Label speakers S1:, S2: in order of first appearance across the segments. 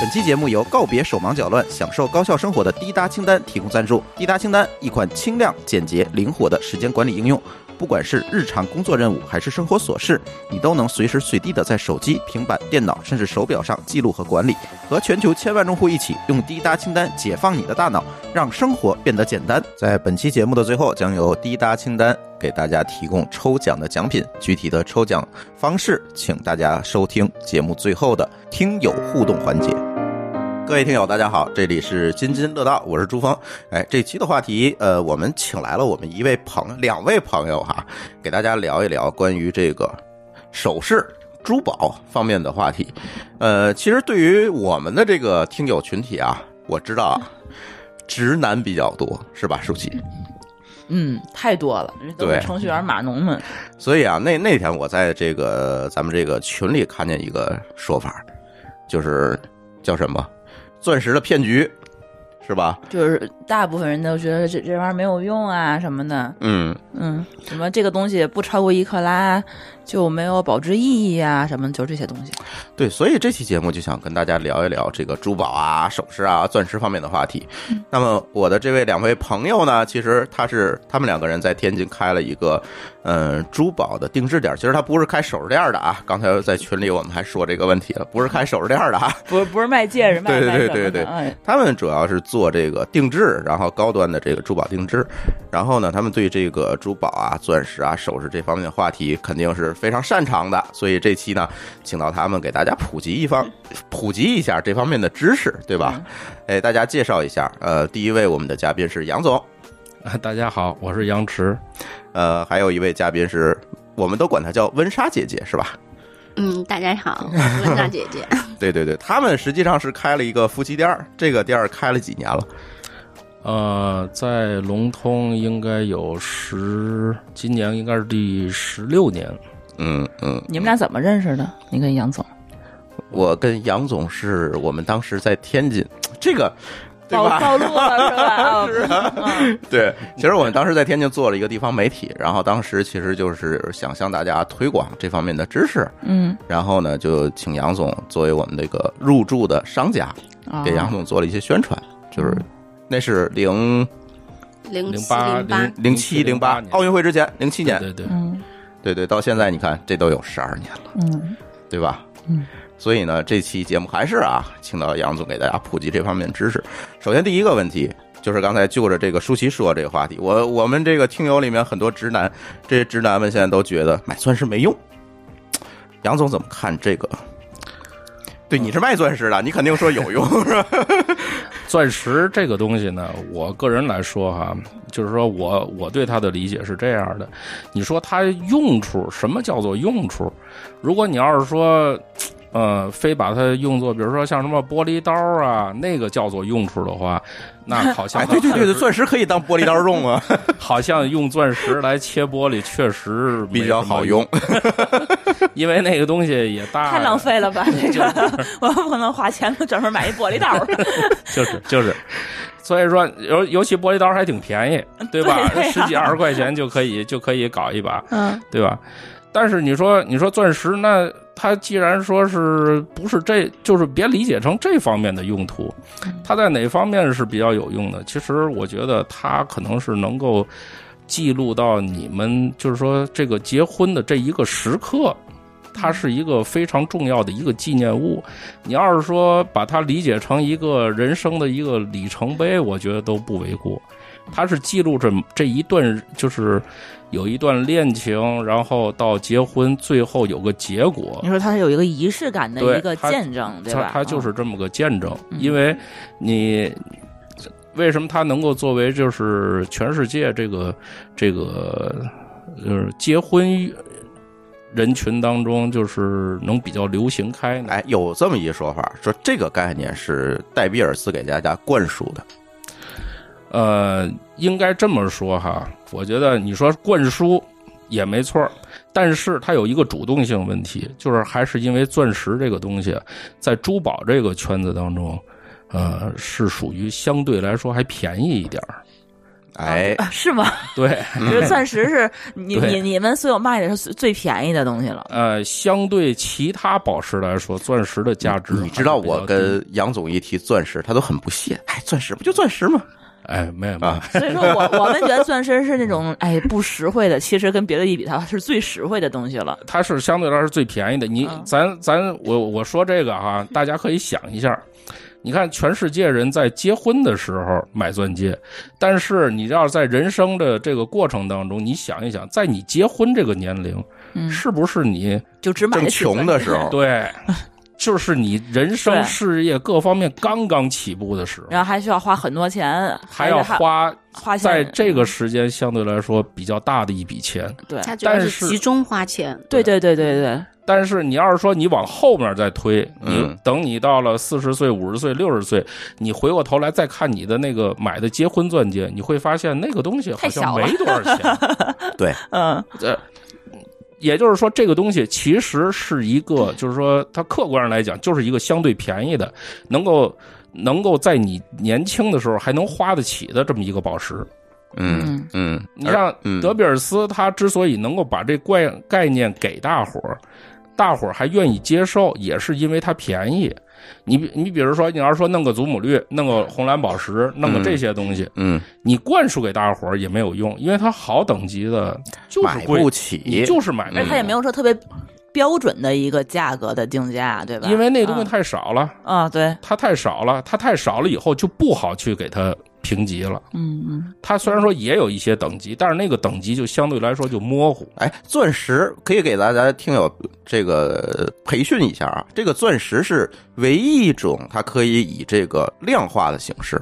S1: 本期节目由告别手忙脚乱，享受高效生活的滴答清单提供赞助。滴答清单，一款轻量、简洁、灵活的时间管理应用。不管是日常工作任务还是生活琐事，你都能随时随地的在手机、平板、电脑甚至手表上记录和管理。和全球千万用户一起用滴答清单解放你的大脑，让生活变得简单。在本期节目的最后，将由滴答清单给大家提供抽奖的奖品。具体的抽奖方式，请大家收听节目最后的听友互动环节。各位听友，大家好，这里是津津乐道，我是朱峰。哎，这期的话题，呃，我们请来了我们一位朋友，两位朋友哈，给大家聊一聊关于这个首饰、珠宝方面的话题。呃，其实对于我们的这个听友群体啊，我知道啊，直男比较多，是吧，舒淇？
S2: 嗯，太多了，人都是
S1: 对
S2: 程序员码农们。
S1: 所以啊，那那天我在这个咱们这个群里看见一个说法，就是叫什么“钻石的骗局”，是吧？
S2: 就是大部分人都觉得这这玩意儿没有用啊什么的，
S1: 嗯，
S2: 嗯，什么这个东西不超过一克拉就没有保值意义啊，什么就这些东西。
S1: 对，所以这期节目就想跟大家聊一聊这个珠宝啊、首饰啊、钻石方面的话题。那么我的这位两位朋友呢，其实他是他们两个人在天津开了一个嗯、呃珠宝的定制店儿，其实他不是开首饰店儿的啊。刚才在群里我们还说这个问题了，不是开首饰店儿的啊，
S2: 不是不是卖戒指，卖
S1: 对对
S2: 卖
S1: 对
S2: 什么
S1: 对
S2: 的
S1: 对
S2: 哎
S1: 他们主要是做这个定制，然后高端的这个珠宝定制。然后呢，他们对这个珠宝啊、钻石啊、首饰这方面的话题肯定是非常擅长的，所以这期呢，请到他们给大家普及一方，普及一下这方面的知识，对吧？哎，大家介绍一下。呃，第一位我们的嘉宾是杨总，
S3: 啊， 大家好，我是杨驰。
S1: 呃，还有一位嘉宾是。我们都管她叫温莎姐姐，是吧？
S4: 嗯，大家好， 我是温大姐姐。
S1: 对对对，他们实际上是开了一个夫妻店儿，这个店儿开了几年了？
S3: 呃，在龙通应该有十，今年应该是第十六年。
S1: 嗯嗯，
S2: 你们俩怎么认识的？你跟杨总
S1: 我跟杨总是我们当时在天津，这个对
S2: 暴
S1: 吧？
S2: 暴露了是吧？啊嗯
S1: 对，其实我们当时在天津做了一个地方媒体，然后当时其实就是想向大家推广这方面的知识，
S2: 嗯，
S1: 然后呢就请杨总作为我们这个入驻的商家，
S2: 啊
S1: 给杨总做了一些宣传，就是那是零
S4: 零
S3: 零
S4: 七
S3: 八
S4: 零八，
S1: 零七零八
S3: 年，
S1: 奥运会之前零七年，
S3: 对对，
S2: 嗯
S1: 对对，到现在你看这都有十二年了。
S2: 嗯
S1: 对吧？
S2: 嗯，
S1: 所以呢，这期节目还是啊，请到杨总给大家普及这方面知识。首先第一个问题就是刚才就着这个舒淇说这个话题，我我们这个听友里面很多直男，这些直男们现在都觉得买钻石没用。杨总怎么看这个？对，你是卖钻石的，你肯定说有用哎是吧？
S3: 钻石这个东西呢，我个人来说哈，就是说我我对它的理解是这样的。你说它用处，什么叫做用处？如果你要是说，呃，非把它用作，比如说像什么玻璃刀啊，那个叫做用处的话，那好像
S1: 哎，对对对对，
S3: 它
S1: 钻石可以当玻璃刀用啊，
S3: 好像用钻石来切玻璃确实没
S1: 比较
S3: 什么
S1: 好用，。
S3: 因为那个东西也大，
S2: 太浪，费了吧！这个我不可能花钱专门买一玻璃刀。
S3: 就是就是。所以说，尤尤其玻璃刀还挺便 宜，对吧？
S2: 对呀
S3: 十几二十块钱就可以就可以搞一把，
S2: 嗯，
S3: 对吧？但是你说你说钻石，那它既然说是不是这，就是别理解成这方面的用途，它在哪方面是比较有用的？其实我觉得它可能是能够记录到你们就是说这个结婚的这一个时刻。它是一个非常重要的一个纪念物，你要是说把它理解成一个人生的一个里程碑，我觉得都不为过。它是记录着这一段，就是有一段恋情，然后到结婚，最后有个结果
S2: 你。说它是有一个仪式感的
S3: 对
S2: 一个
S3: 它
S2: 见证，对
S3: 它
S2: 吧？
S3: 它就是这么个见证，
S2: 嗯
S3: 因为你为什么它能够作为就是全世界这个这个就是结婚人群当中就是能比较流行开呢？
S1: 哎，有这么一说法，说这个概念是戴比尔斯给大家灌输的。
S3: 呃，应该这么说哈，我觉得你说灌输也没错儿，但是它有一个主动性问题，就是还是因为钻石这个东西，在珠宝这个圈子当中，呃，是属于相对来说还便宜一点儿。
S1: 哎，
S2: 啊是吗？
S3: 对，
S2: 就是钻石 是你
S3: 嗯对
S2: 你你们所有卖的是最便宜的东西了。
S3: 呃，相对其他宝石来说，钻石的价值
S1: 你知道我
S3: 还是比较低
S1: 跟杨总一提钻石，他都很不屑。哎，钻石不就钻石吗？
S3: 哎没有没有
S1: 啊，
S2: 所以说 我我们觉得钻石是那种哎不实惠的，其实跟别的一比，它是最实惠的东西了。
S3: 它是相对来说最便宜的。你
S2: 嗯
S3: 咱咱我我说这个哈，大家可以想一下。你看，全世界人在结婚的时候买钻戒，但是你要在人生的这个过程当中，你想一想，在你结婚这个年龄，
S2: 嗯，
S3: 是不是你
S2: 就只买
S1: 正
S2: 得起
S1: 穷
S2: 钻
S1: 的
S2: 石
S1: 时候，
S3: 对， 就是你人生
S2: 对
S3: 事业各方面刚刚起步的时候，
S2: 然后还需要花很多钱，
S3: 还要
S2: 是
S3: 花
S2: 花钱，
S3: 在这个时间相对来说比较大的一笔钱。
S2: 对
S4: 他主要
S3: 哎但
S4: 是
S3: 是
S4: 集中花钱，
S2: 对对对对对，
S3: 但是你要是说你往后面再推，你
S1: 嗯
S3: 等你到了四十岁、五十岁、六十岁，你回过头来再看你的那个买的结婚钻戒，你会发现那个东西好
S2: 太
S3: 像
S2: 小了
S3: 没多少钱。
S2: 嗯
S3: 呃，也就是说，这个东西其实是一个，就是说，它客观上来讲，就是一个相对便宜的，能够能够在你年轻的时候还能花得起的这么一个宝石。
S1: 嗯嗯，
S3: 你像
S1: 嗯
S3: 德比尔斯，他之所以能够把这怪概念给大伙儿，大伙儿还愿意接受，也是因为它便宜。你比你比如说，你要是说弄个祖母绿，弄个红蓝宝石，弄个这些东西，
S1: 嗯，
S3: 你灌输给大伙儿也没有用，因为它好等级的就是
S1: 买
S3: 贵
S1: 不，
S3: 你
S1: 起，
S3: 就是买不
S2: 而
S3: 起
S2: 且它也没有说特别标准的一个价格的定价，对吧？
S3: 因为那东西
S2: 嗯
S3: 太少了，
S2: 啊，对，
S3: 它太少了，它太少了以后就不好去给它评级了。
S2: 嗯嗯，
S3: 它虽然说也有一些等级，但是那个等级就相对来说就模糊。
S1: 哎，钻石可以给大家听友这个培训一下啊。这个钻石是唯一一种它可以以这个量化的形式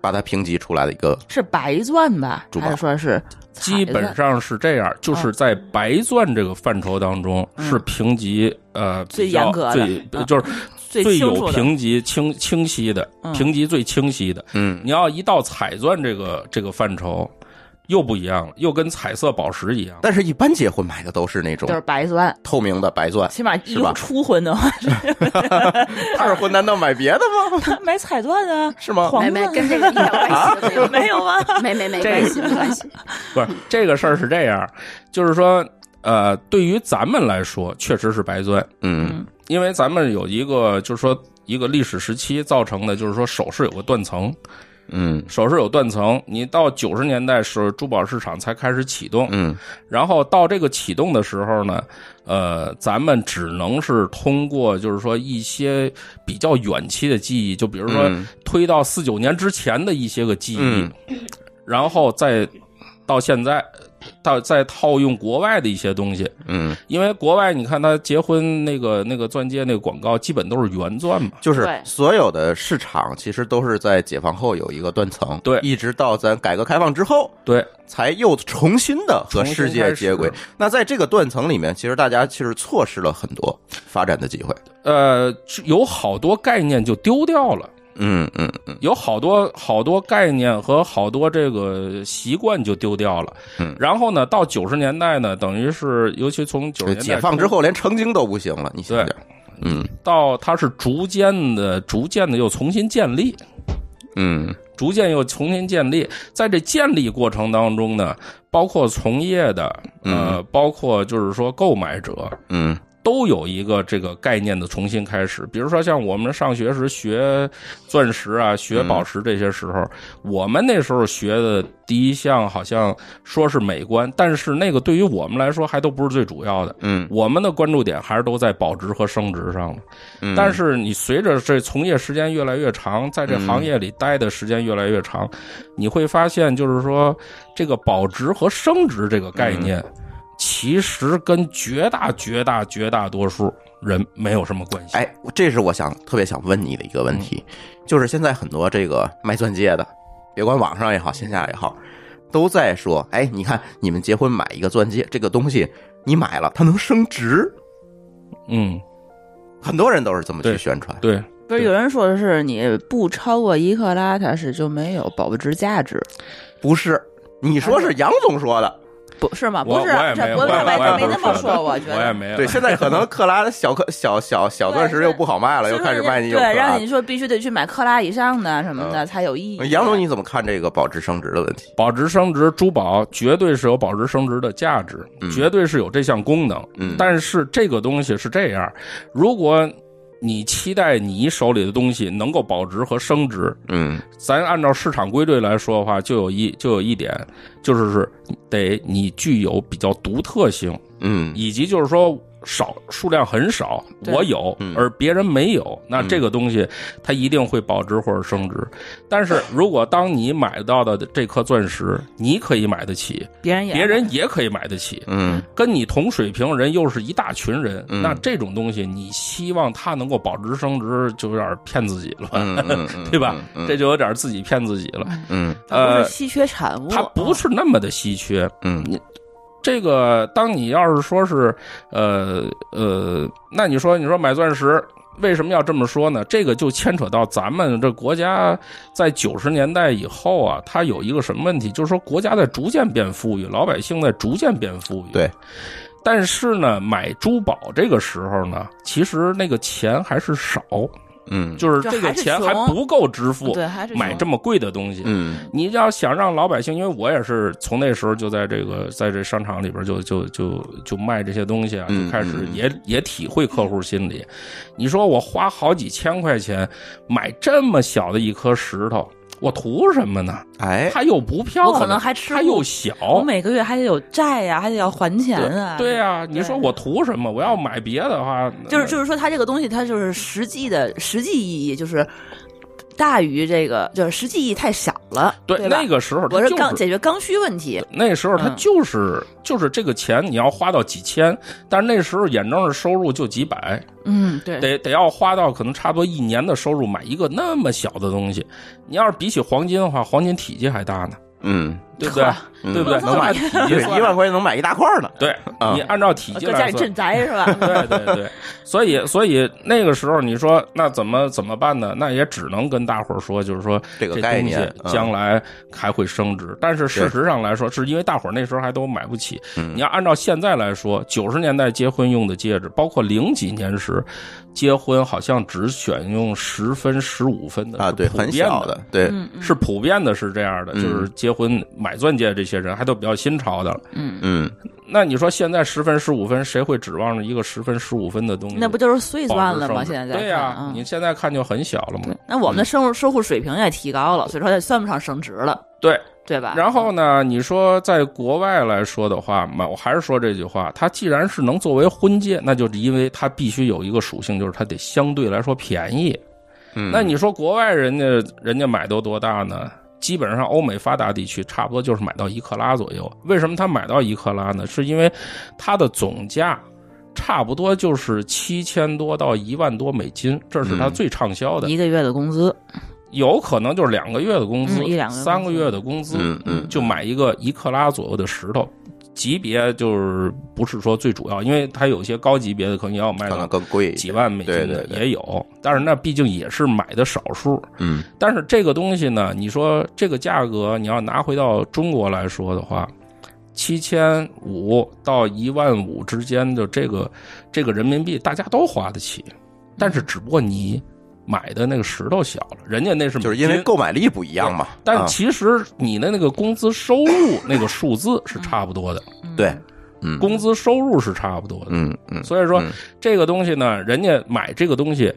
S1: 把它评级出来的一个，
S2: 是白钻吧？
S1: 珠宝
S2: 还是说是
S3: 基本上是这样，就是在白钻这个范畴当中，
S2: 嗯
S3: 是评级呃
S2: 最
S3: 比较
S2: 严格的
S3: 最呃
S2: 嗯
S3: 就是
S2: 最
S3: 最
S2: 清
S3: 有
S2: 楚的
S3: 评级清清晰的
S2: 嗯
S3: 评级最清晰的。
S1: 嗯
S3: 你要一到彩钻这个这个范畴，又不一样了，又跟彩色宝石一样。
S1: 但是一般结婚买的都是那种
S2: 就是白钻，
S1: 透明的白钻，
S2: 起码
S1: 是
S2: 一
S1: 吧
S2: 初婚的话，
S1: 二婚难道买别的吗？
S2: 他买彩钻啊，
S1: 是吗？
S2: 黄
S4: 没没
S2: 钻
S4: 跟这个一 点关系都
S2: 没
S4: 没有，
S2: 有吗？
S4: 没没没关系没关系，
S3: 不是这个事儿是这样，就是说，呃，对于咱们来说，确实是白钻，
S1: 嗯
S3: 因为咱们有一个就是说一个历史时期造成的，就是说首饰有个断层，
S1: 嗯
S3: 首饰有断层，你到九十年代时候珠宝市场才开始启动，
S1: 嗯
S3: 然后到这个启动的时候呢，呃，咱们只能是通过就是说一些比较远期的记忆，就比如说
S1: 嗯
S3: 推到四九年之前的一些个记忆，
S1: 嗯
S3: 然后再到现在，到再套用国外的一些东西，
S1: 嗯，
S3: 因为国外你看他结婚那个那个钻戒那个广告，基本都是原钻嘛。
S1: 就是
S2: 对
S1: 所有的市场其实都是在解放后有一个断层，
S3: 对
S1: 一直到咱改革开放之后，
S3: 对，
S1: 才又重新的和世界接轨
S3: 重新开。
S1: 那在这个断层里面，其实大家其实错失了很多发展的机会。
S3: 呃，有好多概念就丢掉了，
S1: 嗯嗯嗯
S3: 有好多好多概念和好多这个习惯就丢掉了。
S1: 嗯
S3: 然后呢，到九十年代呢，等于是尤其从九十
S1: 就
S3: 年代
S1: 解放之后，连成精都不行了，你想想
S3: 对。
S1: 嗯
S3: 到它是逐渐的、逐渐的又重新建立，
S1: 嗯
S3: 逐渐又重新建立。在这建立过程当中呢，包括从业的，呃，包括就是说购买者，
S1: 嗯
S3: 都有一个这个概念的重新开始。比如说，像我们上学时学钻石啊、学宝石这些时候，我们那时候学的第一项好像说是美观，但是那个对于我们来说还都不是最主要的。
S1: 嗯
S3: 我们的关注点还是都在保值和升值上嘛。
S1: 嗯。
S3: 但是你随着这从业时间越来越长，在
S1: 嗯
S3: 这行业里待的时间越来越长，你会发现，就是说这个保值和升值这个概念，
S1: 嗯
S3: 其实跟绝大绝大绝大多数人没有什么关系。
S1: 哎，这是我想特别想问你的一个问题，
S3: 嗯
S1: 就是现在很多这个卖钻戒的，别管网上也好，线下也好，都在说，哎，你看你们结婚买一个钻戒，这个东西你买了它能升值，
S3: 嗯，
S1: 很多人都是这么去
S3: 对
S1: 宣传。
S3: 对，
S2: 不是有人说的是你不超过一克拉，它是就没有保值价值。哎
S1: 不是，你说是杨总说的，
S2: 不是吗？
S3: 我
S2: 不是啊
S3: 我也，没
S2: 这
S3: 有
S2: 不
S3: 我也
S2: 外
S3: 我也
S2: 头没
S3: 不
S2: 那
S3: 是
S2: 么
S3: 说
S2: 说，我觉
S3: 我也
S2: 得。
S3: 没有。
S1: 对，现在可能克拉的小克小小小钻石又不好卖了，又
S2: 所以
S1: 开始
S2: 说
S1: 卖
S2: 人
S1: 你
S2: 对，让
S1: 有
S2: 你说必须得去买克拉以上的什么的
S3: 嗯
S2: 才有意义。
S1: 杨总，你怎么看这个保值升值的问题？
S3: 保值升值，珠宝绝对是有保值升值的价值，
S1: 嗯
S3: 绝对是有这项功能。
S1: 嗯
S3: 但是这个东西是这样，如果你期待你手里的东西能够保值和升值，
S1: 嗯
S3: 咱按照市场规律来说的话，就有一就有一点，就是是得你具有比较独特性，
S1: 嗯
S3: 以及就是说少数量很少，
S2: 对
S3: 我有
S1: 嗯
S3: 而别人没有，那
S1: 嗯
S3: 这个东西它一定会保值或者升值。但是如果当你买到的这颗钻石，你可以买得起，
S2: 别人也
S3: 别人也可以买得起，
S1: 嗯
S3: 跟你同水平人又是一大群人，
S1: 嗯
S3: 那这种东西你希望它能够保值升值，就有点骗自己了吧，
S1: 嗯嗯嗯，
S3: 对吧？
S1: 嗯
S3: 这就有点自己骗自己了。
S1: 嗯
S2: 它不啊
S3: 呃
S2: 是稀缺产物，
S3: 它不是那么的稀缺。
S1: 嗯
S3: 这个，当你要是说是，呃呃，那你说你说买钻石。为什么要这么说呢？这个就牵扯到咱们这国家在九十年代以后啊，它有一个什么问题，就是说国家在逐渐变富裕，老百姓在逐渐变富裕。
S1: 对。
S3: 但是呢，买珠宝这个时候呢，其实那个钱还是少，
S1: 嗯
S3: 就是
S2: 就
S3: 这个
S2: 还是
S3: 钱还
S2: 穷
S3: 不够支付
S2: 嗯对，还是
S3: 买
S2: 穷
S3: 这么贵的东西。
S1: 嗯
S3: 你要想让老百姓，因为我也是从那时候就在这个在这商场里边就就就就卖这些东西啊，
S1: 嗯
S3: 就开始
S1: 嗯嗯
S3: 也也体会客户心理。你说我花好几千块钱买这么小的一颗石头，我图什么呢？
S1: 哎
S3: 它又不漂
S2: 我
S3: 亮，
S2: 可能还吃
S3: 它
S2: 不
S3: 又小，
S2: 我每个月还得有债呀、还得要还钱啊。
S3: 对呀、你说我图什么？我要买别的话，
S2: 就是就是说，它这个东西它就是实际的实际意义就是大于这个，就是实际意义太小了，
S3: 对
S2: 吧？
S3: 那个时候它
S2: 我
S3: 就是
S2: 刚解决刚需问题，
S3: 那时候他
S2: 嗯
S3: 就是、就是这个钱你要花到几千，但是那时候眼睁着收入就几百，
S2: 嗯，对
S3: 得得要花到可能差不多一年的收入买一个那么小的东西。你要是比起黄金的话，黄金体积还大呢，
S1: 嗯，
S3: 对不对？
S1: 嗯
S3: 对不 对？
S2: 能买
S3: 按体积
S1: 对，
S3: 算
S1: 一万。块钱能买一大块呢。
S3: 对
S1: 啊
S3: 你按照体
S2: 嗯
S3: 积
S2: 搁家
S3: 来
S2: 里
S3: 算
S2: 镇。宅是吧？
S3: 对对对，所以所以那个时候你说那怎么怎么办呢？那也只能跟大伙儿说，就是说
S1: 这个
S3: 东
S1: 概
S3: 西
S1: 念嗯
S3: 将来还会升值。但是事实上来说，是因为大伙儿那时候还都买不起。
S1: 嗯
S3: 你要按照现在来说，九十年代结婚用的戒指，包括零几年时结婚，好像只选用十分、十五分的
S1: 啊，
S3: 呃是
S1: 对，
S3: 普
S1: 很
S3: 遍
S1: 小
S3: 的
S1: 的，，对，
S2: 嗯
S3: 是普遍的，是这样的，
S1: 嗯
S3: 就是结婚买钻戒这些人还都比较新潮的。
S2: 嗯，
S1: 嗯
S3: 那你说现在十分、十五分，谁会指望着一个十分、十五分的东西？
S2: 那不就是碎
S3: 保
S2: 钻
S3: 值
S2: 了吗？
S3: 升值
S2: 现在
S3: 对呀、
S2: 看
S3: 你嗯
S2: 嗯
S3: 现在看就很小了嘛。
S2: 那我们的收入收入水平也提高了，所以说也算不上升值了，
S3: 对，
S2: 对啊吧？
S3: 然后呢，你说在国外来说的话嘛，我还是说这句话，它既然是能作为婚戒，那就是因为它必须有一个属性，就是它得相对来说便宜。
S1: 嗯，
S3: 那你说国外人家人家买都多大呢？基本上欧美发达地区差不多就是买到一克拉左右。为什么他买到一克拉呢？是因为它的总价差不多就是七千多到一万多美金，这是它
S1: 嗯
S3: 最畅销的。
S2: 一个月的工资，
S3: 有可能就是两个月的工资，
S2: 嗯一两个月
S3: 三个月的工资，
S1: 嗯嗯
S3: 就买一个一克拉左右的石头。级别就是不是说最主要，因为它有些高级别的可能也要卖
S1: 可能
S3: 到
S1: 更贵一
S3: 几
S1: 些，
S3: 万美金的
S1: 对对对
S3: 也有，但是那毕竟也是买的少数。
S1: 嗯
S3: 但是这个东西呢，你说这个价格你要拿回到中国来说的话，七千五到一万五之间的这个这个人民币，大家都花得起，但是只不过你买的那个石头小了，人家那是
S1: 就是因
S3: 美
S1: 为
S3: 金
S1: 购买力不一样嘛。
S3: 但
S1: 啊
S3: 其实你的那个工资收 入那个数字是差不多的，
S2: 嗯
S1: 对，嗯
S3: 工资收入是差不多的。
S1: 嗯嗯
S3: 所以说
S1: 嗯
S3: 这个东西呢，人家买这个东西，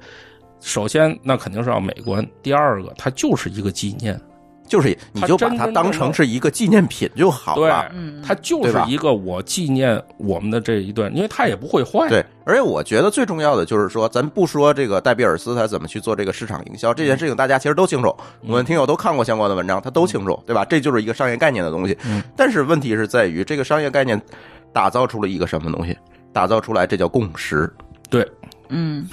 S3: 首先那肯定是要美观，第二个它就是一个纪念，
S1: 就是你
S3: 它
S1: 就把
S3: 真
S1: 它
S3: 真
S1: 当
S3: 正
S1: 成
S3: 正
S1: 是一个纪念品就好
S3: 对
S1: 了。，
S2: 嗯
S3: 它就是一个我纪念我们的这一段，因为它也不会坏。
S1: 对，而且我觉得最重要的就是说，咱不说这个戴比尔斯他怎么去做这个市场营销这件事情，大家其实都清楚，
S3: 嗯
S1: 我们听友都看过相关的文章，他都清楚，对吧？这就是一个商业概念的东西
S3: 嗯。
S1: 但是问题是在于，这个商业概念打造出了一个什么东西？打造出来这叫共识，
S3: 对，
S2: 嗯，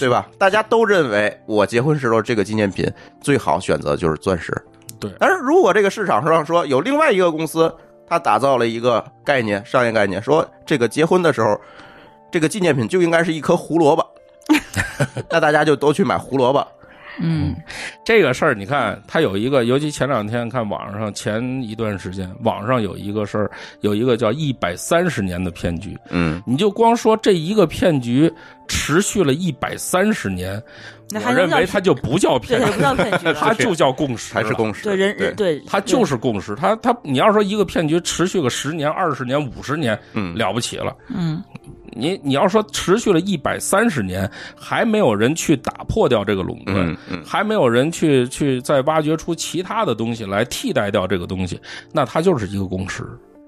S1: 对吧？大家都认为我结婚时候这个纪念品最好选择就是钻石。
S3: 对
S1: 但是如果这个市场上说有另外一个公司，它打造了一个概念，商业概念，说这个结婚的时候，这个纪念品就应该是一颗胡萝卜，那大家就都去买胡萝卜。
S2: 嗯
S3: 这个事儿，你看，它有一个，尤其前两天看网上，前一段时间网上有一个事儿，有一个叫一百三十年的骗局。
S1: 嗯，
S3: 你就光说这一个骗局持续了一百三十年，
S2: 那
S3: 我
S2: 还能
S3: 认
S2: 叫
S3: 为它就不叫
S2: 对，
S3: 骗
S2: 它
S3: 局
S2: 也，不叫骗局
S3: 它
S2: 了，
S3: 就叫共识，
S1: 还是。共识，
S2: 对人人对，
S3: 它就是共识，它它，你要说一个骗局持续个十年、二十年、五十年，
S1: 嗯
S3: 了不起了。
S2: 嗯
S3: 你你要说持续了一百三十年，还没有人去打破掉这个垄断，
S1: 嗯嗯
S3: 还没有人去去再挖掘出其他的东西来替代掉这个东西，那它就是一个共识。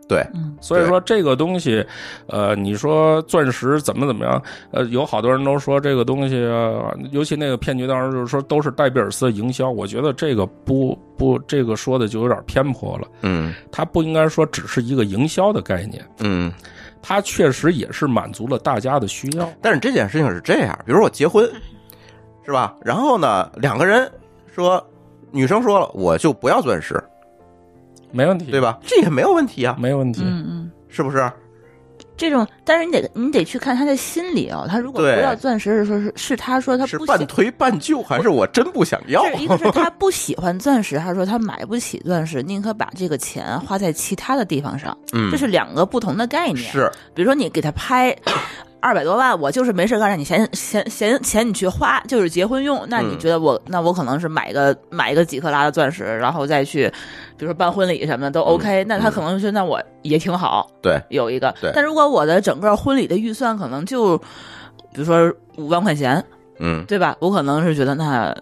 S1: 对，
S2: 嗯
S3: 所以说这个东西，呃，你说钻石怎么怎么样？呃，有好多人都说这个东西、啊，尤其那个骗局当时就是说都是戴比尔斯的营销，我觉得这个不不，这个说的就有点偏颇了。
S1: 嗯
S3: 它不应该说只是一个营销的概念，
S1: 嗯。
S3: 它确实也是满足了大家的需要。
S1: 但是这件事情是这样，比如我结婚，是吧？然后呢，两个人说，女生说了，我就不要钻石，
S3: 没问题，
S1: 对？吧？这也没有问题啊，
S3: 没问题。
S2: 嗯嗯，
S1: 是不是？
S2: 这种，但是你得你得去看他的心理啊，他如果
S1: 对
S2: 不要钻石的时候，是是他说他
S1: 是
S2: 不
S1: 半
S2: 喜。
S1: 推半就，还是我真不想要？啊
S2: 是一个是他不喜欢钻石，还是说他买不起钻石，宁可把这个钱花在其他的地方上，
S1: 嗯
S2: 这，是两个不同的概念。
S1: 是，
S2: 比如说你给 他拍二百多万，我就是没事干，让你闲闲闲钱你去花，就是结婚用。那你
S1: 嗯
S2: 觉得我、那我可能是买个买一个几克拉的钻石，然后再去，比如说办婚礼什么
S1: 嗯
S2: 的都 OK、那他可能就那我也挺好，
S1: 对，
S2: 有一个
S1: 对。
S2: 但如果我的整个婚礼的预算可能就，比如说五万块钱，
S1: 嗯，
S2: 对吧？我可能是觉得那。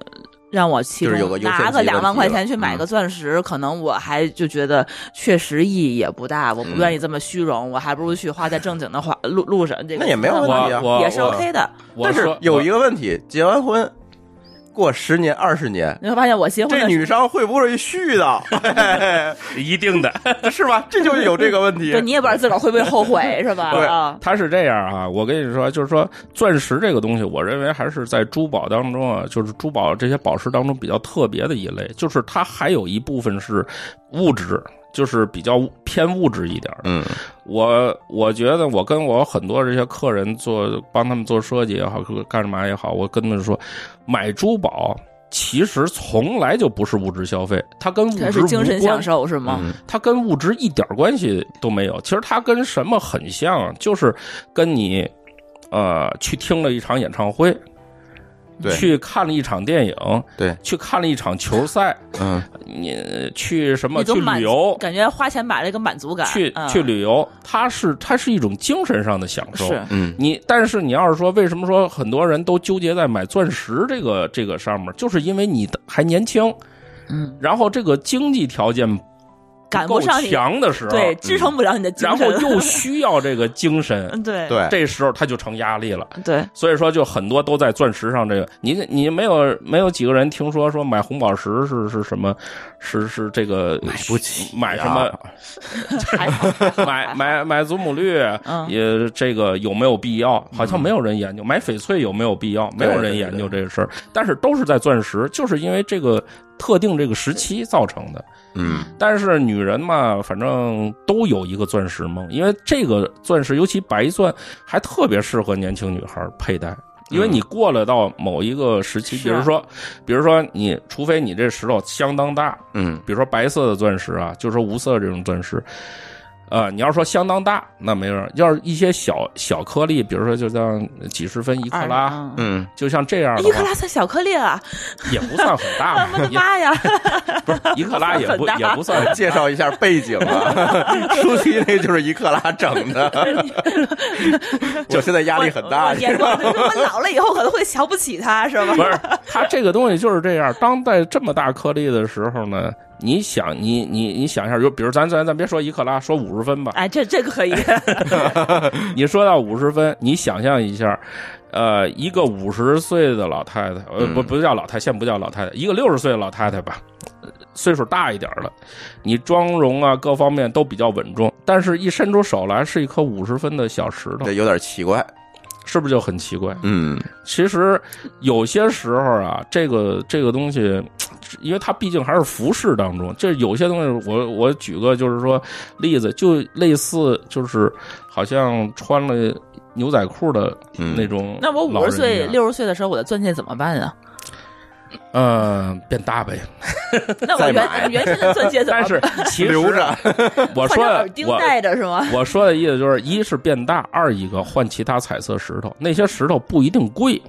S2: 让我其
S1: 就是
S2: 中
S1: 有个优先级
S2: 拿个
S1: 问题
S2: 两万块钱
S1: 了
S2: 去买
S1: 嗯
S2: 个钻石，可能我还就觉得确实意义也不大，我不
S1: 嗯
S2: 愿意这么虚荣，我还不如去花在正经的花路路上。这个
S1: 那也没有
S2: 地
S1: 问
S2: 方
S1: 题
S3: 我
S1: 啊。
S3: 我
S2: 也是
S3: 我
S2: OK 的。
S3: 我
S1: 但是
S3: 说
S1: 有一个问题，结完婚过十年二十年，
S2: 你会发现我结婚
S1: 这
S2: 的时
S1: 女生会不会絮叨？
S3: 我一定的，
S1: 是吧？这就有这个问题
S2: 候，对。你也不知道自个儿会不会后悔，是吧？
S1: 对
S2: 啊，
S3: 它是这样啊，我跟你说，就是说钻石这个东西，我认为还是在珠宝当中啊，就是珠宝这些宝石当中比较特别的一类，就是它还有一部分是物质，就是比较偏物质一点儿的。
S1: 嗯
S3: 我我觉得我跟我很多这些客人做帮他们做设计也好，干什么也好，我跟他们说，买珠宝。其实从来就不是物质消费，它跟物质
S2: 它是精神
S3: 无关
S2: 享受是吗？
S1: 嗯
S3: 它跟物质一点关系都没有。其实它跟什么很像，啊就是跟你呃去听了一场演唱会，
S1: 对
S3: 去看了一场电影，
S1: 对，
S3: 去看了一场球赛，
S1: 嗯
S3: 你去什么
S2: 你
S3: 去
S2: 都满
S3: 旅游，
S2: 感觉花钱买了一个满足感，
S3: 去
S2: 嗯
S3: 去旅游，它是它是一种精神上的享受。
S2: 是
S1: 嗯
S3: 你但是你要是说为什么说很多人都纠结在买钻石这个这个上面，就是因为你的还年轻，
S2: 嗯，
S3: 然后这个经济条件
S2: 赶
S3: 够
S2: 不上你
S3: 强的时候，
S2: 对支撑不了你的精
S3: 嗯然
S2: 神，
S3: 后又需要这个精神，
S2: 嗯 对
S1: 对，
S3: 这时候它就成压力了。
S2: 对
S3: 所以说，就很多都在钻石上这个，你你没有没有几个人听说说买红宝石是是什么，是是这个买
S1: 不起呀
S3: 买什么
S2: 还好
S3: 买买买祖母绿，
S2: 嗯
S3: 也这个有没有必要？好像没有人研究买翡翠有没有必要，没
S1: 对
S3: 有人研究这个事儿。但是都是在钻石，就是因为这个特定这个时期造成的。
S1: 嗯
S3: 但是女人嘛，反正都有一个钻石梦，因为这个钻石，尤其白钻，还特别适合年轻女孩佩戴。因为你过了到某一个时期，
S2: 嗯
S3: 比
S2: 是啊
S3: 如说，比如说你，除非你这石头相当大，
S1: 嗯
S3: 比如说白色的钻石啊，就是说无色这种钻石，呃，你要说相当大，那没人；要是一些小小颗粒，比如说就像几十分一克拉，，
S2: 嗯
S1: 嗯，
S3: 就像这样的
S2: 一克
S3: 话，
S2: 拉算小颗粒了，
S3: 也不算很大
S2: 啊我
S3: 嘛，
S2: 的
S3: 也
S2: 妈 呀！
S3: 不是一克拉也不也不算
S1: 介绍一下背景啊，舒淇那就是一克拉整的，我现在压力很
S2: 我
S1: 大
S2: 我。也 我我老了以后可能会瞧不起他，是吧？
S3: 不是，它这个东西就是这样。当在这么大颗粒的时候呢，你想，你你你想一下，就比如咱咱咱别说一克拉，说五十 分吧。
S2: 哎，这这个 可以，
S3: 你说到五十分，你想象一下，呃，一个五十岁的老太太，呃，
S1: 嗯
S3: 不不叫老太太，先不叫老太太，一个六十岁的老太太吧，呃岁数大一点了，你妆容啊各方面都比较稳重，但是一伸出手来是一颗五十分的小石头
S1: 这，有点奇怪，
S3: 是不是就很奇怪？
S1: 嗯，
S3: 其实有些时候啊，这个这个东西，因为它毕竟还是服饰当中，这有些东西我，我举个就是说例子，就类似就是好像穿了牛仔裤的
S1: 嗯
S3: 那种
S2: 那我五十
S3: 老人一
S2: 岁、
S3: 样啊
S2: 六十岁的时候，我的钻戒怎么办呀？
S3: 呃，变大呗。
S2: 那我
S1: 再买
S2: 原原先的钻戒怎么
S3: 但是其实
S1: 留着，
S3: 我
S2: 换
S3: 说
S2: 成
S3: 的
S2: 耳钉
S3: 我
S2: 戴着是 吗？
S3: 我说的意思就是，一是变大，二一个换其他彩色石头，那些石头不一定贵，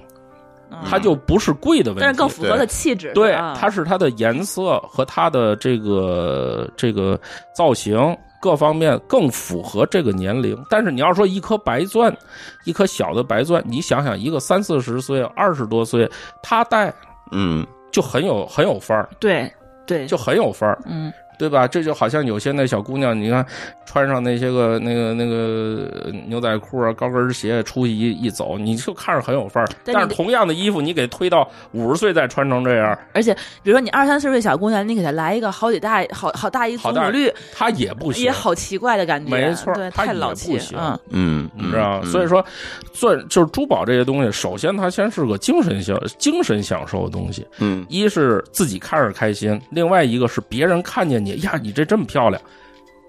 S2: 嗯
S3: 它就不是贵的问题，
S2: 但是更符合它气质。
S3: 对，
S2: 啊
S3: 它是它的颜色和它的这个这个造型各方面更符合这个年龄。但是你要说一颗白钻，一颗小的白钻，你想想一个三四十岁、二十多岁，他戴
S1: 嗯，
S3: 就很有很有范儿，
S2: 对对，
S3: 就很有范儿。
S2: 嗯
S3: 对吧？这就好像有些那小姑娘，你看穿上那些个那个那个牛仔裤啊、高跟鞋出去一一走，你就看着很有范儿。
S2: 但
S3: 但是
S2: 你
S3: 同样的衣服，你给推到五十岁再穿成这样，
S2: 而且比如说你二三十岁小姑娘，你给她来一个好几大好好大一
S3: 好
S2: 祖
S3: 大
S2: 母绿，
S3: 她也不行
S2: 也，好奇怪的感觉，
S3: 没错
S2: 对，
S3: 它
S2: 太
S3: 也
S2: 老
S3: 不
S2: 气，
S3: 行
S2: 嗯，
S1: 嗯，
S3: 你知道吗？所以
S1: 说，
S3: 说，钻就是珠宝这些东西，首先它先是个精神享精神享受的东西，
S1: 嗯
S3: 一是自己看着开心，另外一个是别人看见你呀，你这这么漂亮，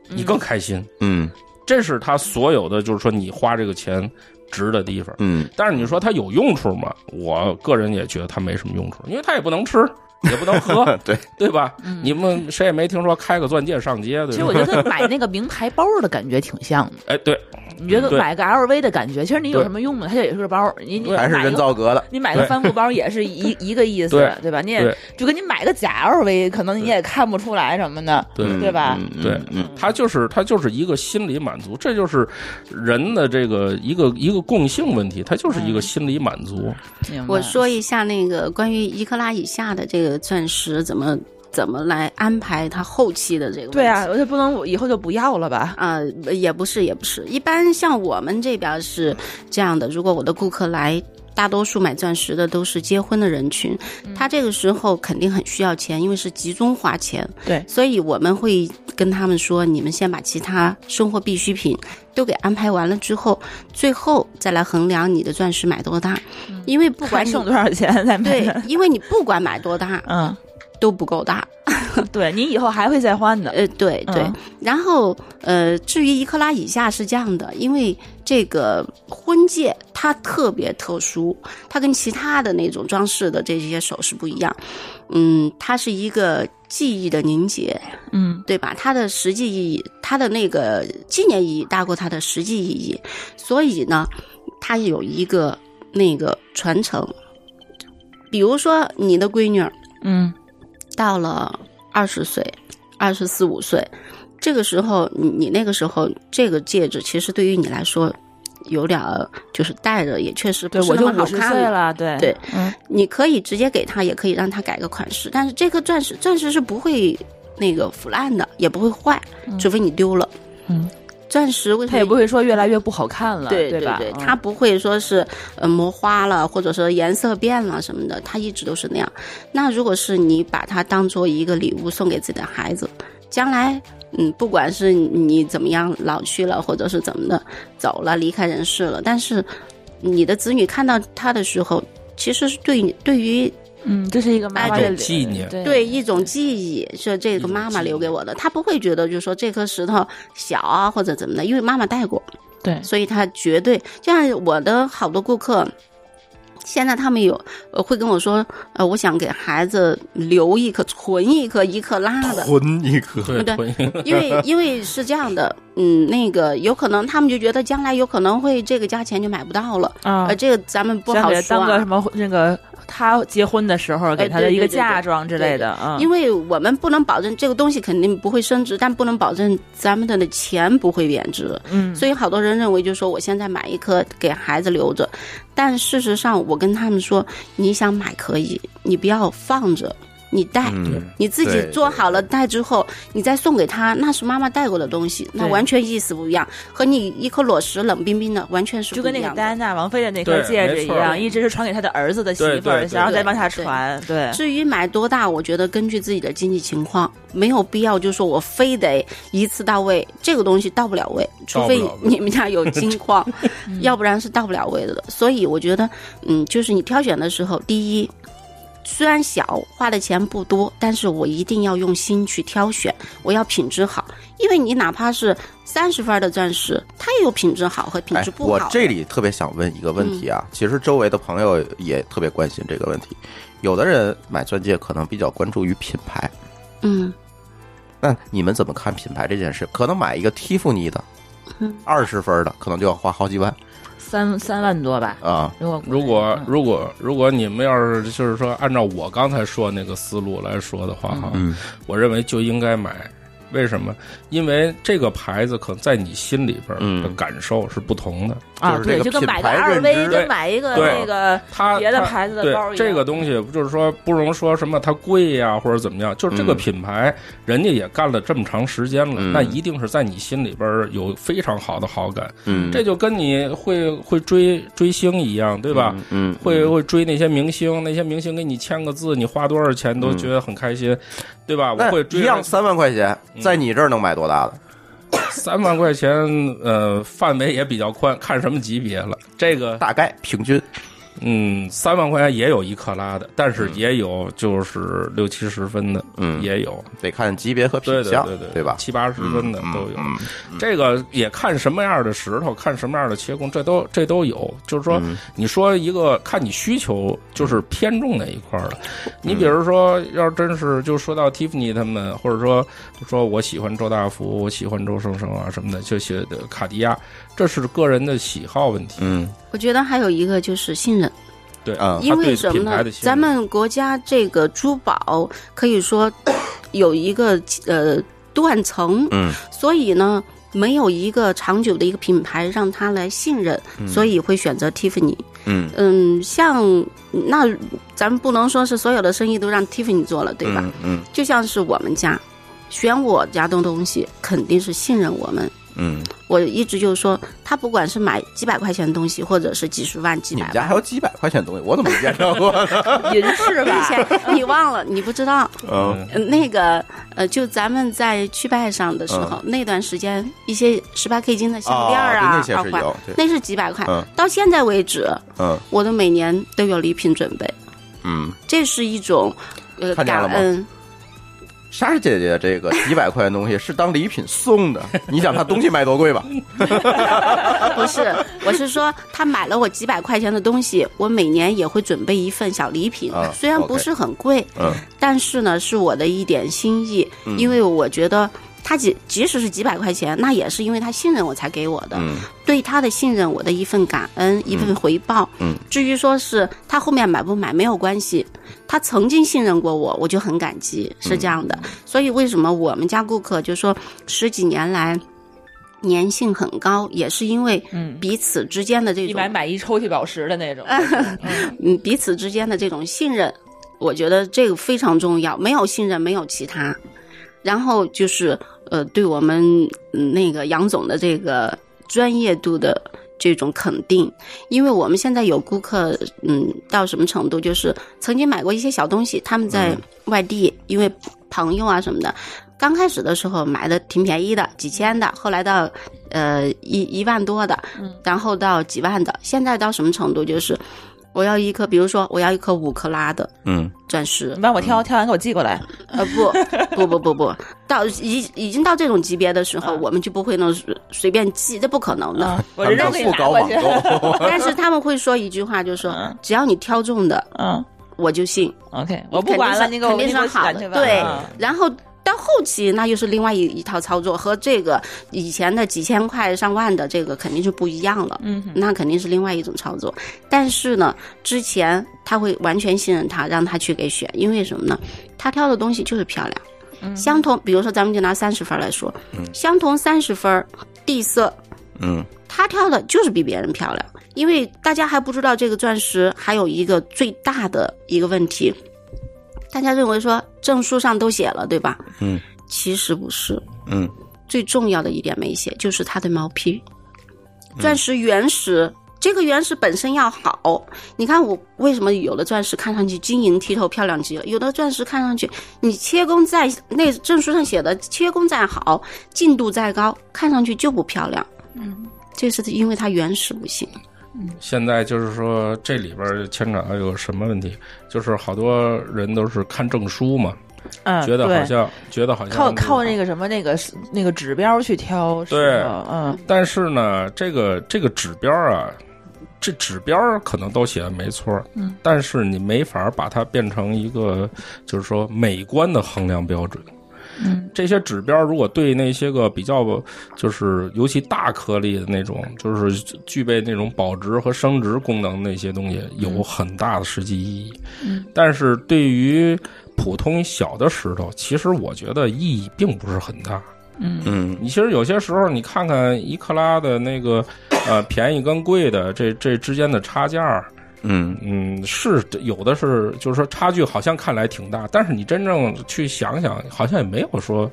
S3: 你更开心。
S1: 嗯
S3: 这是他所有的，就是说你花这个钱值的 地方。
S1: 嗯，
S3: 但是你说它有用处吗？我个人也觉得它没什么用处，因为它也不能吃，也不能喝，
S1: 对
S3: 对吧？
S2: 嗯
S3: 你们谁也没听说开个钻戒上街，
S2: 其
S3: 对
S2: 实
S3: 吧
S2: 我？觉得买那个名牌包的感觉挺像的，
S3: 哎，对，
S2: 你觉得
S3: 对
S2: 买个 LV 的感觉，其实你有
S3: 对
S2: 什么用呢？它也是个包，你你
S1: 还是
S2: 买
S1: 人
S2: 个
S1: 造革的，
S2: 你买个
S3: 对
S2: 帆布包也是一一个意思，
S3: 对
S2: 对吧？你也
S3: 对
S2: 就跟你买个假 LV，可能你也看不出来什么的。
S3: 对
S1: 嗯
S2: 对吧？
S1: 嗯
S3: 对
S1: 嗯
S3: 它就是它就是一个心理满足，这就是人的这个一个一个共性问题，它就是一个心理满足。
S2: 明白
S4: 我说一下那个关于一克拉以下的这个钻石怎么怎么来安排它后期的这个问题
S2: 对啊，。我就不能我以后就不要了吧？
S4: 啊、也不是，也不是。一般像我们这边是这样的，如果我的顾客来，大多数买钻石的都是结婚的人群，
S2: 嗯
S4: 他这个时候肯定很需要钱，因为是集中花钱。
S2: 对
S4: 所以我们会跟他们说，你们先把其他生活必需品都给安排完了之后，最后再来衡量你的钻石买多大，因为不管
S2: 还
S4: 你
S2: 剩 多少钱再买
S4: 对，因为你不管买多大
S2: 嗯，
S4: 都不够大。
S2: 对你以后还会再换的。
S4: 呃，对对。
S2: 嗯
S4: 然后呃，至于一克拉以下是这样的，因为这个婚戒它特别特殊，它跟其他的那种装饰的这些首饰不一样。嗯，它是一个记忆的凝结，
S2: 嗯
S4: 对吧？它的实际意义，它的那个纪念意义大过它的实际意义，所以呢，它有一个那个传承。比如说，你的闺女儿
S2: 嗯，
S4: 到了二十岁、二十四五岁，这个时候你你那个时候这个戒指，其实对于你来说，有点儿就是戴着也确实
S2: 对
S4: 不是
S2: 我
S4: 那
S2: 就
S4: 么好
S2: 五十
S4: 看
S2: 岁。了，对
S4: 对，
S2: 嗯
S4: 你可以直接给他，也可以让他改个款式，但是这颗钻石钻石是不会那个腐烂的，也不会坏，除非你丢了。
S2: 嗯，
S4: 钻石为什
S2: 他
S4: 么
S2: 也不会说越来越不好看了，
S4: 对
S2: 吧？
S4: 对，
S2: 嗯
S4: 它不会说是呃磨花了，或者说颜色变了什么的，它一直都是那样。那如果是你把它当做一个礼物送给自己的孩子，将来嗯，不管是你怎么样老去了，或者是怎么的走了离开人世了，但是你的子女看到它的时候，其实是对你对于
S2: 嗯，这是一个妈妈
S4: 哎
S2: 的
S4: 有
S3: 纪念
S2: 对
S4: 对一种记忆，是这个妈妈留给我的，他不会觉得就是说这颗石头小啊或者怎么的，因为妈妈戴过。
S2: 对
S4: 所以他绝对就像我的好多顾客，现在他们有呃会跟我说，呃，我想给孩子留一颗、存一颗一克拉 的，
S1: 囤一颗，
S3: 对
S4: 对
S3: 对，
S4: 因为因为是这样的，嗯，那个有可能他们就觉得将来有可能会这个价钱就买不到了，
S2: 啊
S4: 呃，，这个咱们不
S2: 想
S4: 好
S2: 给他
S4: 说
S2: 当个
S4: 啊
S2: 什。么那个他结婚的时候给他的一个
S4: 对对对对
S2: 嫁妆之类的啊，
S4: 因为我们不能保证这个东西肯定不会升值，但不能保证咱们的钱不会贬值。
S2: 嗯，
S4: 所以好多人认为，就是说我现在买一颗给孩子留着，但事实上我跟他们说，你想买可以，你不要放着，你戴。
S1: 嗯，
S4: 你自己
S1: 对
S4: 做好了戴之后，你再送给他，那是妈妈戴过的东西，那
S2: 对
S4: 完全意思不一样，和你一颗裸石冷冰冰的完全是
S2: 就
S4: 不
S2: 跟
S4: 一
S2: 那个
S4: 样
S2: 戴
S4: 的。
S2: 安娜王妃的那颗
S3: 对
S2: 戒指
S3: 没
S2: 一
S3: 错
S2: 样，一直是传给他的儿子的媳妇儿，
S3: 对对对
S2: 然后再
S4: 对
S2: 往下
S4: 对
S2: 传。对，
S4: 至于买多大，我觉得根据自己的经济情况，没有必要就说我非得一次到位，这个东西到不了位，除非
S3: 到不了位
S4: 你们家有金 矿，嗯要不然是到不了位的。所以我觉得，嗯，就是你挑选的时候，第一。虽然小，花的钱不多，但是我一定要用心去挑选，我要品质好，因为你哪怕是三十分的钻石，它也有品质好和品
S1: 哎
S4: 质，不好
S1: 我
S4: 的。
S1: 这里特别想问一个问题啊，其实周围的朋友也特别关心这个问题，有的人买钻戒可能比较关注于品牌，
S4: 嗯
S1: 那你们怎么看品牌这件事？可能买一个 Tiffany 的
S4: 嗯，
S1: 二十分的，可能就要花好几万
S2: 三三万多吧。
S1: 啊。
S2: 如果
S3: 如果
S2: 嗯
S3: 如果如果你们要是就是说按照我刚才说那个思路来说的话哈，
S1: 嗯
S3: 我认为就应该买。为什么？因为这个牌子可能在你心里边
S1: 嗯
S3: 的感受是不同的。
S2: 啊，
S1: 就是这
S2: 对，
S1: 个
S2: 就跟
S1: 品
S2: 买个
S1: 牌
S2: 二
S1: 认
S2: v，
S1: 知
S2: 跟买一个
S3: 对
S2: 那个
S3: 它
S2: 别的
S3: 它
S2: 牌子的
S3: 对
S2: 包一样
S3: 这 个东西，不就是说不容说什么它贵呀、或者怎么样，就是这个
S1: 嗯
S3: 品牌，人家也干了这么长时间了，
S1: 嗯
S3: 那一定是在你心里边儿有非常好的好感。
S1: 嗯，
S3: 这就跟你会会追追星一样，对
S1: 对
S3: 吧？？
S1: 嗯，
S3: 会会追那些明星，那些明星给你签个字，你花多少钱都
S1: 嗯
S3: 觉得很开心，对吧？我
S1: 那
S3: 会追嗯
S1: 一样三万块钱，在你这儿能买多大的？
S3: 三万块钱，呃，范围也比较宽，看什么级别了。这个
S1: 大概平均
S3: 嗯，三万块钱也有一克拉的，但是也有就是六七十分的，
S1: 嗯
S3: 也有，
S1: 得看级别和
S3: 对
S1: 品
S3: 对
S1: 相
S3: 对对，，
S1: 吧？
S3: 七八十分的
S1: 嗯
S3: 都有。
S1: 嗯
S3: 这个也看什么样的石头，看什么样的切工，这都这都有。就是说，
S1: 嗯
S3: 你说一个看你需求，就是偏重哪一块儿了。
S1: 嗯
S3: 你比如说，要真是就说到 Tiffany 他们，或者说说我喜欢周大福，我喜欢周生生啊什么的，这些的卡地亚，这是个人的喜好问题。
S1: 嗯
S4: 我觉得还有一个就是信任，
S3: 对
S1: 啊
S4: 因为
S3: 对
S4: 什么
S3: 品牌
S4: 呢
S3: 的？信任
S4: 咱们国家这个珠宝可以说 有一个呃断层，
S1: 嗯
S4: 所以呢，没有一个长久的一个品牌让他来信任，
S3: 嗯
S4: 所以会选择 Tiffany。
S1: 嗯
S4: 嗯，像那咱们不能说是所有的生意都让 Tiffany 做了，对吧？
S1: 嗯嗯
S4: 就像是我们家选我家的东西，肯定是信任我们。
S1: 嗯，
S4: 我一直就说，他不管是买几百块钱的东西，或者是几十万、几
S1: 你
S4: 百
S1: 们家还
S4: 万，
S1: 有几百块钱的东西，我怎么没见着啊过 呢？
S2: 银饰
S4: 之
S2: 吧，
S4: 前你忘了，你不知道，
S1: 嗯
S4: 呃那个呃，就咱们在去拜上的时
S1: 嗯
S4: 候，那段时间一些十八 K 金的项链儿
S1: 啊
S4: 啊、
S1: 对那些
S4: 耳
S1: 是
S4: 环
S1: 有，对
S4: 那是几百块。
S1: 嗯
S4: 到现在为止，
S1: 嗯
S4: 我都每年都有礼品准备，
S1: 嗯，
S4: 这是一种呃
S1: 看见
S4: 感
S1: 了吗
S4: 恩。
S1: 莎莎姐姐这个几百块钱的东西是当礼品送 的，你想她东西卖多贵吧？
S4: 不是，我是说他买了我几百块钱的东西，我每年也会准备一份小礼品，
S1: 啊
S4: 虽然不
S1: OK
S4: 是很贵，
S1: 嗯
S4: 但是呢是我的一点心意，
S1: 嗯
S4: 因为我觉得。他即即使是几百块钱，那也是因为他信任我才给我的。
S1: 嗯
S4: 对他的信任，我的一份感恩，一份回报。
S1: 嗯
S4: 至于说是他后面买不买没有关系，他曾经信任过我，我就很感激，是这样的。所以为什么我们家顾客就说十几年来粘性很高，也是因为
S2: 嗯，
S4: 彼此之间的这
S2: 一
S4: 种
S2: 买买一抽屉宝石的那种，
S4: 嗯彼此之间的这种信任，我觉得这个非常重要。没有信任，没有其他。然后就是呃，对我们嗯那个杨总的这个专业度的这种肯定，因为我们现在有顾客，嗯，到什么程度，就是曾经买过一些小东西，他们在外地，因为朋友啊什么的。刚开始的时候买的挺便宜的，几千的，后来到呃一一万多的，然后到几万的，现在到什么程度？就是我要一颗，比如说我要一颗五克拉的
S1: 嗯
S4: 钻石
S2: 你，帮我挑，挑完给我寄过来。
S4: 呃不不不不不，到已已经到这种级别的时候，我们就不会能随随便寄，这不可能的。
S2: 嗯，我
S1: 他
S2: 人
S1: 们叫
S2: 肉给你
S1: 不
S2: 拿
S1: 搞
S2: 过
S1: 网
S2: 去。
S1: 购，
S4: 但是他们会说一句话，就是说
S2: 嗯
S4: 只要你挑中的，
S2: 嗯
S4: 我就信。
S2: ，OK，我不管了，
S4: 肯
S2: 你
S4: 定是
S2: 给我
S4: 肯定
S2: 你给我
S4: 是好
S2: 选
S4: 的
S2: 去吧。
S4: 对
S2: 嗯
S4: 然后到后期那又是另外一一套操作，和这个以前的几千块、上万的这个肯定是不一样了。
S2: 嗯哼
S4: 那肯定是另外一种操作。但是呢，之前他会完全信任他，让他去给选，因为什么呢？他挑的东西就是漂亮。
S2: 嗯
S4: 相同，比如说咱们就拿三十分来说，相同三十分儿地色，
S1: 嗯
S4: 他挑的就是比别人漂亮。因为大家还不知道这个钻石还有一个最大的一个问题，大家认为说证书上都写了，对吧？
S1: 嗯，
S4: 其实不是，
S1: 嗯
S4: 最重要的一点没写，就是它的毛坯。
S1: 嗯
S4: 钻石原石，这个原石本身要好。你看我为什么有的钻石看上去晶莹剔透、漂亮极了，有的钻石看上去你切工再那证书上写的切工再好，进度再高，看上去就不漂亮。嗯，这是因为它原石不行。
S3: 现在就是说，这里边儿牵扯到有什么问题？就是好多人都是看证书嘛，
S2: 嗯，
S3: 觉得好
S2: 对
S3: 像觉得好像
S2: 靠靠
S3: 那
S2: 那
S3: 个。
S2: 个什么那个那个指标去挑，是
S3: 对
S2: 吧嗯
S3: 但是呢，这个这个指标啊，这指标儿可能都写的没错，
S2: 嗯，
S3: 但是你没法儿把它变成一个就是说美观的衡量标准。
S2: 嗯
S3: 这些指标如果对那些个比较就是尤其大颗粒的那种，就是具备那种保值和升值功能那些东西，有很大的实际意义。
S2: 嗯
S3: 但是对于普通小的石头，其实我觉得意义并不是很大。
S2: 嗯
S1: 嗯
S3: 你其实有些时候，你看看一克拉的那个，呃，便宜跟贵的这这之间的差价儿，
S1: 嗯
S3: 嗯，是有的是，就是说差距好像看来挺大，但是你真正去想想，好像也没有说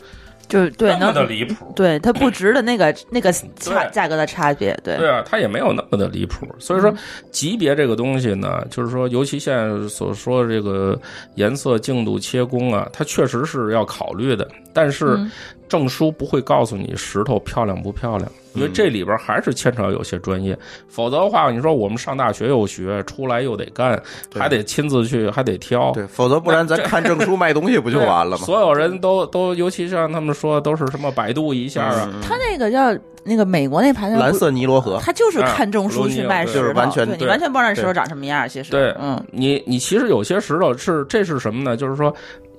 S2: 就是对
S3: 那么
S2: 能
S3: 的离谱。
S2: 对它不值的那个那个差
S3: 对
S2: 价格的差别，对嗯
S3: 对啊，它也没有那么的离谱。所以说，级别这个东西呢，就是说，尤其现在所说的这个颜色、净度、切工啊，它确实是要考虑的。但是
S2: 嗯
S3: 证书不会告诉你石头漂亮不漂亮，
S1: 嗯
S3: 因为这里边还是牵扯有些专业。否则的话，你说我们上大学又学，出来又得干，
S1: 对
S3: 还得亲自去，还得挑。
S1: 对，否则不然咱看证书卖东西不就
S2: 啊
S1: 完 了吗？
S3: 所有人都都，尤其像他们说，都是什么百度一下啊，
S1: 嗯
S2: 它那个叫那个美国那牌子
S1: 蓝，色尼罗河，
S2: 它就是看证书
S3: 嗯
S2: 去卖
S3: 就是
S2: 石头，
S1: 完全
S2: 对你
S3: 对
S2: 完全不知道那石头
S1: 对
S2: 长什么样儿，其实
S3: 对
S2: 嗯
S3: 你你其实有些石头是这是什么呢？就是说，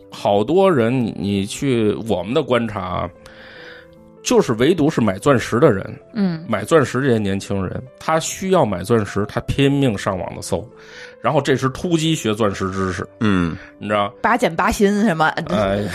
S3: 好多人你你去我们的观察啊，就是唯独是买钻石的人，
S2: 嗯
S3: 买钻石这些年轻人，他需要买钻石，他拼命上网的搜，然后这是突击学钻石知识，
S1: 嗯，
S3: 你知道？
S2: 八减八新什 么，
S3: 哎，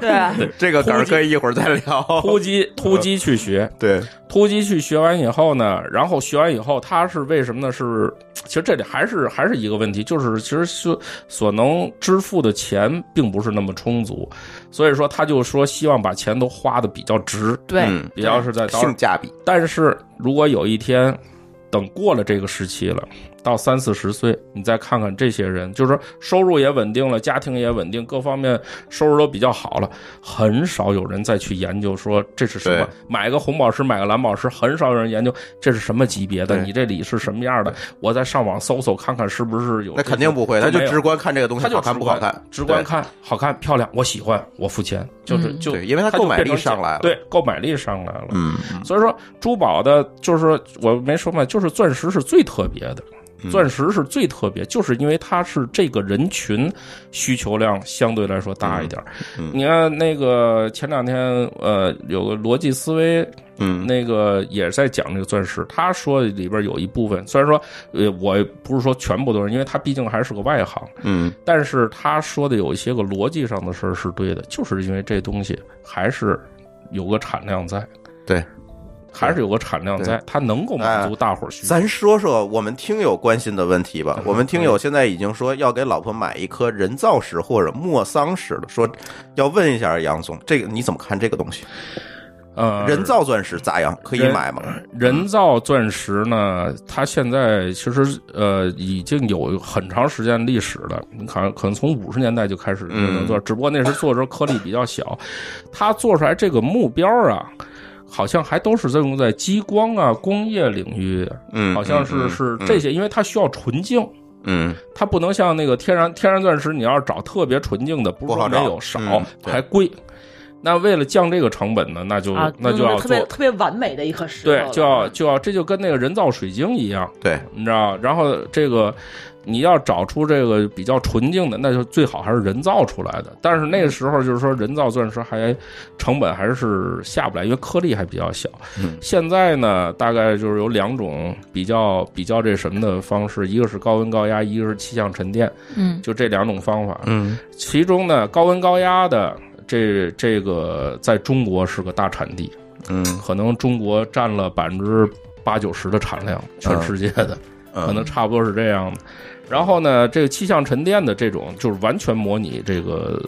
S2: 对啊，
S1: 这个梗儿可以一会儿再聊。
S3: 突击突击去学，
S1: 对，
S3: 突击去学完以后呢，然后学完以后，他是为什么呢？是其实这里还是还是一个问题，就是其实所所能支付的钱并不是那么充足，所以说他就说希望把钱都花的比较值，
S2: 对
S1: 嗯
S3: 比较是在刀。
S1: 性价比，
S3: 但是如果有一天等过了这个时期了，到三四十岁，你再看看这些人，就是说收入也稳定了，家庭也稳定，各方面收入都比较好了，很少有人再去研究说这是什么
S1: 对，
S3: 买个红宝石，买个蓝宝石，很少有人研究这是什么级别的，
S1: 对
S3: 你这里是什么样的，我再上网搜搜看看是不是有这
S1: 那
S3: 些，
S1: 肯定不会，他就
S3: 没有
S1: 直观看这个东西
S3: 他就
S1: 好看
S3: 直
S1: 不
S3: 观
S1: 好看，
S3: 直观
S1: 对
S3: 看好看漂亮，我喜欢，我付钱，就是
S2: 嗯
S3: 就
S1: 对因为它
S3: 就
S1: 购买
S3: 变
S1: 力
S3: 成这
S1: 上来了
S3: 对，购买力上来了，
S1: 嗯，嗯
S3: 所以说珠宝的，就是说我没说嘛，就是钻石是最特别的，
S1: 嗯
S3: 钻石是最特别，就是因为它是这个人群需求量相对来说大一点儿。
S1: 嗯嗯
S3: 你看那个前两天呃有个逻辑思维
S1: 嗯，
S3: 那个也是在讲这个钻石，他说里边有一部分，虽然说呃我不是说全部都是，因为他毕竟还是个外行，
S1: 嗯
S3: 但是他说的有一些个逻辑上的事儿是对的，就是因为这东西还是有个产量在，
S1: 对，
S3: 还是有个产量在，它能够满足大伙儿需
S1: 嗯
S3: 求。
S1: 咱说说我们听友关心的问题
S3: 嗯
S1: 吧。我们听友现在已经说要给老婆买一颗人造石或者莫桑石了，说要问一下杨总，这个你怎么看这个东西？
S3: 呃，
S1: 人造嗯钻石咋样？可以买吗？
S3: 人造钻石呢，它现在其实呃已经有很长时间历史了，你看可能从五十年代就开始能
S1: 嗯
S3: 做，只不过那时做的时候颗粒比较小，它做出来这个目标啊。好像还都是在用在激光啊、工业领域，
S1: 嗯，
S3: 好像是
S1: 嗯
S3: 是这，些，因为它需要纯净，
S1: 嗯
S3: 它不能像那个天然天然钻石，你要是找特别纯净的，不是
S1: 不好
S3: 说没
S1: 找
S3: 有少
S1: 嗯，对
S3: 还贵。那为了降这个成本呢，那就
S2: 啊，
S3: 那就要
S2: 特
S3: 做
S2: 别特别完美的一啊颗石头
S3: 对
S2: 了，嗯
S3: 就要就要这就跟那个人造水晶一样，
S1: 嗯，对，
S3: 你知道？然后这个你要找出这个比较纯净的，那就最好还是人造出来的。但是那个时候就是说，人造钻石还成本还是下不来，因为颗粒还比较小。
S1: 嗯
S3: 现在呢，大概就是有两种比较比较这什么的方式，一个是高温高压，一个是气象沉淀，
S2: 嗯
S3: 就这两种方法。
S1: 嗯
S3: 其中呢，高温高压的这这个在中国是个大产地，
S1: 嗯
S3: 可能中国占了百分之八九十的产量，全
S1: 嗯
S3: 世界的、可
S1: 嗯
S3: 能差不多是这样的。然后呢，这个气象沉淀的这种就是完全模拟这个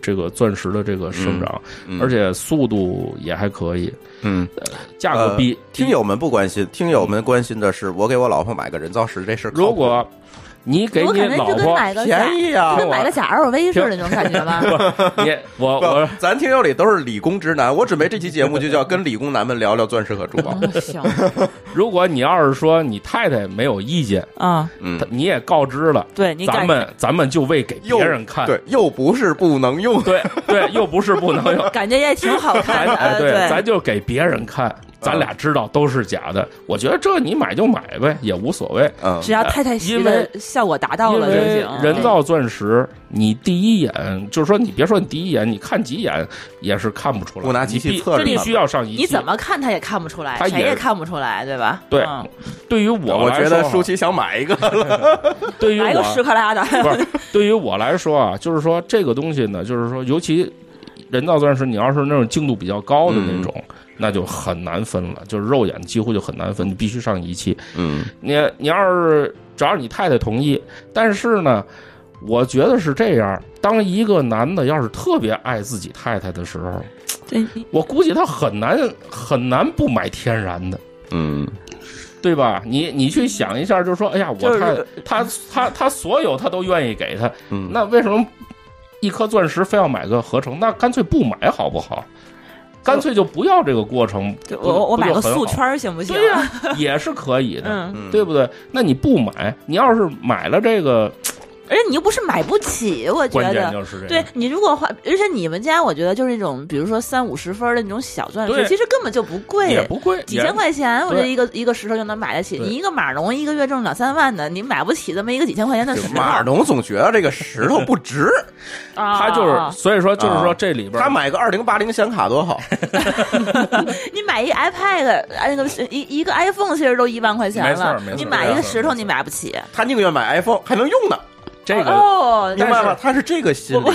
S3: 这个钻石的这个生长，
S1: 嗯
S3: 而且速度也还可以，
S1: 嗯，呃
S3: 价格比、
S1: 听友们不关心，听友们关心的是，我给我老婆买个人造石这事儿靠谱，
S3: 如果你给
S2: 我
S3: 你
S2: 感觉
S3: 老
S2: 就跟
S3: 婆，
S2: 买个假
S1: 便宜啊
S2: 就。跟买个假 LV 似
S3: 听
S2: 的那种感觉 吧。
S3: 你 我
S1: 不
S3: 我，
S1: 咱听友里都是理工直男，我准备这期节目就叫跟理工男们聊聊钻石和珠宝。
S2: 嗯 行
S3: 如果你要是说你太太没有意见，
S2: 啊，
S1: 嗯
S3: 她，你也告知了。
S2: 对你
S3: 咱
S2: 感，
S3: 们咱们就为给别人看，
S1: 对，又不是不能用。
S3: 对对，又不是不能用
S2: 感觉也挺好看
S3: 咱
S2: 的，
S3: 哎
S2: 呃
S3: 对，
S2: 对，嗯
S3: 咱就给别人看，咱俩知道都是假的。我觉得这你买就买呗，也无所谓。
S1: 嗯
S2: 只要太太
S3: 因
S2: 吸
S3: 为
S2: 的效果达到
S3: 因
S2: 了就
S3: 为
S2: 行。嗯
S3: 人造钻石，你第一眼就是说，你别说你第一眼，你看几眼也是看不出来。
S1: 不拿机器测
S3: 你
S1: 试
S3: 必必
S1: 它
S3: 须要上仪器。
S2: 你怎么看他也看不出来
S3: 他，也
S2: 谁也看不出来，对吧？
S3: 对
S2: 嗯
S3: 对于我
S1: 我
S3: 来
S1: 觉得
S3: 说啊
S1: 舒淇想买一个了。
S3: 对于
S2: 来
S3: 我
S2: 个屎壳拉的，
S3: 不是，对于我来说啊，就是说这个东西呢，就是说，尤其人造钻石，你要是那种精度比较高的那种，
S2: 嗯
S3: 那就很难分了，就是肉眼几乎就很难分，你必须上仪器。
S1: 嗯
S3: 你你要是只要你太太同意，但是呢，我觉得是这样，当一个男的要是特别爱自己太太的时候，我估计他很难很难不买天然的。
S1: 嗯，
S3: 对吧？你你去想一下，就说，哎呀，
S2: 就
S3: 我
S2: 是呃
S3: 太他他他所有他都愿意给他，
S1: 嗯
S3: 那为什么一颗钻石非要买个合成？那干脆不买好不好？干脆就不要这个过程。
S2: 就
S3: 不
S2: 我我
S3: 不就
S2: 买个
S3: 很
S2: 素
S3: 好
S2: 圈儿行不行？
S3: 对呀、也是可以的，
S2: 嗯，
S3: 对不对？那你不买，你要是买了这个，
S2: 而且你又不是买不起，我觉
S3: 关键
S2: 得。
S3: 就是这
S2: 嗯对
S3: 个。
S2: 你如果花，而且你们家我觉得就是那种，比如说三五十分的那种小钻
S3: 对
S2: 石，其实根本就不
S3: 也
S2: 贵，
S3: 不贵，
S2: 几千
S3: 也。
S2: 块钱，我觉得
S3: 对
S2: 一个一个石头就能买得起。
S3: 对
S2: 你一个马龙一个月挣两三万的，你买不起这么一个几千块钱的石头。
S1: 马尔农总觉得这个石头不 值，
S2: 啊，
S3: 他就是，所以说就是说
S1: 啊
S3: 这里边
S1: 他
S3: 儿，
S1: 买个二零八零显卡多 好。
S2: 你买一 iPad，哎那个是一一个 iPhone 其实都一万块钱
S3: 没错
S2: 了
S3: 没，错
S2: 你买一
S3: 没
S2: 个
S3: 错
S2: 石头
S3: 没
S2: 你
S3: 错
S2: 买不起。
S1: 他宁愿买 iPhone 还能用呢，
S3: 这个，
S2: 哦，
S1: 明白
S3: 但
S1: 吗？
S3: 是
S1: 他是这个心理，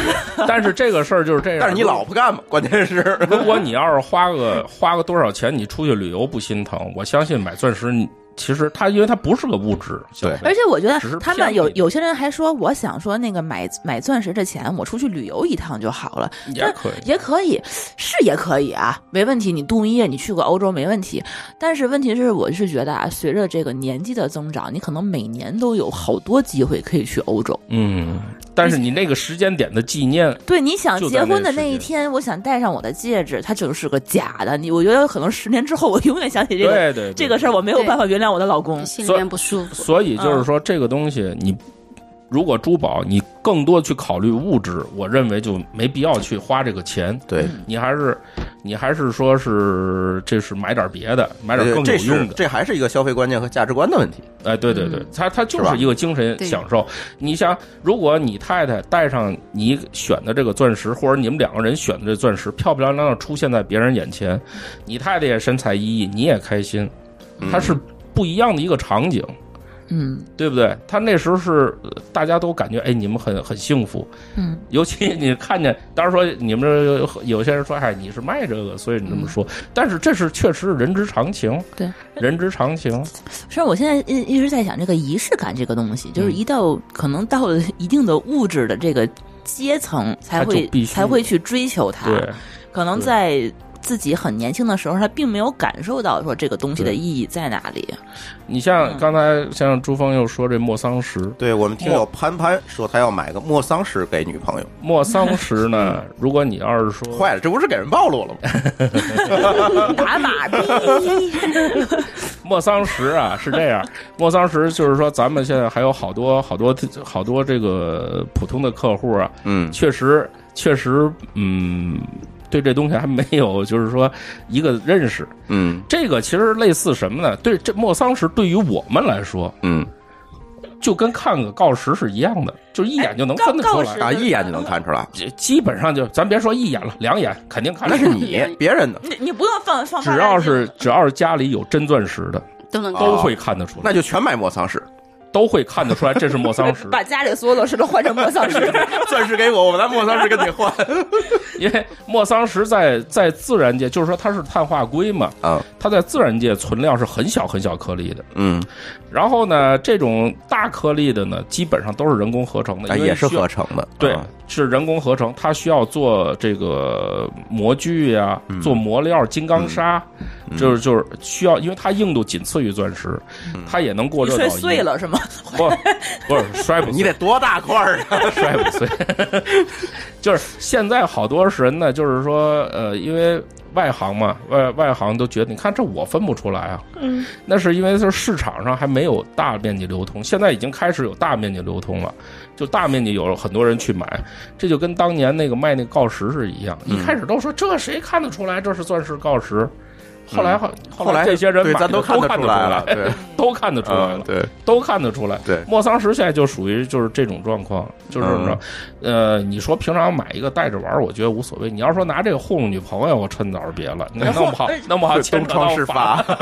S3: 但是这个事儿就是这样。
S1: 但是你老婆干嘛？关键是，
S3: 如果你要是花个花个多少钱，你出去旅游不心疼，我相信买钻石，你其实它因为它不是个物质，消费
S2: 而且我觉
S3: 只是
S2: 得他
S3: 便
S2: 们
S3: 宜
S2: 有有些人还说，我想说那个买买钻石这钱，我出去旅游一趟就好了，
S3: 也可以。
S2: 也可以，是也可以啊，没问题。你度蜜月，你去过欧洲没问题。但是问题是，我是觉得啊，随着这个年纪的增长，你可能每年都有好多机会可以去欧洲。
S3: 嗯，但是你那个时间点的纪念，
S2: 对，你想
S3: 就在
S2: 结婚的
S3: 那个
S2: 那
S3: 时
S2: 一
S3: 间
S2: 天，我想戴上我的戒指，它就是个假的。你，我觉得可能十年之后，我 永远想起这个
S3: 对对，
S2: 这个事儿，
S3: 我。
S2: 我没有
S4: 对
S2: 办法原谅我的老公。
S4: 心里
S3: 所以
S4: 面不舒服。
S3: 嗯所以就是说，这个东西你如果珠宝，你更多去考虑物质，我认为就没必要去花这个钱。
S1: 对，
S3: 你还是你还是说是这是买点别的，买点更
S1: 这
S3: 有
S1: 是
S3: 用的。
S1: 哎这还是一个消费观念和价值观的问题。
S3: 哎，对对对
S2: 嗯，
S3: 它它就是
S1: 吧
S3: 是一个精神
S4: 对
S3: 享受。你想，如果你太太戴上你选的这个钻石，或者你们两个人选的这钻石，漂漂亮亮的出现在别人眼前，你太太也神采奕奕，你也开心，
S1: 嗯
S3: 它是不一样的一个场景。
S2: 嗯
S3: 对不对？他那时候是呃大家都感觉哎，你们很很幸福，
S2: 嗯，
S3: 尤其你看见，当然说你们这有有些人说哎，你是卖这个，所以你这么说，
S1: 嗯
S3: 但是这是确实是人之常情，
S2: 对，
S3: 人之常情，
S2: 其实我现在一一直在想这个仪式感这个东西，
S3: 嗯
S2: 就是一到可能到了一定的物质的这个阶层，才
S3: 它就
S2: 会
S3: 必须
S2: 才会去追求它。
S3: 对，
S2: 可能
S3: 对
S2: 在自己很年轻的时候，他并没有感受到说这个东西的
S3: 对
S2: 意义在哪里。
S3: 你像
S2: 嗯
S3: 刚才像朱峰又说这莫桑石，
S1: 对我们听友潘潘说，他要买个莫桑石给女朋友，
S3: 莫桑石呢，如果你要是说
S1: 坏了，这不是给人暴露了吗？
S2: 打马屁，
S3: 莫桑石啊，是 这样。莫桑石就是说，咱们现在还有好多好多好多这个普通的客户啊，
S1: 嗯
S3: 确实确实，嗯，对这东西还没有就是说一个认识。
S1: 嗯
S3: 这个其实类似什么呢？对这莫桑石对于我们来说，
S1: 嗯
S3: 就跟看个锆石是一样的，就是一眼就能分得出
S2: 哎锆
S3: 来
S2: 石。
S1: 啊，一眼就能看 出来，
S3: 这基本上就，咱别说一眼了，两眼肯定看出
S1: 那
S3: 来。
S1: 是 你，别人的，
S2: 你你不用放放
S3: 只
S2: 放大
S3: 要
S2: 镜
S3: 是只要是家里有真钻石的，
S4: 都能
S1: 哦
S3: 都会看得出来，
S1: 那就全买莫桑石，
S3: 都会看得出来这是莫 桑石。
S2: 把家里所有的事都换成莫桑 石，
S1: 钻石给我，我拿莫桑石跟你换。
S3: 因为莫桑石在在自然界，就是说它是碳化硅嘛，
S1: 啊，
S3: 它在自然界存量是很小很小颗粒的。
S1: 嗯，
S3: 然后呢，这种大颗粒的呢，基本上都是人工合成的，
S1: 哎
S3: 因为
S1: 也是
S3: 需要
S1: 合成的，
S3: 对
S1: 啊，
S3: 是人工合成，它需要做这个模具呀、做磨料、金刚砂，就是就是需要，因为它硬度仅次于钻石，它也能过
S2: 你
S3: 热导
S2: 睡
S3: 仪。
S2: 碎了是吗？
S3: 不不是摔不碎，
S1: 你得多大块儿啊？
S3: 摔不碎。就是现在好多人呢，就是说，呃，因为外行嘛，外外行都觉得，你看这我分不出来啊。嗯，那是因为就是市场上还没有大面积流通，现在已经开始有大面积流通了，就大面积有了很多人去买，这就跟当年那个卖那锆石是一样，一开始都说这谁看得出来这是钻石锆石。后来后
S1: 嗯后来
S3: 这些人
S1: 对
S3: 买
S1: 咱
S3: 的
S1: 都
S3: 看
S1: 得
S3: 出
S1: 来
S3: 了，
S1: 对，
S3: 都看得出来
S1: 嗯
S3: 了，
S1: 对
S3: 都看得出来。
S1: 对
S3: 莫桑石现在就属于就是这种状况，就是怎么着？
S1: 嗯
S3: 呃，你说平常买一个带着玩儿，我觉得无所谓。你要说拿这个糊弄女朋友，我趁早儿别了，那
S2: 然后
S3: 弄不好
S2: 哎
S3: 弄不好
S1: 对
S3: 牵
S1: 东
S3: 扯到
S1: 窗事
S3: 法。
S1: 发，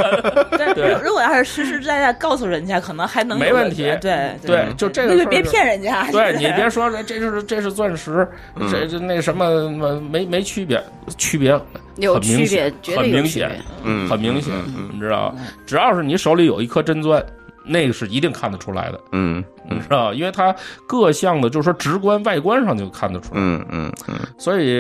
S2: 但
S3: 对
S2: 如如果要是实实在在告诉人家，可能还能有
S3: 没问题
S2: 的对
S3: 对，就这个
S2: 那嗯
S3: 事
S2: 就
S3: 儿
S2: 别
S3: 就
S2: 骗人家。
S3: 对你别说这这是这是钻石，
S1: 嗯
S3: 这这那什么没没区别，区别
S4: 有
S3: 很明
S4: 区别
S3: 显，
S4: 绝
S3: 很
S4: 对有
S3: 明
S4: 区
S3: 显
S4: 别。
S1: 嗯，
S3: 很明显，
S1: 嗯
S3: 你知道吧？只要是你手里有一颗真钻，那个是一定看得出来的，
S1: 嗯
S3: 你知道吧？因为它各项的，就是说直观外观上就看得出来，
S1: 嗯嗯嗯，
S3: 所以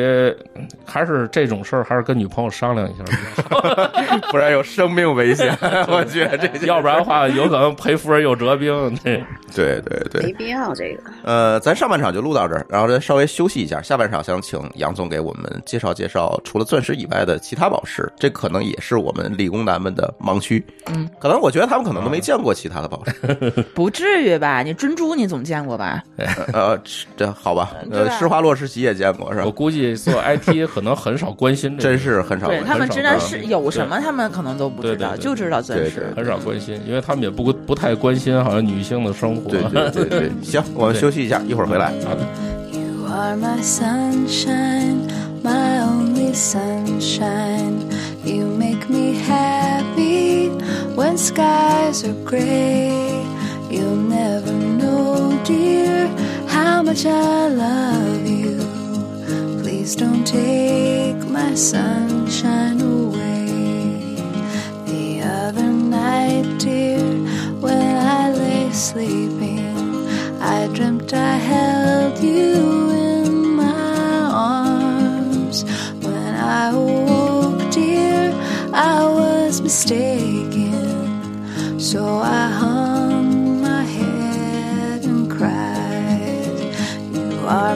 S3: 嗯还是这种事儿，还是跟女朋友商量一下比较 好。
S1: 不然有生命危 险，我觉得这些
S3: 要不然的话，有可能赔夫人又折兵。对，
S1: 对对对
S4: 没，必要这个。
S1: 呃，咱上半场就录到这儿，然后再稍微休息一下，下半场想请杨总给我们介绍介绍，除了钻石以外的其他宝石，这可能也是我们理工男们的盲区，
S2: 嗯，
S1: 可能我觉得他们可能都没见过其他的宝石，
S2: 不至于吧？你珍珠你总见过吧？
S1: 呃，这好吧，
S2: 嗯对啊
S1: 呃，
S2: 吧
S1: 施华洛世奇也见过是
S3: 我
S1: 吧？
S3: 估计做 IT 可能很少关心这
S1: 啊真
S3: 个，
S1: 是很少
S2: 对
S1: 问，
S2: 他们
S3: 很少
S2: 真的
S3: 见
S2: 是有什么，他们可能都不知道，
S3: 对对对
S2: 就知道钻石
S1: 对。
S3: 很少关心，因为他们也不不太关心好像女性的生活。
S1: 对对对对，行，我们休息一下，一会儿回来。
S3: 好的
S5: You are my sunshine, my only sunshine. You make me happy when skies are gray. You'll never know, dear, how much I love you. Please don't take my sunshine away. The other night, dear, when I lay sleeping, I dreamt I held you in my arms. When I awoke, dear, I was mistaken. So I hung my head and cried. You are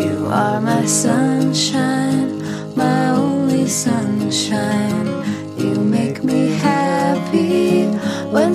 S5: You are my sunshine, my only sunshine. You make me happy when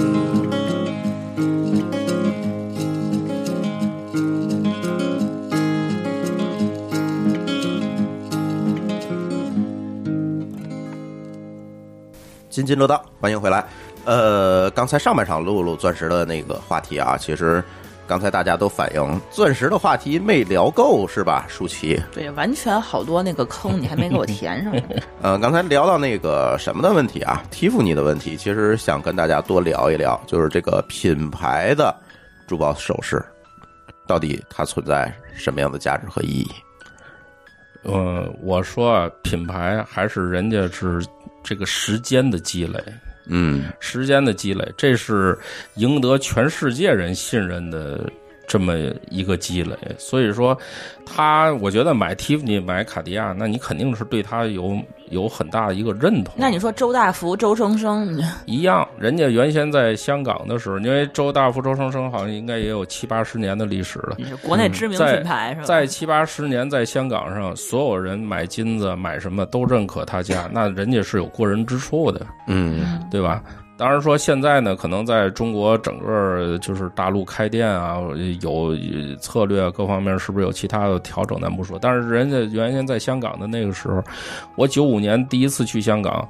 S5: away.
S1: 津津乐道，欢迎回来。呃，刚才上半场录录钻石的那个话题啊，其实刚才大家都反映钻石的话题没聊够，是吧，舒淇？
S2: 对，完全好多那个坑你还没给我填 上呢。
S1: 呃，刚才聊到那个什么的问题啊，蒂芙尼的问题，其实想跟大家多聊一聊，就是这个品牌的珠宝首饰到底它存在什么样的价值和意义？
S3: 呃，我说啊，品牌还是人家是这个时间的积累，
S1: 嗯
S3: 时间的积累，这是赢得全世界人信任的这么一个积累。所以说，他我觉得买 Tiffany 买卡地亚，那你肯定是对他有有很大的一个认同。
S2: 那你说周大福、周生生，你
S3: 一样，人家原先在香港的时候，因为周大福、周生生好像应该也有七八十年的历史了。
S2: 你是国内知名
S3: 嗯在
S2: 品牌是吧？
S3: 在七八十年，在香港上，所有人买金子、买什么都认可他家，那人家是有过人之处的，
S1: 嗯
S3: 对吧？当然说现在呢，可能在中国整个就是大陆开店啊，有策略各方面是不是有其他的调整，咱不说。但是人家原先在香港的那个时候，我九五年第一次去香港。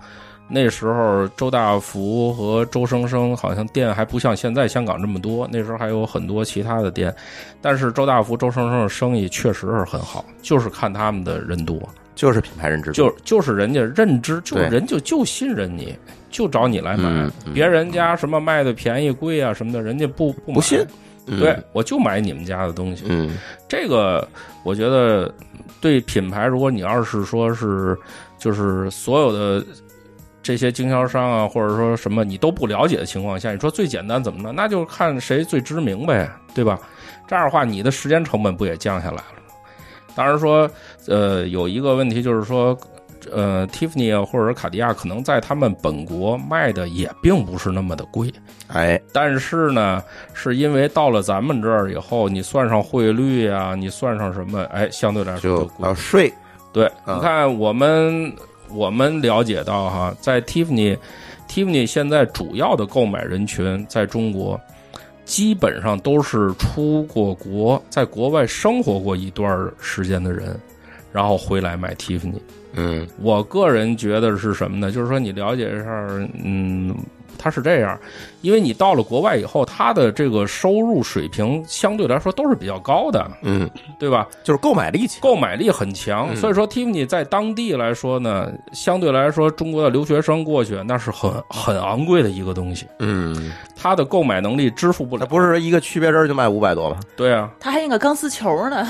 S3: 那时候，周大福和周生生好像店还不像现在香港这么多，那时候还有很多其他的店，但是周大福、周生生的生意确实是很好，就是看他们的人多，
S1: 就是品牌认知度，
S3: 就就是人家认知，就
S1: 对
S3: 人就就信任你，就找你来买，
S1: 嗯嗯
S3: 别人家什么卖的便宜贵啊什么的，人家不不买
S1: 不信，嗯
S3: 对、我就买你们家的东西，
S1: 嗯
S3: 这个我觉得对品牌，如果你要是说是就是所有的这些经销商啊，或者说什么你都不了解的情况下，你说最简单怎么着？那就是看谁最知名呗，对吧？这样的话，你的时间成本不也降下来了？当然说，呃，有一个问题就是说。呃，Tiffany 啊或者是卡地亚，可能在他们本国卖的也并不是那么的贵，
S1: 哎，
S3: 但是呢，是因为到了咱们这儿以后，你算上汇率啊，你算上什么，哎，相对来说
S1: 就
S3: 贵。
S1: 老税，
S3: 对，
S1: 嗯
S3: 你看我们我们了解到哈，在 Tiffany Tiffany 现在主要的购买人群在中国，基本上都是出过国，在国外生活过一段时间的人，然后回来买 Tiffany。
S1: 嗯
S3: 我个人觉得是什么呢？就是说你了解一下，嗯，它是这样，因为你到了国外以后，它的这个收入水平相对来说都是比较高的，
S1: 嗯，
S3: 对吧？
S1: 就是购买力强，
S3: 购买力很强，
S1: 嗯
S3: 所以说 Tiffany 在当地来说呢，相对来说中国的留学生过去那是很很昂贵的一个东西，
S1: 嗯，
S3: 他的购买能力支付不
S1: 那
S3: 了。
S1: 不是说一个区别针就卖五百多吗？
S3: 对啊，
S2: 他还印个钢丝球 呢，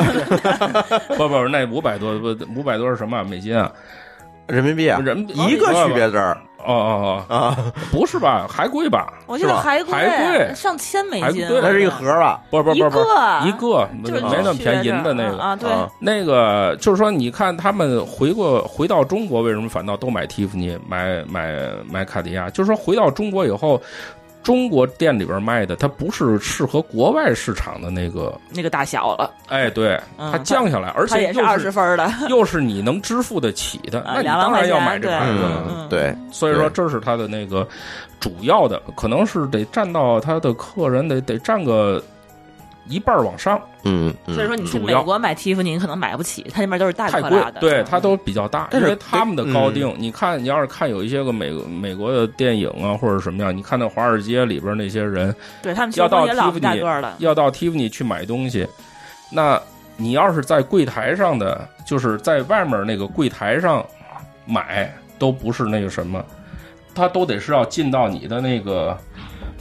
S3: 不不，那五百多不五百多是什么啊美金啊？
S1: 人民币啊，
S3: 人民
S1: 一个区别针儿
S3: 哦哦哦，
S1: 啊，
S3: 不是吧？还贵吧？
S2: 我记得还贵，
S3: 还贵
S2: 上千美金，
S3: 还贵
S1: 那是一盒吧？
S3: 不不
S2: 一
S3: 不不，
S2: 个
S3: 一个
S2: 就
S3: 没
S2: 是
S3: 没那么便宜
S2: 区别
S3: 银
S2: 这
S3: 的那
S2: 儿
S3: 个。
S2: 啊，对，
S1: 啊
S3: 那个就是说，你看他们回过回到中国，为什么反倒都买蒂芙尼、买买买卡地亚？就是说，回到中国以后，中国店里边卖的，它不是适合国外市场的那个，
S2: 那个大小了，
S3: 哎，对，
S2: 嗯
S3: 它降下来，而
S2: 啊它
S3: 且
S2: 也
S3: 又
S2: 是二十分儿的，
S3: 又是你能支付得起的，
S2: 啊
S3: 那你
S2: 两万
S3: 当然要
S2: 块
S3: 买
S2: 钱
S3: 这牌子了。
S2: 嗯
S1: 对，
S3: 所以说这是它的那个主要的，可能是得占到它的客人得得占个一半儿往上。
S1: 嗯，嗯
S2: 所以说你去
S3: 主
S2: 美
S3: 要
S2: 国买 Tiffany 你可能买不起，它那边都是大
S3: 太
S2: 克
S3: 贵
S2: 拉，的，嗯
S3: 对，它都比较大，
S1: 但
S3: 因
S1: 是嗯
S3: 为他们的高定，你看，你要是看有一些个美美国的电影啊，或者什么样，你看那华尔街里边那些人
S2: 对他们结
S3: 要到
S2: 婚也老
S3: Tiffany
S2: 大个儿了，
S3: 要到 Tiffany 去买东西，那你要是在柜台上的，就是在外面那个柜台上买，都不是那个什么，它都得是要进到你的那个。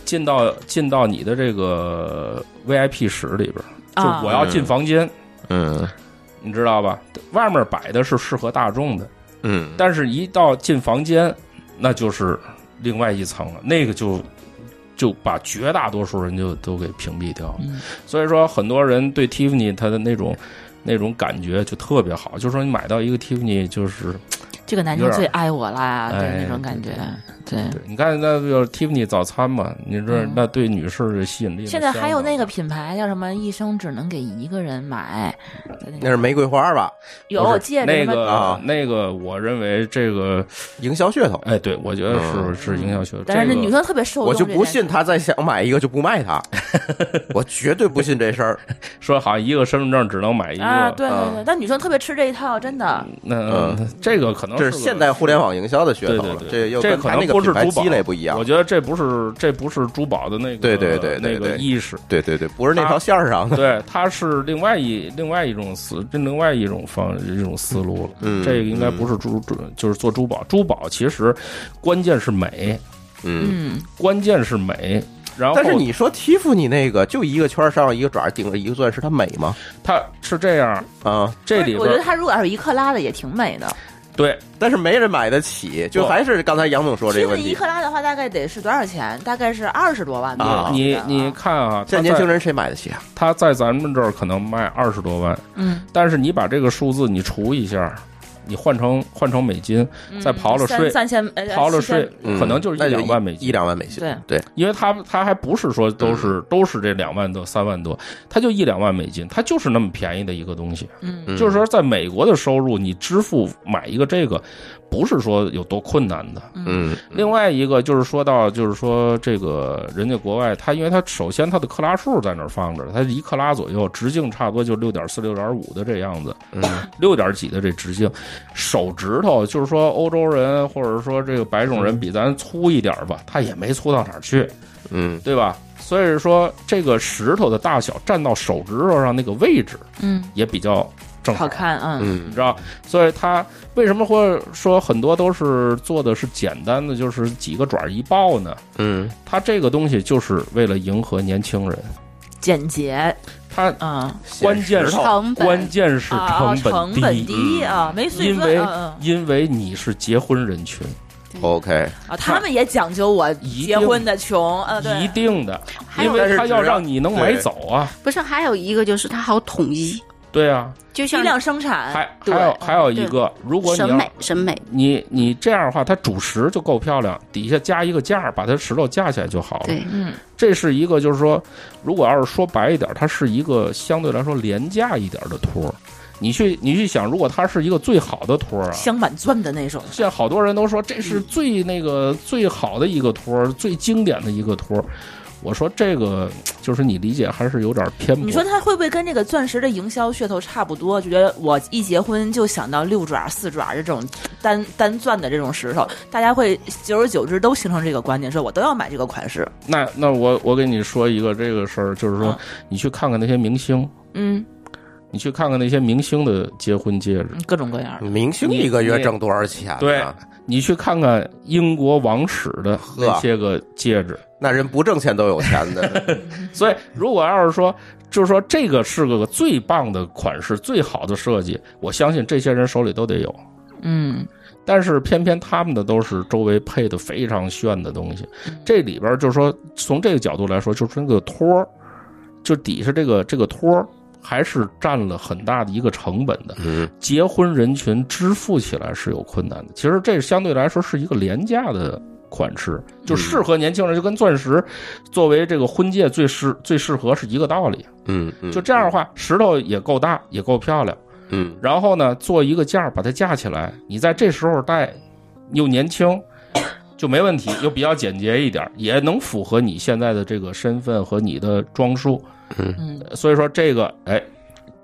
S3: 进到进到你的这个 VIP 室里边，就是
S2: 啊
S3: 我要进房间，
S1: 嗯
S3: 你知道吧？外面摆的是适合大众的，
S1: 嗯，
S3: 但是，一到进房间，那就是另外一层了，那个就就把绝大多数人就都给屏蔽掉了。
S2: 嗯
S3: 所以说，很多人对 Tiffany 它的那种那种感觉就特别好，就说你买到一个 Tiffany，就是
S2: 这个男生
S3: 有点
S2: 最爱我啦，
S3: 哎
S2: 对那种感觉，对。
S3: 对你看那就是 Tiffany 早餐嘛，你这
S2: 嗯
S3: 那对女士的吸引力。
S2: 现在还有那个，品牌叫什么？一生只能给一个人买，
S1: 那是玫瑰花吧？
S2: 有戒指
S3: 那
S2: 什么
S3: 个、
S1: 啊
S3: 那个，我认为这个，
S1: 营销噱头，
S3: 哎，对我觉得是、
S1: 嗯
S3: 是营销学。
S2: 但是
S3: 这
S2: 那
S3: 个
S2: 女生特别受
S1: 我
S2: 众这
S1: 就
S2: 件事，
S1: 不信他再想买一个就不卖 它，我绝对不信这 事儿。
S3: 说好像一个身份证只能买一个，嗯
S2: 啊！对对
S1: 啊
S2: 对，但女生特别吃这一套，真的。
S3: 那、
S1: 嗯
S3: 这个可能
S1: 这是
S3: 个
S1: 现代互联网营销的噱头了，
S3: 对对对
S1: 这又
S3: 这
S1: 跟
S3: 可
S1: 他
S3: 能
S1: 那个
S3: 不是
S1: 品牌
S3: 珠宝
S1: 积累不一样
S3: 我。觉得这不是这不是珠宝的那个
S1: 对对对对
S3: 那个
S1: 对
S3: 意识，
S1: 对对对，不是那条线儿上的。
S3: 对，它是另外一另外一种思另外一种方一种思路了。
S1: 嗯
S3: 这个应该不是珠珠就是做珠宝，珠宝其实关键是美，
S1: 嗯，
S2: 嗯，
S3: 关键是美。然后
S1: 但是你说欺负你那个，就一个圈儿上一个爪儿顶着一个钻石，它美吗？
S3: 它是这样，
S1: 啊，
S3: 这里
S2: 我觉得
S3: 边
S2: 她如果要是一克拉的也挺美的。
S3: 对
S1: 但是没人买得起，就
S3: 不
S1: 还是刚才杨总说这
S2: 其
S1: 个
S2: 实
S1: 问
S2: 一
S1: 题。
S2: 克拉的话，大概得是多少钱？大概是二十多万吧。
S1: 啊
S3: 你
S2: 我觉得
S3: 你，看啊，
S1: 现在
S3: 它
S1: 年轻
S3: 在
S1: 人谁买得起啊？
S3: 它在咱们这儿可能卖二十多万，
S2: 嗯，
S3: 但是你把这个数字你除一下，你换成换成美金，再刨了税，
S2: 三三千，呃
S3: 刨了
S2: 七千
S3: 税，
S1: 嗯
S3: 可能就是
S1: 那
S3: 一两万美
S1: 一嗯
S3: 金。
S1: 两万美金，
S2: 对
S1: 对，
S3: 因为他他还不是说都是都是这两万多三万多，他就一两万美金，他就是那么便宜的一个东西。
S1: 嗯
S3: 就是说，在美国的收入，你支付买一个这个，不是说有多困难的。
S1: 嗯，
S3: 另外一个就是说到，就是说这个人家国外，它因为它首先它的克拉数在那儿放着，它一克拉左右，直径差不多就六点四、六点五的这样子，
S2: 嗯
S3: 六点几的这直径，手指头就是说欧洲人或者说这个白种
S2: 嗯
S3: 人比咱粗一点儿吧，他也没粗到哪儿去，
S1: 嗯
S3: 对吧？所以说这个石头的大小占到手指头上那个位置
S2: 嗯，
S3: 也比较正
S2: 好看啊，
S3: 你
S1: 嗯
S3: 知道，所以它为什么会说很多都是做的是简单的，就是几个爪儿一抱呢？
S1: 嗯
S3: 它这个东西就是为了迎合年轻人，
S2: 简洁
S3: 它
S2: 啊，
S3: 关键
S1: 显
S3: 是
S1: 石头
S4: 成本
S3: 关键是
S2: 啊，
S3: 本
S2: 成本低啊，没碎
S3: 因
S2: 分
S3: 为
S2: 啊
S3: 因为你是结婚人群，
S1: ，OK，
S2: 啊，他们也讲究我
S3: 一定
S2: 结婚的穷啊，对，
S3: 一定的，
S4: 还
S3: 因
S4: 有
S3: 为
S1: 但
S3: 他
S1: 是只
S3: 要
S1: 要
S3: 让你能买走啊，
S4: 不是还有一个就是它好统一，
S3: 对啊，
S4: 就
S2: 批
S4: 像
S2: 量生产，
S3: 还
S4: 对
S3: 还有还有一
S4: 对
S3: 个，如果你
S4: 审
S3: 要
S4: 美审美，
S3: 你你这样的话，它主食就够漂亮，底下加一个架儿，把它石头架起来就好了。
S4: 对
S2: 嗯
S3: 这是一个，就是说，如果要是说白一点，它是一个相对来说廉价一点的托儿。你去，你去想，如果它是一个最好的托儿啊，
S2: 镶满钻的那种，
S3: 现在好多人都说这是最那个最好的一个托儿，最经典的一个托儿。我说这个就是你理解还是有点偏颇。
S2: 你说他会不会跟这个钻石的营销噱头差不多？就觉得我一结婚就想到六爪、四爪这种单单钻的这种石头，大家会久而久之都形成这个观念，说我都要买这个款式。
S3: 那那我我给你说一个这个事儿，就是说
S2: 嗯
S3: 你去看看那些明星，
S2: 嗯，
S3: 你去看看那些明星的结婚戒指，
S2: 各种各样的。
S1: 明星一个月挣多少钱、啊？
S3: 对你去看看英国王室的那
S1: 呵
S3: 些个戒指。
S1: 那人不挣钱都有钱 的，
S3: 所以，如果要是说，就是说这个是个最棒的款式、最好的设计，我相信这些人手里都得有。
S2: 嗯，
S3: 但是偏偏他们的都是周围配的非常炫的东西，这里边就是说，从这个角度来说，就是那个托儿，就底下这个这个托儿，还是占了很大的一个成本的。
S1: 嗯
S3: 结婚人群支付起来是有困难的。其实这相对来说是一个廉价的款式，就适合年轻人，就跟钻石作为这个婚戒最适最适合是一个道理。
S1: 嗯嗯，
S3: 就这样的话，石头也够大，也够漂亮。
S1: 嗯，
S3: 然后呢，做一个架儿把它架起来，你在这时候戴，又年 轻，就没问题，又比较简洁一点儿，也能符合你现在的这个身份和你的装束。
S2: 嗯，
S3: 所以说这个，哎，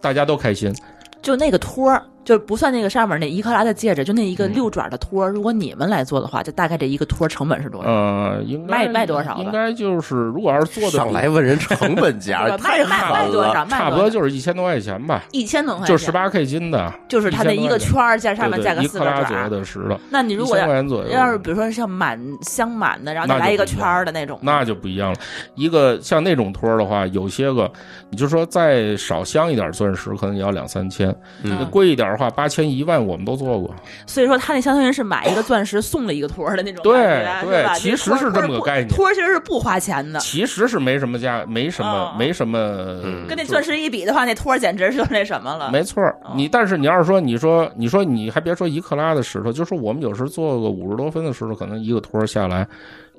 S3: 大家都开心。
S2: 就那个托儿，就不算那个上面那一克拉的戒指，就那一
S3: 嗯
S2: 个六爪的托儿，如果你们来做的话，就大概这一个托儿成本是多少？
S3: 呃，应该
S2: 卖卖多少吧
S3: 应该就是，如果要是做的
S1: 上来问人成本
S3: 哎
S2: 对
S1: 价，
S2: 吧
S1: 太
S2: 卖卖
S1: 狠
S2: 卖多
S1: 了。
S2: 少？卖
S3: 差不
S2: 多
S3: 多
S2: 少
S3: 就是一千多块钱吧，
S2: 一千多块钱，
S3: 就十八 K 金的，
S2: 就是它那一个圈儿，加上
S3: 对
S2: 面加
S3: 对，
S2: 个
S3: 一
S2: 四
S3: 克
S2: 个
S3: 拉左
S2: 爪
S3: 右。的石头，
S2: 那你
S3: 一
S2: 如
S3: 千
S2: 果
S3: 块
S2: 要
S3: 钱左右。
S2: 要是比如说像满镶满的，然后再
S3: 那就
S2: 来一个
S3: 不一
S2: 圈
S3: 样
S2: 儿的那种，
S3: 那就不一样了。一个像那种托儿的话，有些个你就说再少镶一点钻石，可能也要两三千；
S2: 嗯
S3: 那贵一点的话，八千一万我们都做过。
S2: 所以说，他那相当于是买一个钻石送了一个托儿的那种
S3: 对
S2: 感觉，
S3: 对
S2: 是吧？
S3: 其实是这么个概念
S2: 托儿其实是不花钱的，
S3: 其实是没什么价，没什么
S2: 哦，
S3: 没什么，
S1: 嗯
S2: 跟那钻石一比的话，那托儿简直是那什么了。
S3: 没错儿
S2: 哦，
S3: 你但是你要是说，你说你说你还别说一克拉的石头，就说我们有时做个五十多分的石头，可能一个托儿下来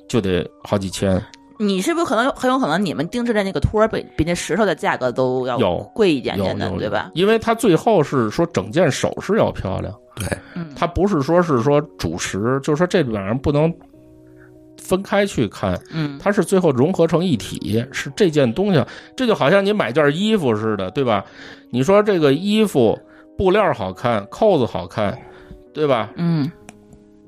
S3: 就得好几千。
S2: 你是不是可能有很有可能你们定制的那个托儿比比那石头的价格都要
S3: 有
S2: 贵一点
S3: 有
S2: 点的，
S3: 有
S2: 对吧？？
S3: 因为它最后是说整件首饰要漂亮，
S1: 对，
S2: 嗯
S3: 它不是说是说主食，就是说这两样不能分开去看，
S2: 嗯，
S3: 它是最后融合成一体，是这件东西。这就好像你买件衣服似的，对吧？你说这个衣服布料好看，扣子好看，对吧？
S2: 嗯，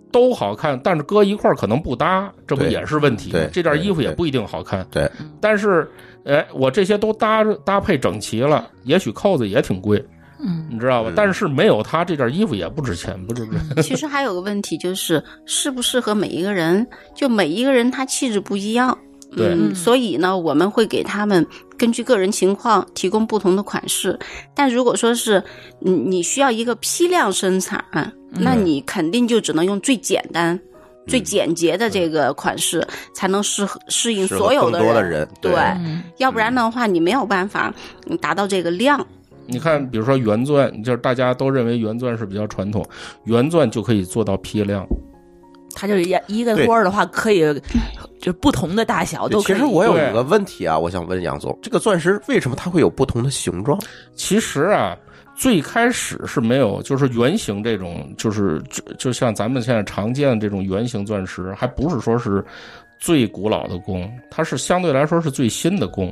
S3: 都好看，但是搁一块儿可能不搭，这不
S1: 对
S3: 也是问题吗
S1: 对？
S3: 这件衣服也
S1: 对
S3: 不一定好看。
S1: 对，
S3: 但是，哎，我这些都搭搭配整齐了，也许扣子也挺贵，
S2: 嗯，
S3: 你知道吧
S1: 嗯？
S3: 但是没有它，这件衣服也不值钱，不是不是？
S4: 其实还有个问题就是适不适合每一个人，就每一个人他气质不一样。
S3: 对
S4: 嗯，所以呢，我们会给他们根据个人情况提供不同的款式。但如果说是你你需要一个批量生产，
S1: 嗯
S4: 那你肯定就只能用最简单、最简洁的这个款式，才能适合适应
S1: 适合
S4: 所有
S1: 更多的
S4: 人。
S1: 人，嗯
S4: 对，
S1: 对
S4: 要不然的话，你没有办法嗯达到这个量。
S3: 你看，比如说圆钻，就是大家都认为圆钻是比较传统，圆钻就可以做到批量。
S2: 它就是一一个窝儿的话，可以就是不同的大小都
S6: 其
S2: 可以。
S6: 实我有
S3: 对
S6: 一个问题啊，我想问杨总，这个钻石为什么它会有不同的形状？
S3: 其实啊，最开始是没有，就是圆形这种，就是就就像咱们现在常见的这种圆形钻石，还不是说是最古老的弓，它是相对来说是最新的弓，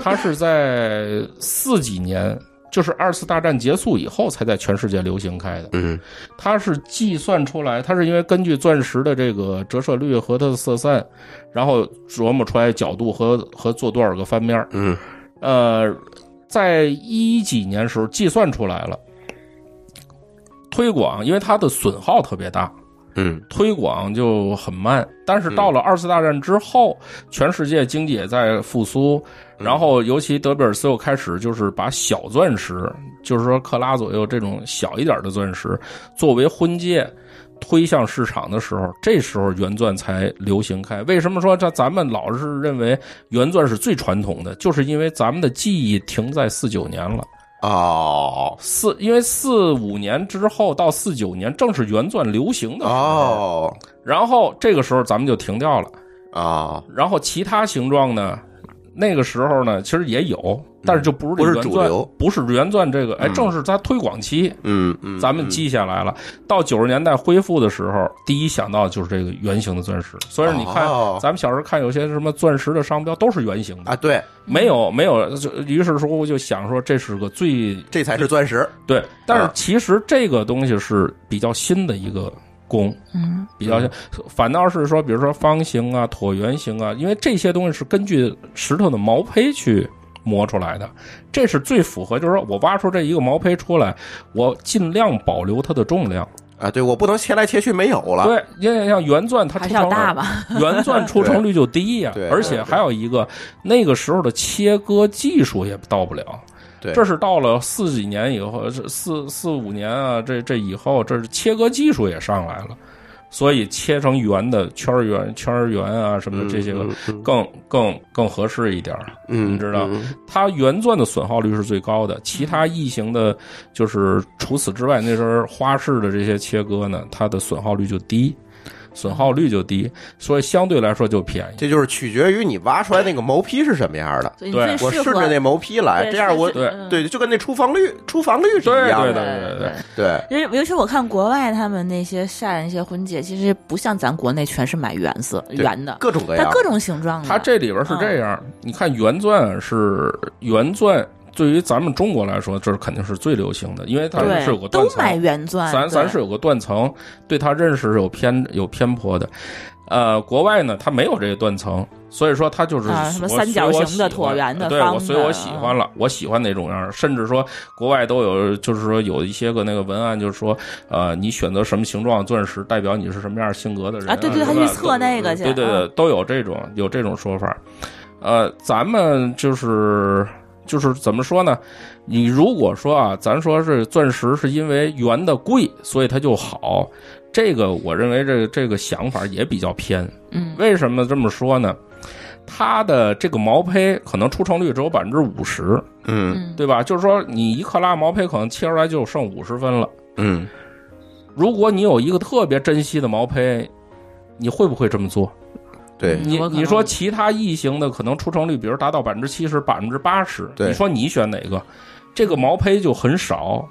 S3: 它是在四几年。就是二次大战结束以后，才在全世界流行开的。
S6: 嗯，
S3: 它是计算出来，它是因为根据钻石的这个折射率和它的色散，然后琢磨出来角度和和做多少个翻面儿
S6: 嗯，
S3: 呃，在一几年时候计算出来了，推广，因为它的损耗特别大，
S6: 嗯，
S3: 推广就很慢。但是到了二次大战之后，全世界经济也在复苏，然后尤其德比尔斯又开始就是把小钻石，就是说克拉左右这种小一点的钻石，作为婚戒。推向市场的时候，这时候原钻才流行开。为什么说这咱们老是认为原钻是最传统的？就是因为咱们的记忆停在四九年了。
S6: 哦
S3: 四，因为四五年之后到四九年正是原钻流行的
S1: 啊
S3: 时候，
S6: 哦
S3: 然后这个时候咱们就停掉了。
S6: 哦，
S3: 然后其他形状呢，那个时候呢其实也有，但是就不是
S6: 嗯不是
S3: 原
S6: 主
S3: 钻
S6: 流，
S3: 不是原钻这个，哎，
S6: 嗯
S3: 正是它推广期，
S6: 嗯嗯，
S3: 咱们
S6: 嗯
S3: 记下来了。到九十年代恢复的时候，第一想到的就是这个圆形的钻石。虽然你看，
S6: 哦
S3: 咱们小时候看有些什么钻石的商标都是圆形的，
S6: 啊，对，
S3: 没有没有，就于是说我就想说这是个最
S6: 这才是钻石。
S3: 对，但是
S6: 啊
S3: 其实这个东西是比较新的一个弓，
S2: 嗯，
S3: 比较像，反倒是说，比如说方形啊、椭圆形啊，因为这些东西是根据石头的毛胚去磨出来的，这是最符合，就是说我挖出这一个毛胚出来，我尽量保留它的重量。
S6: 啊，对，我不能切来切去没有了。
S3: 对，因为像圆钻，它
S2: 还是
S3: 出
S2: 要
S3: 成
S2: 大吧？
S3: 圆钻出成率就低呀、
S6: 对对
S3: 而且还有一个，那个时候的切割技术也到不了。
S6: 对
S3: 这是到了四几年以后，这四四五年啊，这这以后，这是切割技术也上来了，所以切成圆的圈儿圆、圈儿圆啊什么的这些个
S6: 嗯嗯
S3: 更更更合适一点儿。
S6: 嗯，
S3: 你知道
S6: 嗯
S3: 它圆钻的损耗率是最高的，其他异形的，就是除此之外，那时候花式的这些切割呢，它的损耗率就低，损耗率就低，所以相对来说就便宜。
S6: 这就是取决于你挖出来那个毛坯是什么样的。
S2: 所以
S3: 对
S2: 你
S6: 我
S2: 最适
S6: 顺
S2: 合
S6: 着那毛坯来，
S2: 对
S6: 这样我
S2: 是嗯
S6: 对，就跟那出房率出房率是一
S3: 对
S6: 样
S3: 对
S6: 的。
S3: 对对，
S6: 对，
S2: 因为尤其我看国外他们那些晒的那些婚戒，其实不像咱国内全是买圆色
S6: 对
S2: 圆的，
S6: 各种各
S2: 它
S6: 样，
S2: 各种形状的。
S3: 它这里边是这样，
S2: 嗯
S3: 你看圆钻是圆钻，对于咱们中国来说，这是肯定是最流行的，因为它
S2: 对
S3: 是有个断
S2: 都买
S3: 层，
S2: 圆钻，
S3: 咱咱
S2: 对
S3: 是有个断层，对它认识是有偏有偏颇的。呃，国外呢，它没有这个断层，所以说它就是
S2: 啊什么
S3: 我
S2: 三角形的
S3: 随我喜
S2: 椭
S3: 欢
S2: 圆的
S3: 对
S2: 方
S3: 我所以我
S2: 的
S3: 喜欢了，我喜欢哪种样儿，甚至说国外都有，就是说有一些个那个文案，就是说呃，你选择什么形状的钻石，代表你是什么样儿性格的人
S2: 啊，对对，
S3: 什
S2: 他
S3: 么
S2: 去
S3: 的
S2: 测那个去，啊
S3: 对对对，都有这种有这种说法。呃，咱们就是就是怎么说呢？你如果说啊，咱说是钻石是因为圆的贵，所以它就好，这个我认为这个这个想法也比较偏。
S2: 嗯，
S3: 为什么这么说呢？它的这个毛胚可能出成率只有百分之五十，
S6: 嗯
S2: 嗯，
S3: 对吧？就是说，你一克拉毛胚可能切出来就剩五十分了。
S6: 嗯，
S3: 如果你有一个特别珍惜的毛胚，你会不会这么做？
S6: 对
S3: 你
S2: 我可能
S3: 你说其他异形的可能出成率，比如达到百分之七十、百分之八十，
S6: 对
S3: 你说你选哪个？这个毛胚就很少，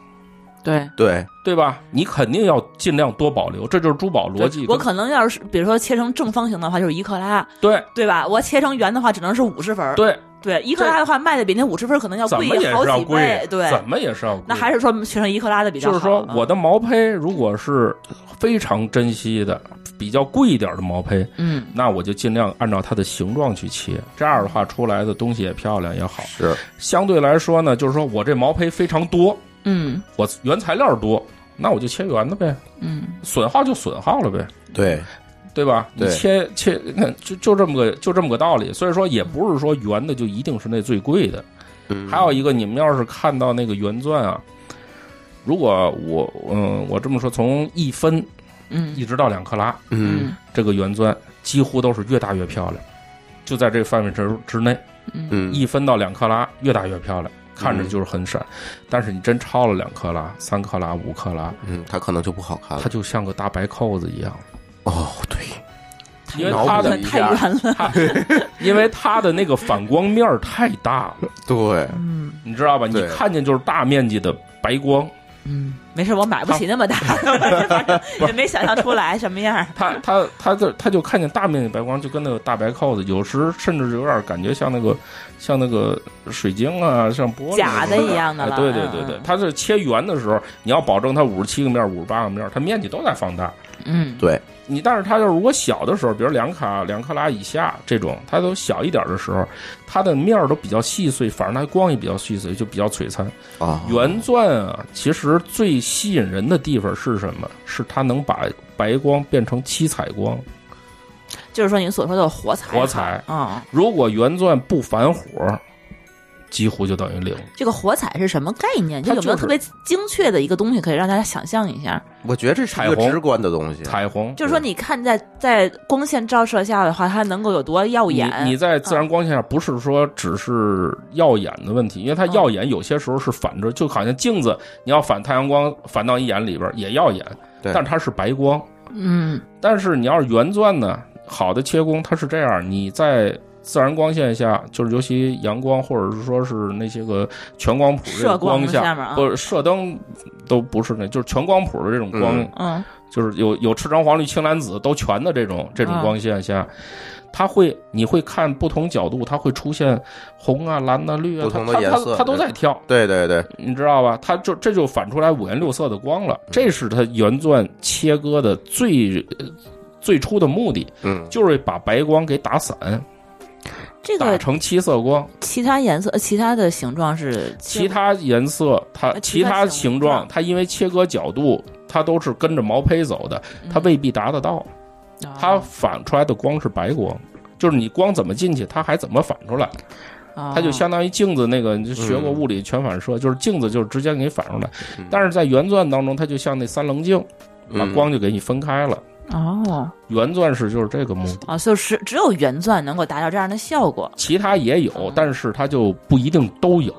S2: 对。
S6: 对，
S3: 对吧？你肯定要尽量多保留，这就是珠宝逻辑
S2: 我
S3: 跟。
S2: 可能要是比如说切成正方形的话，就是一克拉，
S3: 对
S2: 对吧？我切成圆的话，只能是五十分儿。
S3: 对，
S2: 对，一克拉的话卖的比那五十分儿可能要
S3: 怎
S2: 贵
S3: 么也
S2: 好
S3: 是要
S2: 几倍
S3: 贵，，
S2: 对。
S3: 怎么也是要贵。
S2: 那还是说切成一克拉的比较好。嗯
S3: 就是说，我
S2: 的
S3: 的毛胚如果是非常珍惜的、比较贵一点的毛胚，
S2: 嗯，
S3: 那我就尽量按照它的形状去切，这样的话出来的东西也漂亮也好。
S6: 是
S3: 相对来说呢，就是说我这毛胚非常多，
S2: 嗯
S3: 我原材料多，那我就切圆的呗。
S2: 嗯，
S3: 损耗就损耗了呗，
S6: 对，
S3: 对吧？你
S6: 对
S3: 切切，那就就这么个就这么个道理。所以说，也不是说圆的就一定是那最贵的。
S6: 嗯
S3: 还有一个，你们要是看到那个圆钻啊，如果我嗯，我这么说，从一分
S2: 嗯
S3: 一直到两克拉，
S6: 嗯
S3: 这个圆钻几乎都是越大越漂亮，就在这个范围之之内，
S6: 嗯
S3: 一分到两克拉越大越漂亮。看着就是很闪，但是你真超了两克拉、三克拉、五克拉，
S6: 嗯，它可能就不好看
S3: 它
S6: 了。
S3: 就像个大白扣子一样，
S6: 哦，对，
S3: 因为
S6: 脑
S3: 它
S6: 补
S3: 的
S6: 一
S2: 太
S6: 下
S2: 远了，
S3: 它，因为它的那个反光面儿太大了，
S6: 对，
S3: 你知道吧？你
S6: 对
S3: 看见就是大面积的白光，
S2: 嗯，没事，我买不起那么大， 反正也没想象出来什么样儿。
S3: 他他他这他就看见大面积白光，就跟那个大白扣子，有时甚至有点感觉像那个像那个水晶啊，像玻璃
S2: 假的一样的
S3: 哎
S2: 了。嗯
S3: 对对对对，它是切圆的时候，你要保证它五十七个面、五十八个面，它面积都在放大。
S2: 嗯，
S6: 对，
S3: 你但是它就是如果小的时候，比如两卡两克拉以下这种，它都小一点的时候，它的面儿都比较细碎，反正它光也比较细碎，就比较璀璨。
S1: 哦
S6: 啊，
S3: 原钻啊，其实最吸引人的地方是什么？是它能把白光变成七彩光。
S2: 就是说你所说的火彩，
S3: 火彩
S2: 嗯，
S3: 如果原钻不反火，几乎就等于零。
S2: 这个火彩是什么概念？
S3: 它
S2: 有没有
S3: 就是
S2: 特别精确的一个东西可以让大家想象一下？
S6: 我觉得这是一
S3: 彩
S6: 个
S3: 虹
S6: 直观的东西。
S3: 彩虹
S2: 就是说，你看在在光线照射下的话，它能够有多耀
S3: 你
S2: 眼？
S3: 你在自然光线下不是说只是耀眼的问题，因为它
S2: 嗯
S3: 耀眼有些时候是反着，就好像镜子，你要反太阳光反到你眼里边也耀眼，
S6: 对
S3: 但它是白光。
S2: 嗯
S3: 但是你要是圆钻呢，好的切工它是这样，你在自然光线下，就是尤其阳光或者是说是那些个全光谱这
S2: 射
S3: 个
S2: 光
S3: 光下，
S2: 下面啊
S3: 不是射灯都不是那，就是全光谱的这种光，
S6: 嗯
S2: 嗯
S3: 就是有有赤橙黄绿青蓝紫都全的这种这种光线下，它会你会看不同角度，它会出现红啊、蓝啊、绿啊，
S6: 不同的
S3: 它它
S6: 颜色
S3: 它它都在跳，
S6: 对对对，
S3: 你知道吧？它就这就反出来五颜六色的光
S2: 嗯
S3: 了，这是它原钻切割的最呃最初的目的，
S6: 嗯，
S3: 就是把白光给打散，
S2: 这
S3: 打
S2: 个
S3: 成七色光。
S2: 其他颜色、呃其他的形状是
S3: 其他颜色它
S2: 呃其
S3: 其
S2: 他
S3: 他
S2: 形
S3: 形状
S2: 状
S3: 它因为切割角度。它都是跟着毛胚走的，
S2: 嗯
S3: 它
S2: 哦
S3: 未必达得到。它反出来的光是白光，就是你光怎么进去，它还怎么反出来，
S2: 哦
S3: 它
S2: 它
S3: 就相当于镜子那个，你就学
S2: 嗯
S3: 过物理全反射，就是镜子就是直接给你反出来，但是在圆钻当中，它就像那三棱镜，把
S6: 嗯
S3: 光就给你分开了。
S2: 哦
S3: 圆钻石就是这个目的，
S2: 哦，就是只有原钻能够达到这样的效果。
S3: 其他也有，但是它就不一定都有，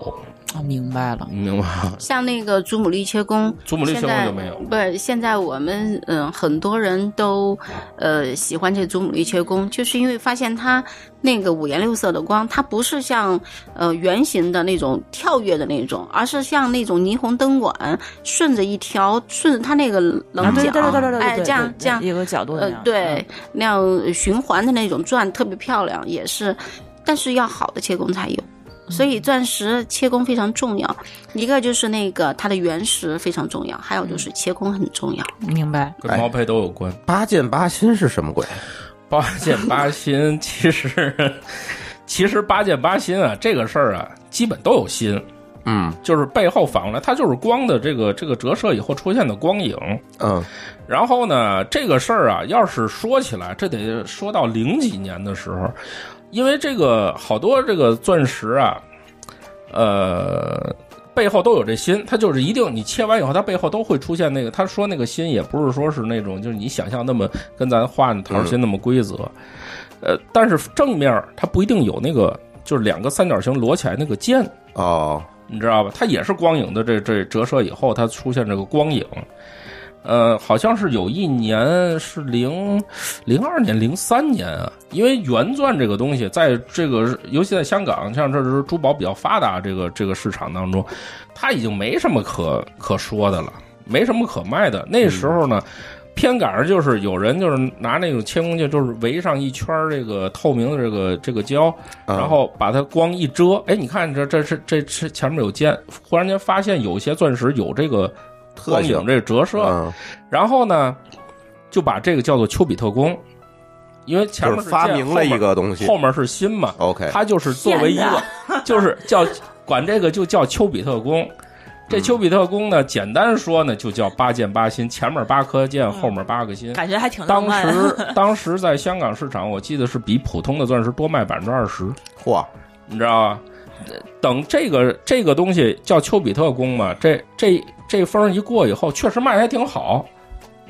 S2: 哦，明白了。
S3: 你明白吗？
S4: 像那个祖母绿切工，
S3: 嗯祖母绿
S4: 现
S3: 修
S4: 在
S3: 就没有。
S4: 不是，现在我们嗯、呃很多人都呃喜欢这祖母绿切工，就是因为发现它那个五颜六色的光，它不是像呃圆形的那种跳跃的那种，而是像那种霓虹灯管顺着一条，顺着它那个棱角，
S2: 啊对对对对对对，
S4: 哎，
S2: 对
S4: 这样
S2: 对对
S4: 这样，
S2: 有个角度的那
S4: 呃
S2: 样，嗯
S4: 对，那样循环的那种转特别漂亮，也是，但是要好的切工才有。
S2: 嗯
S4: 所以钻石切工非常重要，一个就是那个它的原石非常重要，还有就是切工很重要。
S2: 嗯，明白。
S3: 跟毛胚都有关，
S6: 八剑八心是什么鬼？
S3: 八剑八心 其实，其实八剑八心啊，这个事儿啊，基本都有心，
S6: 嗯
S3: 就是背后反过来，它就是光的这个这个折射以后出现的光影。
S6: 嗯，
S3: 然后呢，这个事儿啊，要是说起来，这得说到零几年的时候，因为这个好多这个钻石啊，呃，背后都有这心，它就是一定你切完以后，它背后都会出现那个，他说那个心也不是说是那种就是你想象那么跟咱画那桃心那么规则，呃，但是正面儿它不一定有那个就是两个三角形摞起来那个尖，
S6: 哦，
S3: 你知道吧？它也是光影的这这折射以后，它出现这个光影。呃，好像是有一年是零零二年、零三年啊，因为原钻这个东西，在这个尤其在香港，像这是珠宝比较发达这个这个市场当中，它已经没什么可可说的了，没什么可卖的。那时候呢，偏赶上就是有人就是拿那种切工具，就是围上一圈儿这个透明的这个这个胶，
S6: 嗯
S3: 然后把它光一遮，哎，你看这这是这这前面有尖，忽然间发现有些钻石有这个
S6: 特
S3: 光
S6: 性
S3: 影这个折射，
S6: 嗯，
S3: 然后呢，就把这个叫做丘比特弓，因为前
S6: 就
S3: 面
S6: 是发
S3: 剑
S6: 明了一，个东
S3: 后
S6: 西
S3: 面。后面是心嘛，
S6: OK，
S3: 它就是作为一
S2: 天
S3: 个， 就是叫管这个就叫丘比特弓。
S6: 嗯
S3: 这丘比特弓呢，简单说呢，就叫八箭八心，前面八颗箭，后面八个心。
S2: 感觉还挺浪
S3: 当
S2: 漫啊 的。
S3: 时当时在香港市场，我记得是比普通的钻石多卖百分之二十。
S6: 嚯，
S3: 你知道吧？等这个这个东西叫丘比特弓嘛，这这这风一过以后，确实卖得还挺好，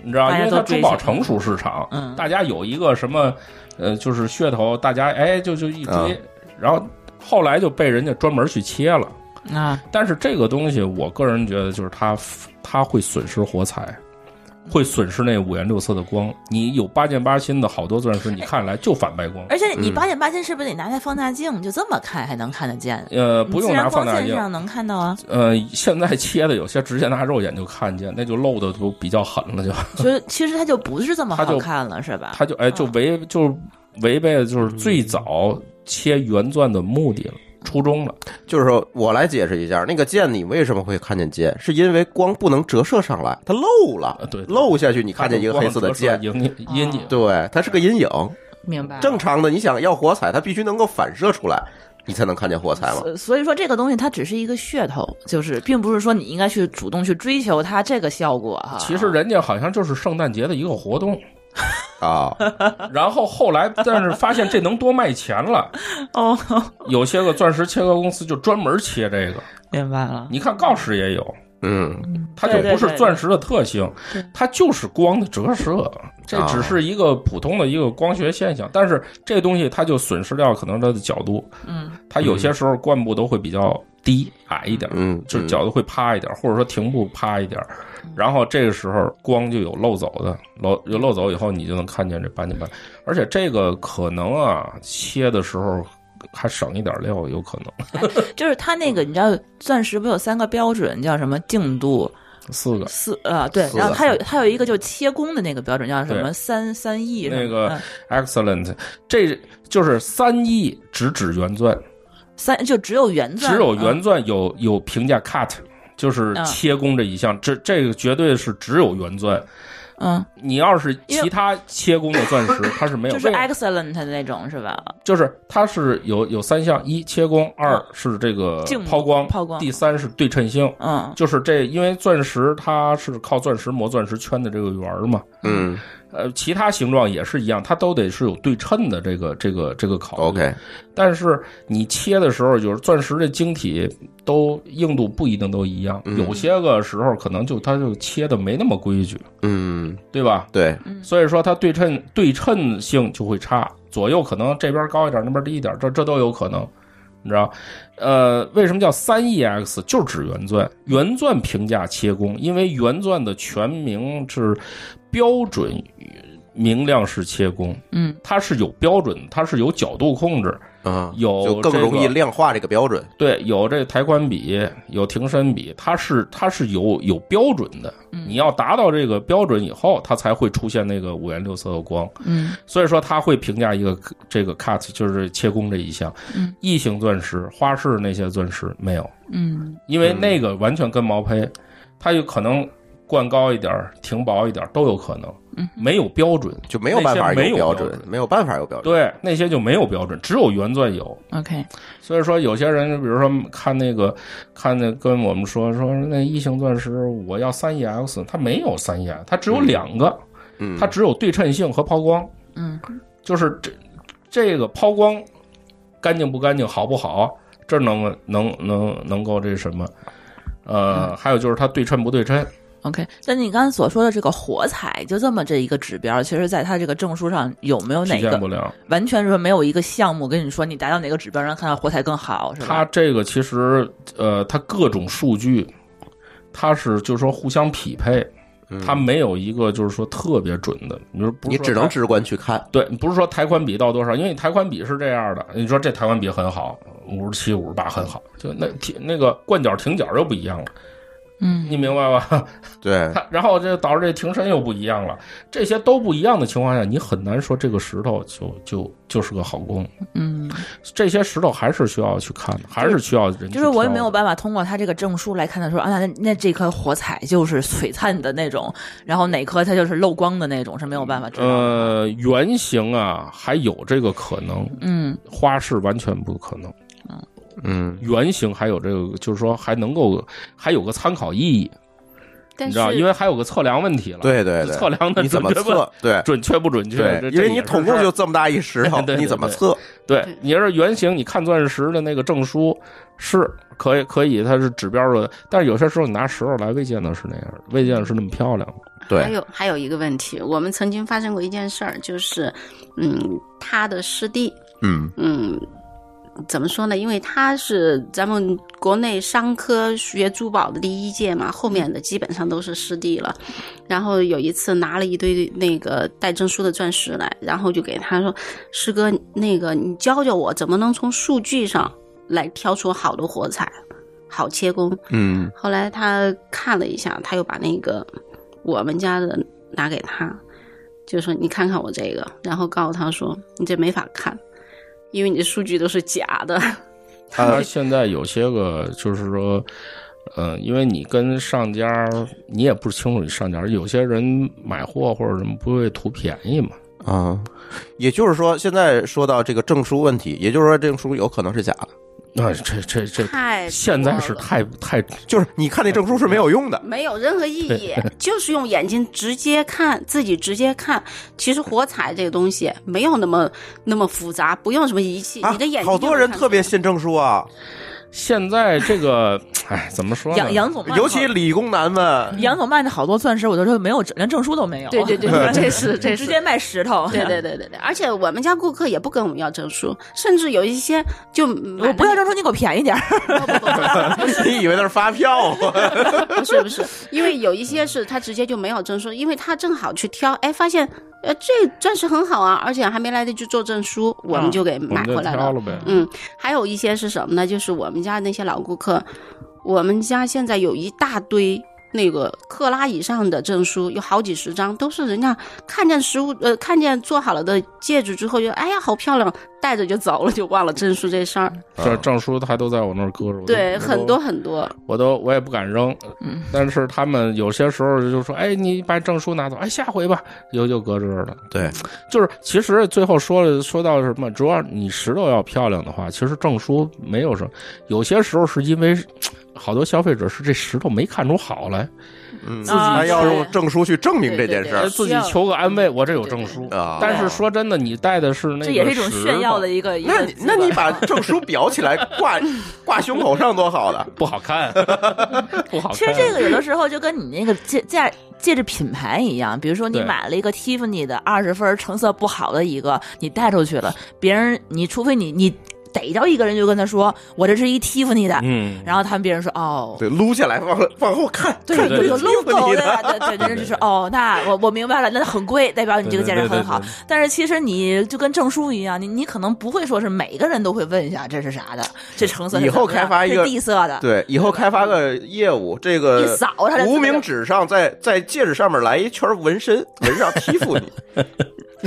S3: 你知道，
S2: 大
S3: 因
S2: 家
S3: 为
S2: 都
S3: 它
S2: 追
S3: 珠
S2: 求
S3: 宝成熟市场，
S2: 嗯
S3: 大家有一个什么呃，就是噱头，大家哎就就一追，
S6: 嗯
S3: 然后后来就被人家专门去切了，
S2: 啊，
S3: 但是这个东西，我个人觉得就是它它会损失火彩，会损失那五颜六色的光。你有八件八新的好多钻石，你看来就反白光。
S2: 而且你八点八斤是不是得拿台放大镜就这么看还能看得见？
S3: 呃，不用
S2: 你自
S3: 拿
S2: 然
S3: 放
S2: 光
S3: 大
S2: 线
S3: 镜，
S2: 上能看到啊，
S3: 呃，现在切的有些直接拿肉眼就看见，那就露的就比较狠了，就
S2: 所以其实它就不是这么
S3: 它
S2: 好
S3: 就
S2: 看了，是吧？
S3: 他就哎就违就违背了就是最
S6: 嗯
S3: 早切原钻的目的了。初衷了，
S6: 就是说我来解释一下，那个剑你为什么会看见剑，是因为光不能折射上来，它漏了
S3: 呃，对
S6: 漏下去你看见一个黑色的
S3: 它
S6: 剑
S3: 就，光折射影阴影，
S1: 啊
S6: 对，它是个阴影。
S2: 明白
S6: 正常的，你想要火彩，它必须能够反射出来，你才能看见火彩嘛。
S2: 呃所所以说，这个东西它只是一个噱头，就是并不是说你应该去主动去追求它这个效果哈。
S3: 其实人家好像就是圣诞节的一个活动，
S6: 啊，
S3: 然后后来，但是发现这能多卖钱了，
S2: 哦，
S3: 有些个钻石切割公司就专门切这个。
S2: 明白了，
S3: 你看锆石也有，
S6: 嗯，
S3: 它就
S2: 对对
S3: 不是
S2: 对
S3: 钻石的特性
S2: 对，啊
S3: 它就是光的折射，这只是一个普通的一个光学现象。但是这东西它就损失掉可能它的角度，
S2: 嗯，
S3: 它有些时候灌布都会比较低矮一点，
S6: 嗯
S3: 就是角度会趴一点，或者说停步趴一点。
S2: 嗯
S3: 然后这个时候光就有漏走的，漏有漏走以后，你就能看见这斑点斑。而且这个可能啊，切的时候还省一点料，有可能
S2: 就是它那个你知道，钻石不有三个标准，叫什么净度
S3: 四个。
S2: 四呃对，
S6: 四个
S2: 然后它有它有一个就是切工的那个标准，叫什么
S3: 对
S2: 三三亿
S3: 那个 excellent，这就是三亿直指原钻，
S2: 三就只有原钻，
S3: 只有
S2: 嗯
S3: 原钻有有评价 cut，就是
S2: 嗯
S3: 切工这一项，这这个绝对是只有原钻。
S2: 嗯，
S3: 你要是
S2: 因为
S3: 其他切工的钻石，它是没有，
S2: 就是
S3: 为
S2: excellent 的那种是吧？
S3: 就是它是有有三项：一切工，二是这个
S2: 静
S3: 抛光，
S2: 嗯抛光
S3: 第三是对称性。
S2: 嗯，
S3: 就是这，因为钻石它是靠钻石磨钻石圈的这个圆儿嘛，
S6: 嗯
S3: 呃，其他形状也是一样，它都得是有对称的这个这个这个考虑。
S6: ，OK，
S3: 但是你切的时候，就是钻石的晶体都硬度不一定都一样，
S6: 嗯
S3: 有些个时候可能就它就切的没那么规矩，
S6: 嗯，
S3: 对吧？
S6: 对，
S3: 所以说它对称对称性就会差，左右可能这边高一点，那边低一点，这这都有可能。你知道，呃，为什么叫三 EX？就是指原钻，原钻评价切工，因为原钻的全名是标准明亮式切工，
S2: 嗯，
S3: 它是有标准，它是有角度控制，
S6: 啊，
S3: 有
S6: 就更
S3: 这
S6: 容易
S3: 个
S6: 量化这个标准。
S3: 对，有这抬髋比，有停身比，它是它是有有标准的。
S2: 嗯
S3: 你要达到这个标准以后，它才会出现那个五颜六色的光。
S2: 嗯，
S3: 所以说它会评价一个这个 cut，就是切工这一项。
S2: 嗯，
S3: 异形钻石、花式那些钻石没有，
S2: 嗯
S3: 因为那个完全跟毛坯，它有可能灌高一点儿、停薄一点儿都有可能，
S2: 嗯
S3: 没有标准。
S6: 就没有办法
S3: 那些没有
S6: 标
S3: 标
S6: 准，
S3: 准
S6: 没有办法有标准。
S3: 对，那些就没有标准，只有原钻有。
S2: ，OK，
S3: 所以说，有些人，比如说看那个，看那跟我们说说那异形钻石，我要三 EX，它没有三 EX，它只有两个，
S6: 嗯，
S3: 它只有对称性和抛光，
S2: 嗯，
S3: 就是这这个抛光干净不干净，好不好，这能能能能够这什么？呃，
S6: 嗯
S3: 还有就是它对称不对称，
S2: OK，那你刚才所说的这个火彩，就这么这一个指标，其实在它这个证书上有没有
S3: 体
S2: 哪
S3: 现不
S2: 个
S3: 了。
S2: 完全说没有一个项目跟你说你达到哪个指标，让看到火彩更好，是
S3: 它
S2: 吧？
S3: 这个其实呃，它各种数据，它是就是说互相匹配，它没有一个就是说特别准的。你说不
S6: 嗯你
S3: 是说
S6: 只能
S3: 它
S6: 直观去看。
S3: 对，不是说抬款比到多少，因为抬款比是这样的，你说这抬款比很好，五十七、五十八很好，就那停那个灌脚停脚又不一样了，
S2: 嗯
S3: 你明白吧？
S6: 对，
S3: 它然后这导致这停身又不一样了，这些都不一样的情况下，你很难说这个石头就就就是个好工，
S2: 嗯，
S3: 这些石头还是需要去看的，还是需要人去
S2: 就是我也
S3: 挑
S2: 没有
S3: 的
S2: 办法通过它这个证书来看到说啊，那那这颗火彩就是璀璨的那种，然后哪颗它就是漏光的那种，是没有办法知道的。
S3: 呃，原型啊，还有这个可能，
S2: 嗯
S3: 花式完全不可能。
S6: 嗯，
S3: 原型还有这个，就是说还能够还有个参考意义，
S4: 但
S3: 你
S4: 是
S3: 知道，因为还有个测量问题了。
S6: 对对
S3: 就
S6: 对，
S3: 测量的
S6: 你怎么
S3: 准确不
S6: 测？对
S3: 准确不准确？这
S6: 对，因为你
S3: 统
S6: 统共就这么大一石头
S3: 对，对
S6: 你怎么
S3: 对
S6: 测？
S3: 对，你要是原型，你看钻石的那个证书是可以可以，它是指标的，但是有些时候你拿石头来，未见得是那样的，未见得是那么漂 亮的。
S4: 还
S6: 对，
S4: 有还有一个问题，我们曾经发生过一件事儿，就是，嗯，他的师弟，
S6: 嗯
S4: 嗯，怎么说呢？因为它是咱们国内商科学珠宝的第一届嘛，后面的基本上都是师弟了。然后有一次拿了一堆那个带证书的钻石来，然后就给他说：“师哥，那个你教教我怎么能从数据上来挑出好的火彩、好切工。
S6: 嗯”
S4: 后来他看了一下，他又把那个我们家的拿给他，就说：“你看看我这个。”然后告诉他说：“你这没法看，因为你的数据都是假的。
S3: 他现在有些个就是说，呃，因为你跟上家，你也不清楚你上家，有些人买货或者什么不会图便宜嘛。
S6: 啊，也就是说，现在说到这个证书问题，也就是说，证书有可能是假的，啊
S3: 那、这这”这
S4: 太
S3: 现在是
S4: 多了
S3: 太太
S6: 就是你看那证书是没有用的。
S4: 没有任何意义，就是用眼睛直接看，自己直接看。其实火彩这个东西没有那么那么复杂，不用什么仪器，
S6: 啊
S4: 你的眼，睛
S6: 好多人特别
S4: 信。
S6: 信证书啊，
S3: 现在这个，哎，怎么说呢？
S2: 杨杨总卖好，
S6: 尤其理工男们，
S2: 杨总卖的好多钻石，我都说没有，连证书都没有。
S4: 对 对对，对这是这是
S2: 直接卖石头。
S4: 对对对对对，而且我们家顾客也不跟我们要证书，甚至有一些就 我
S2: 我不要证书，你给我便宜点儿。
S4: 不不 不
S6: 你以为那是发票 啊？
S4: 不是不是，因为有一些是他直接就没有证书，因为他正好去挑，哎，发现呃这钻石很好啊，而且还没来得及做证书，我们就给
S3: 啊我
S4: 买
S3: 们就
S4: 回来了
S3: 挑。了呗。
S4: 嗯，还有一些是什么呢？就是我们家那些老顾客，我们家现在有一大堆那个克拉以上的证书，有好几十张，都是人家看见实物呃看见做好了的戒指之后就哎呀好漂亮，带着就走了，就忘了证书这事儿。
S6: 啊
S3: 这证书他都在我那儿嗯搁着，我都
S4: 对，
S3: 我都
S4: 很多很多，
S3: 我都我也不敢扔。
S2: 嗯
S3: 但是他们有些时候就说：“哎，你把证书拿走，哎，下回吧。”有就搁这儿了。
S6: 对，
S3: 就是其实最后说了说到什么，主要你石头要漂亮的话，其实证书没有什么。有些时候是因为好多消费者是这石头没看出好来，
S6: 嗯，
S2: 自己
S6: 他要
S2: 啊对
S6: 用证书去证明这件事
S4: 对
S6: 儿
S4: 需
S3: 自己
S4: 要
S3: 求个安慰，我这有
S4: 对
S3: 证
S4: 对
S3: 书。
S6: 啊。
S3: 但是说真的，你戴的是那个，
S2: 这也是一种炫耀的。一个一个
S6: 那 你那你把证书裱起来挂挂胸口上多好的，
S3: 不 好看，不好看。
S2: 其实这个有的时候就跟你那个戒戒戒指品牌一样，比如说你
S3: 对
S2: 买了一个 Tiffany 的二十分成色不好的一个，你带出去了，别人你除非你你逮着一个人就跟他说我这是一 Tiffany 的，
S3: 嗯，
S2: 然后他们别人说哦。
S6: 对，撸下来往往后看，
S2: 对，
S6: 看
S2: 有有
S6: 这衣服
S2: logo
S6: 你
S2: 的
S6: 的，
S2: 呀，对对，人家就说哦，那我我明白了，那很贵，代表你这个戒指很好
S3: 对对对。
S2: 但是其实你就跟证书一样，你你可能不会说是每个人都会问一下这是啥的，这成色是
S6: 以后
S2: 怎么
S6: 开
S2: 样
S6: 发一
S2: 是
S6: 个
S2: 地色的，
S6: 对，以后开发个业务，这
S2: 一
S6: 个
S2: 扫它
S6: 无名指上在在戒指上面来一圈纹身，纹上欺负 你，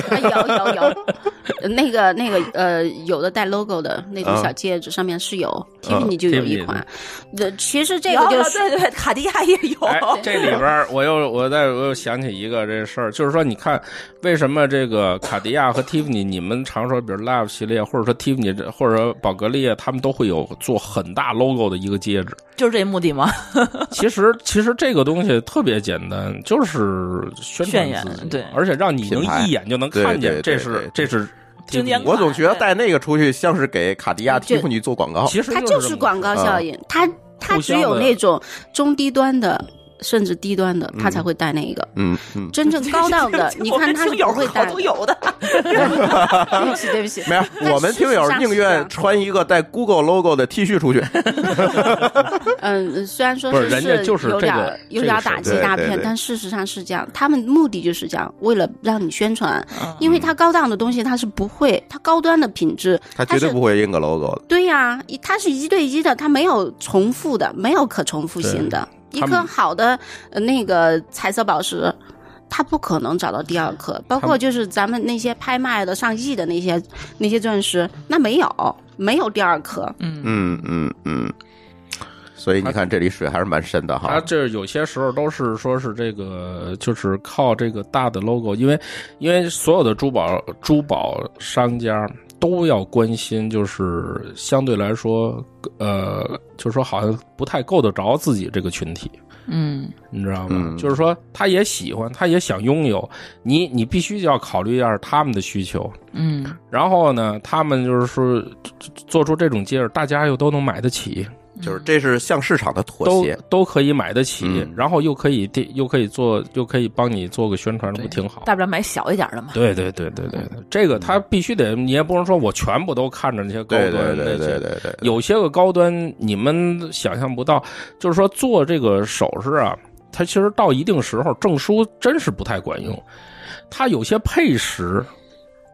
S4: 哎有有有，那个那个呃，有的带 logo 的那种
S6: 啊
S4: 小戒指上面是有，Tiffany 就有一 款。呃，其实这个
S2: 有
S4: 就
S2: 有
S4: 是
S2: 对对对，卡地亚也有，
S3: 哎， 这里边儿我又我再我又想起一个这事儿，就是说，你看为什么这个卡地亚和 Tiffany，你们常说，比如 Love 系列，或者说 Tiffany 这或者说宝格丽，啊他们都会有做很大 logo 的一个戒指。
S2: 就是这目的吗？
S3: 其实其实这个东西特别简单，就是宣
S2: 炫
S3: 传
S2: 耀
S3: 自己，
S2: 对
S3: 而且让你能
S6: 品牌
S3: 一眼就能看
S6: 对对对
S3: 见这
S6: 对
S3: 是
S6: 对
S3: 这是
S2: 中间，
S3: Tiffany
S6: 我总觉得带那个出去像是给卡地亚
S4: 这
S6: 欺负你做广告，
S3: 其实
S4: 它
S3: 就
S4: 就是
S3: 这
S4: 是
S3: 么
S4: 广告
S6: 啊
S4: 效应，它它
S3: 互
S4: 只
S3: 相
S4: 有
S3: 的
S4: 那种中低端的甚至低端的，它才会带那个。
S6: 嗯嗯，
S4: 真正高档的 你看它是不会带的。
S2: 都有的，啊
S4: 对不起，对不起，
S6: 没有，我们听友宁愿穿一个带 Google logo 的 T 恤出去，
S4: 嗯，虽然说
S3: 不是人家就是
S4: 有
S3: 这
S4: 点
S3: 个
S4: 儿有
S3: 这
S4: 点
S3: 个
S4: 儿打
S3: 手
S4: 击
S6: 段
S4: 大
S6: 对对
S4: 骗
S6: 对，
S4: 但事实上是这样，他们目的就是这样，为了让你宣传，
S2: 嗯
S4: 因为它高档的东西它是不会，它高端的品质
S6: 他
S4: 它
S6: 绝对
S4: 是
S6: 不会印个 logo 的。
S4: 对呀、一它是一对一的，它没有重复的，没有可重复性的。一
S3: 他们
S4: 颗好的呃那个彩色宝石，它不可能找到第二颗。包括就是咱们那些拍卖的上亿的那些那些钻石，那没有没有第二颗。
S6: 嗯嗯嗯，所以你看这里水还是蛮深的
S3: 它
S6: 哈。
S3: 这有些时候都是说是这个，就是靠这个大的 logo，因为因为所有的珠宝珠宝商家都要关心，就是相对来说，呃，就是说好像不太够得着自己这个群体，
S2: 嗯，
S3: 你知道吗？
S6: 嗯
S3: 就是说他也喜欢，他也想拥有你，你必须要考虑一下他们的需求。
S2: 嗯
S3: 然后呢，他们就是说做出这种戒指，大家又都能买得起，
S6: 就是这是向市场的妥
S3: 都
S6: 协。
S3: 都可以买得起，
S6: 嗯
S3: 然后又可以地又可以做，又可以帮你做个宣传，那不
S2: 对
S3: 挺好？
S2: 大不了买小一点的嘛。
S3: 对对对对对，对这个
S6: 嗯
S3: 它必须得，你也不能说我全部都看着那些高
S6: 对对
S3: 端那
S6: 对对
S3: 些
S6: 对对，
S3: 有些个高端你们想象不到，就是说做这个首饰啊，它其实到一定时候证书真是不太管用，它有些配饰，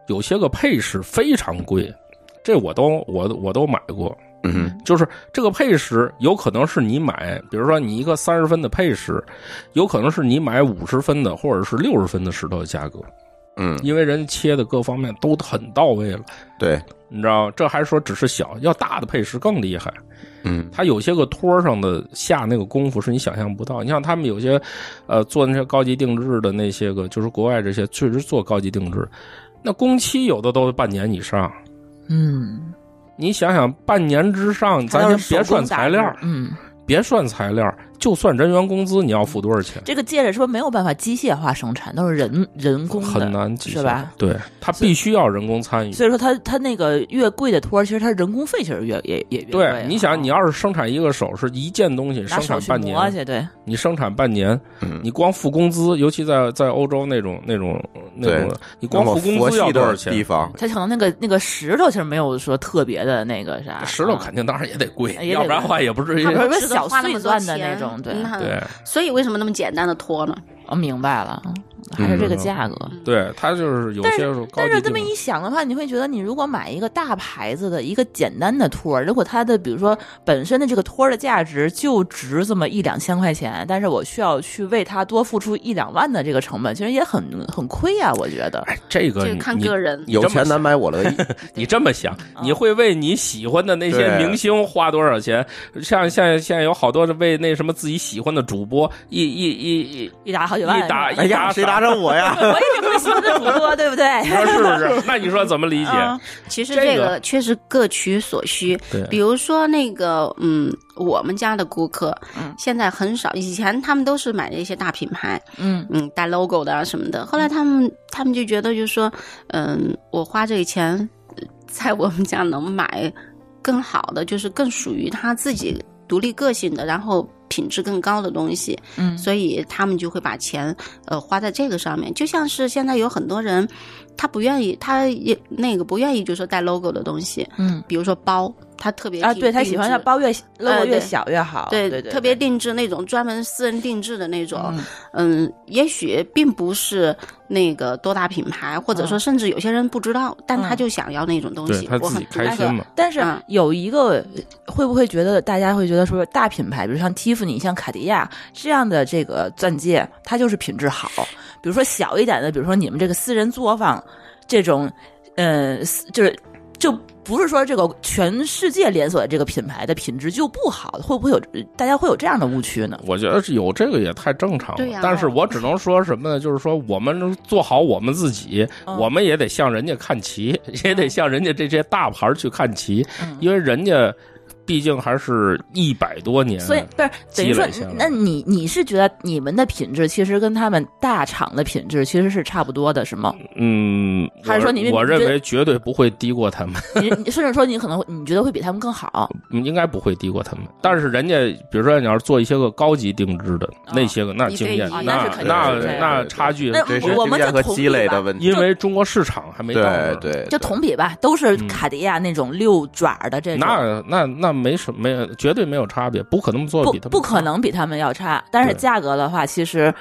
S3: 有些个配饰非常贵，这我都我我都买过。
S6: 嗯
S3: 就是这个配饰有可能是你买，比如说你一个三十分的配饰，有可能是你买五十分的或者是六十分的石头的价格，
S6: 嗯，
S3: 因为人切的各方面都很到位了。
S6: 对，
S3: 你知道，这还说只是小，要大的配饰更厉害。
S6: 嗯
S3: 它有些个托上的下那个功夫是你想象不到。你像他们有些，呃，做那些高级定制的那些个，就是国外这些确实做高级定制，那工期有的都半年以上。
S2: 嗯，
S3: 你想想，半年之上，咱
S2: 还有
S3: 先别
S2: 手工
S3: 算
S2: 打
S3: 材料
S2: 制，嗯，
S3: 别算材料，就算人员工资，你要付多少钱？
S2: 这个戒指是不是没有办法机械化生产，都是人人工的，
S3: 很难计
S2: 是
S3: 算
S2: 吧？？
S3: 对，它必须要人工参与。
S2: 所以说它，它那个越贵的托儿，其实它人工费其实越也也越贵啊。
S3: 对，你想，你要是生产一个首饰，一件东西
S2: 拿
S3: 生
S2: 手
S3: 产
S2: 去
S3: 半年，
S2: 磨去，对，
S3: 你生产半年，
S6: 嗯
S3: 你光付工资，尤其在在欧洲那种那种那种
S6: 对，
S3: 你光付工
S6: 那么佛
S3: 资要
S6: 系
S3: 多少
S6: 的
S3: 钱？
S6: 地方，
S2: 它可能那个那个石头其实没有说特别的那个啥，
S3: 石头
S2: 嗯
S3: 肯定当然也得贵，
S2: 也得
S3: 要不然的话也不至于
S2: 它。不是说
S4: 值得
S2: 小
S4: 花那
S2: 碎
S4: 么多
S2: 钻的那
S4: 钱
S2: 种，对，
S4: 那
S3: 对
S4: 所以为什么那么简单的脱呢？
S2: 我哦明白了，还是这
S3: 嗯
S2: 个价格。
S3: 对，它就是有些时候高
S2: 但
S3: 级
S2: 是这
S3: 定
S2: 么一想的话，你会觉得你如果买一个大牌子的一个简单的托儿，如果它的比如说本身的这个托儿的价值就值这么一两千块钱，但是我需要去为它多付出一两万的这个成本，其实也很很亏啊，我觉得。
S3: 哎，这个
S4: 这
S3: 你
S4: 个看
S3: 你
S4: 个人。
S6: 有钱难买我乐意。
S3: 你这么想，
S4: 嗯
S3: 你会为你喜欢的那些
S6: 对
S3: 明星花多少钱？像像现在有好多是为那什么自己喜欢的主播一一一一
S2: 一打好几万，
S3: 一打
S2: 是吧
S6: 哎
S3: 一
S6: 呀，
S3: 打
S6: 谁搭上我呀？
S2: 我也是会喜欢的主播，对不对？
S3: 你说是不 是？那你说怎么理解？
S4: 嗯，其实
S3: 这
S4: 这
S3: 个
S4: 个确实各取所需。比
S3: 对，
S4: 如说那个，嗯，我们家的顾客，
S2: 嗯
S4: 现在很少，以前他们都是买的一些大品牌，
S2: 嗯，
S4: 嗯，带 logo 的啊什么的。后来他们他们就觉得，就是说，嗯，我花这个钱，呃在我们家能买更好的，就是更属于他自己独立个性的，然后品质更高的东西。
S2: 嗯
S4: 所以他们就会把钱呃花在这个上面。就像是现在有很多人，他不愿意，他也那个不愿意，就是说带 logo 的东西，
S2: 嗯
S4: 比如说包，他特别
S2: 啊，
S4: 定
S2: 对他喜
S4: 定
S2: 欢
S4: 制
S2: 的包越 logo 越
S4: 呃对
S2: 小越好，
S4: 对
S2: 对对，
S4: 特别
S2: 对
S4: 定制那种专门私人定制的那种，
S2: 嗯
S4: 嗯，也许并不是那个多大品牌，或者说
S2: 嗯
S4: 甚至有些人不知道，但他
S2: 嗯
S4: 就想要那种东
S3: 对
S4: 西，
S3: 他
S4: 我
S3: 自
S4: 很
S3: 己开
S4: 哎
S3: 心嘛。
S2: 但是
S4: 嗯
S2: 有一个会不会觉得大家会觉得说大品牌，比如像 Tiffany、像卡地亚这样的这个钻戒，它就是品质好。比如说小一点的，比如说你们这个私人作坊这种，呃，私就是就不是说这个全世界连锁的这个品牌的品质就不好，会不会有大家会有这样的误区呢？
S3: 我觉得是有这个也太正常
S4: 对
S3: 了
S4: 呀，
S3: 但是我只能说什么呢？就是说我们做好我们自己，
S2: 嗯
S3: 我们也得向人家看齐，
S4: 嗯
S3: 也得向人家这些大牌儿去看齐，因为人家毕竟还是一百多年，
S2: 嗯所以不是等于说
S3: 积累下来，
S2: 那你你是觉得你们的品质其实跟他们大厂的品质其实是差不多的，是吗？
S3: 嗯，我
S2: 还是说你
S3: 我
S2: 你
S3: 认
S2: 觉得
S3: 为绝对不会低过他们，
S2: 你你甚至说你可能你觉得会比他们更好，
S3: 嗯应该不会低过他们。但是人家，比如说你要是做一些个高级定制的
S2: 啊
S3: 那些个，那
S4: 一对
S3: 经验
S4: 一，
S2: 那
S3: 那
S2: 是肯定
S3: 那
S2: 是这样
S3: 那差距
S2: 那，
S6: 这是
S2: 我们
S6: 经验
S2: 就
S6: 和
S2: 同
S6: 积
S2: 意
S6: 累
S2: 吧
S6: 的问题。
S3: 因为中国市场还没到那
S6: 对
S3: 儿。
S6: 对，
S2: 就
S6: 对
S2: 同比吧，都是
S3: 嗯
S2: 卡地亚那种六爪的这种，
S3: 那那那没什么，没有绝对没有差别，不可能做
S2: 不
S3: 得比他们
S2: 不可能比他们要差，但是
S3: 对
S2: 价格的话，其实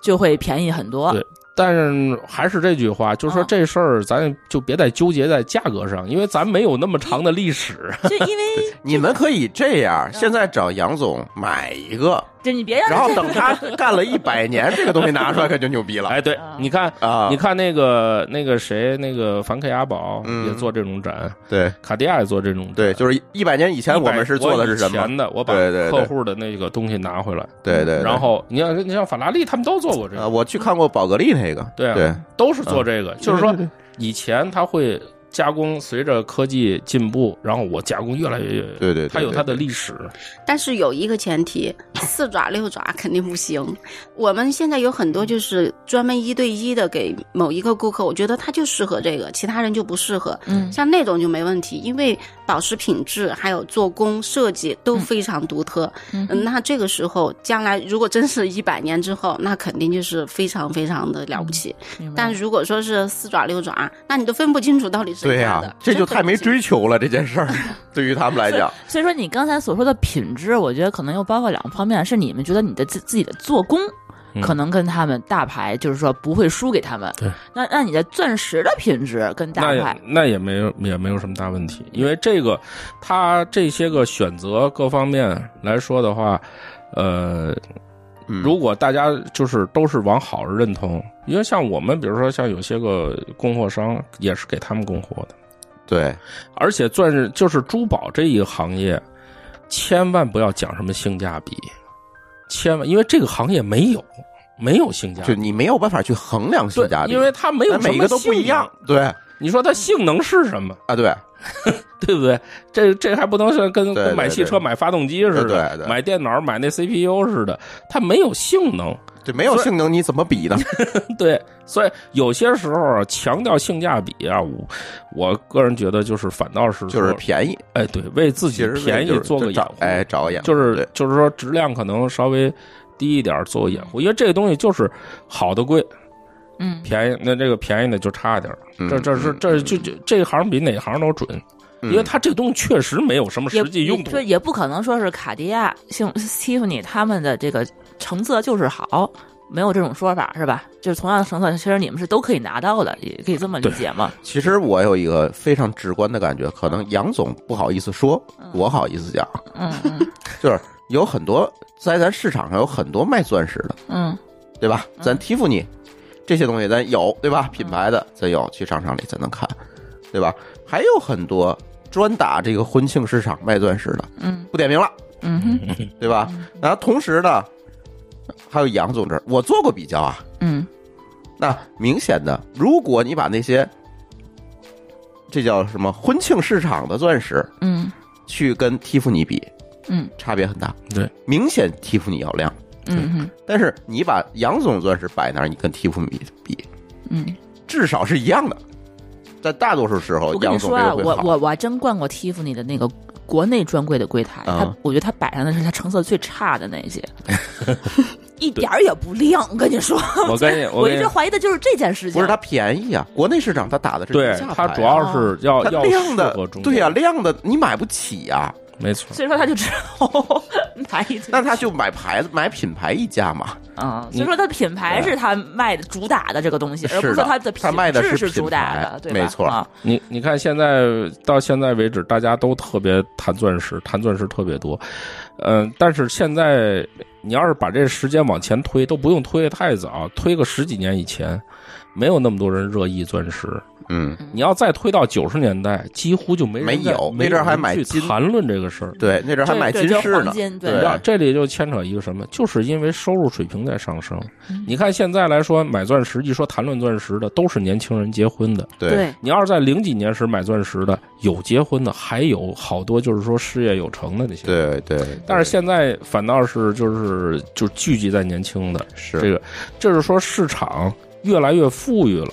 S2: 就会便宜很多
S3: 对。但是还是这句话，就是说
S2: 嗯
S3: 这事儿咱就别再纠结在价格上，因为咱没有那么长的历史。
S2: 就因为
S6: 你们可以这样，现在找杨总买一个，
S2: 就你别让
S6: 然后等他干了一百年，这个东西拿出来可就牛逼了
S3: 哎，对，
S2: 嗯
S3: 你看，
S6: 啊！
S3: 你看那个那个谁，那个梵克雅宝
S6: 嗯
S3: 也做这种展，
S6: 对
S3: 卡地亚也做这种展。
S6: 对，就是一百年以前我们是做的是什
S3: 我以
S6: 么？
S3: 前的，我把
S6: 对对对
S3: 客户的那个东西拿回来，
S6: 对对，对
S3: 然后你像你像法拉利，他们都做过这
S6: 啊，
S1: 呃
S6: 嗯
S3: 个，
S6: 我去看过宝格丽那个，
S3: 对啊
S6: 对，
S3: 都是做这个，就是说以前他会加工，随着科技进步，然后我加工越来越，
S6: 对对对
S3: 它有它
S6: 对
S3: 的
S6: 对
S3: 历史，
S4: 但是有一个前 提，四爪六爪肯定不行。我们现在有很多就是专门一对一的给某一个顾客，我觉得他就适合这个，其他人就不适合。
S2: 嗯
S4: 像那种就没问题，因为宝石品质，还有做工设计都非常独特。嗯那这个时候，将来如果真是一百年之后，那肯定就是非常非常的了不起。
S1: 嗯
S2: 明白
S4: 但如果说是四爪六爪，那你都分不清楚到底是
S1: 对
S4: 谁
S1: 呀、
S4: 家的，
S1: 这就
S4: 真分
S1: 太
S4: 不
S1: 没
S4: 清
S1: 追求了。这件事儿对于他们来 讲，
S2: 所以说，你刚才所说的品质，我觉得可能又包括两个方面，是你们觉得你的自自己的做工。
S3: 嗯
S2: 可能跟他们大牌就是说不会输给他们。
S3: 对，
S2: 那那你的钻石的品质跟大
S3: 那
S2: 牌
S3: 也，那也没有也没有什么大问题，因为这个它这些个选择各方面来说的话，呃，
S1: 嗯
S3: 如果大家就是都是往好了认同，因为像我们比如说像有些个供货商也是给他们供货的，
S1: 对，
S3: 而且钻石就是珠宝这一个行业，千万不要讲什么性价比，千万因为这个行业没有没有性价
S1: 就
S3: 比。
S1: 你没有办法去衡量性
S3: 啊对
S1: 价，比，
S3: 因为它没有
S1: 咱
S3: 什么
S1: 每个都不一样
S3: 性。
S1: 对
S3: 能。你说它性能是什么？
S1: 啊，对，
S3: 对不对？这这还不能像跟
S1: 对
S3: 跟买
S1: 对
S3: 汽车、
S1: 对
S3: 买发动机似的，
S1: 对对对
S3: 买电脑、买那 CPU 似的，它没有性能。
S1: 这没有性能你怎么比呢？
S3: 对，所以有些时候啊，强调性价比啊，我我个人觉得就是反倒是
S1: 就是
S3: 说
S1: 便宜，
S3: 哎，对，为自
S1: 其
S3: 己
S1: 实
S3: 便宜
S1: 就是
S3: 做
S1: 就
S3: 个掩
S1: 找
S3: 护，
S1: 哎，找个掩护，
S3: 就是
S1: 对
S3: 就是说质量可能稍微低一点儿做个掩护，因为这个东西就是好的贵，
S2: 嗯，
S3: 便宜那这个便宜的就差一点儿。
S1: 嗯
S3: 这这是这就就这行比哪行都准，因为
S1: 嗯
S3: 它这东西确实没有什么
S2: 也
S3: 实际用途
S2: 对，。也不可能说是卡地亚、像 Tiffany 他们的这个成色就是好，没有这种说法是吧？就是同样的成色，其实你们是都可以拿到的，也可以这么理解嘛。
S1: 其实我有一个非常直观的感觉，可能杨总不好意思说，我好意思讲，
S2: 嗯嗯
S1: 就是有很多在咱市场上有很多卖钻石的，
S2: 嗯，
S1: 对吧？咱蒂芙尼这些东西咱有，对吧？品牌的咱有，去商场里咱能看，对吧？还有很多专打这个婚庆市场卖钻石的，
S2: 嗯，
S1: 不点名了，
S2: 嗯哼，
S1: 对吧？然后同时呢，还有杨总这儿，我做过比较啊，
S2: 嗯
S1: 那明显的，如果你把那些这叫什么婚庆市场的钻石
S2: 嗯
S1: 去跟蒂芙尼比，
S2: 嗯，
S1: 差别很大，
S3: 对，
S1: 明显蒂芙尼要亮。
S2: 嗯哼
S1: 但是你把杨总钻石摆那儿，你跟蒂芙尼比，
S2: 嗯，
S1: 至少是一样的。在大多数时候
S2: 我，跟
S1: 杨
S2: 你
S1: 总
S2: 说
S1: 这
S2: 啊，
S1: 个会
S2: 我
S1: 好。
S2: 我我还真逛过 Tiffany 的那个国内专柜的柜台，
S1: 啊
S2: 它我觉得它摆上的是它成色最差的那 些，一点儿也不亮。我跟你说，
S3: 我跟你 我
S2: 我
S3: 跟
S2: 一
S3: 你
S2: 直。怀疑的就是这件事情。
S1: 不是它便宜啊，国内市场它打的是
S3: 对
S1: 低价，
S3: 它
S1: 牌
S3: 主
S1: 啊
S3: 要是要
S1: 它
S3: 要
S1: 亮
S3: 适合
S1: 的
S3: 中，国
S1: 对呀、亮的你买不起呀、
S3: 没错。
S2: 所以说他就只好 买一堆
S1: 那他就买牌子买品牌溢价嘛。
S2: 啊，所以说它品牌是它卖的主打的这个东西，
S1: 啊是
S2: 而不是说
S1: 的
S2: 它的
S1: 它卖的
S2: 质
S1: 是
S2: 是主打
S1: 品牌
S2: 的，对吧？
S1: 没错
S2: 啊
S3: 你你看，现在到现在为止，大家都特别谈钻石，谈钻石特别多。嗯、但是现在你要是把这时间往前推，都不用推得太早，推个十几年以前，没有那么多人热议钻石。
S1: 嗯，
S3: 你要再推到九十年代，几乎就没人
S1: 没
S3: 在
S1: 有
S3: 没
S1: 那阵儿还
S3: 人
S1: 买
S3: 去
S1: 金
S3: 谈论这个事儿。
S1: 对，那阵儿还
S2: 对
S1: 买
S2: 对
S1: 金
S2: 就是
S1: 饰
S2: 黄
S1: 呢
S2: 金，对
S3: 你知道
S1: 对，
S3: 这里就牵扯一个什么，就是因为收入水平在上升。你看现在来说，买钻石一说谈论钻石的，都是年轻人结婚的。
S1: 对，
S3: 你要是在零几年时买钻石的，有结婚的，还有好多就是说事业有成的那些。，
S1: 对对。
S3: 但是现在反倒是就是就聚集在年轻的
S1: 是
S3: 这个，这是说市场越来越富裕了，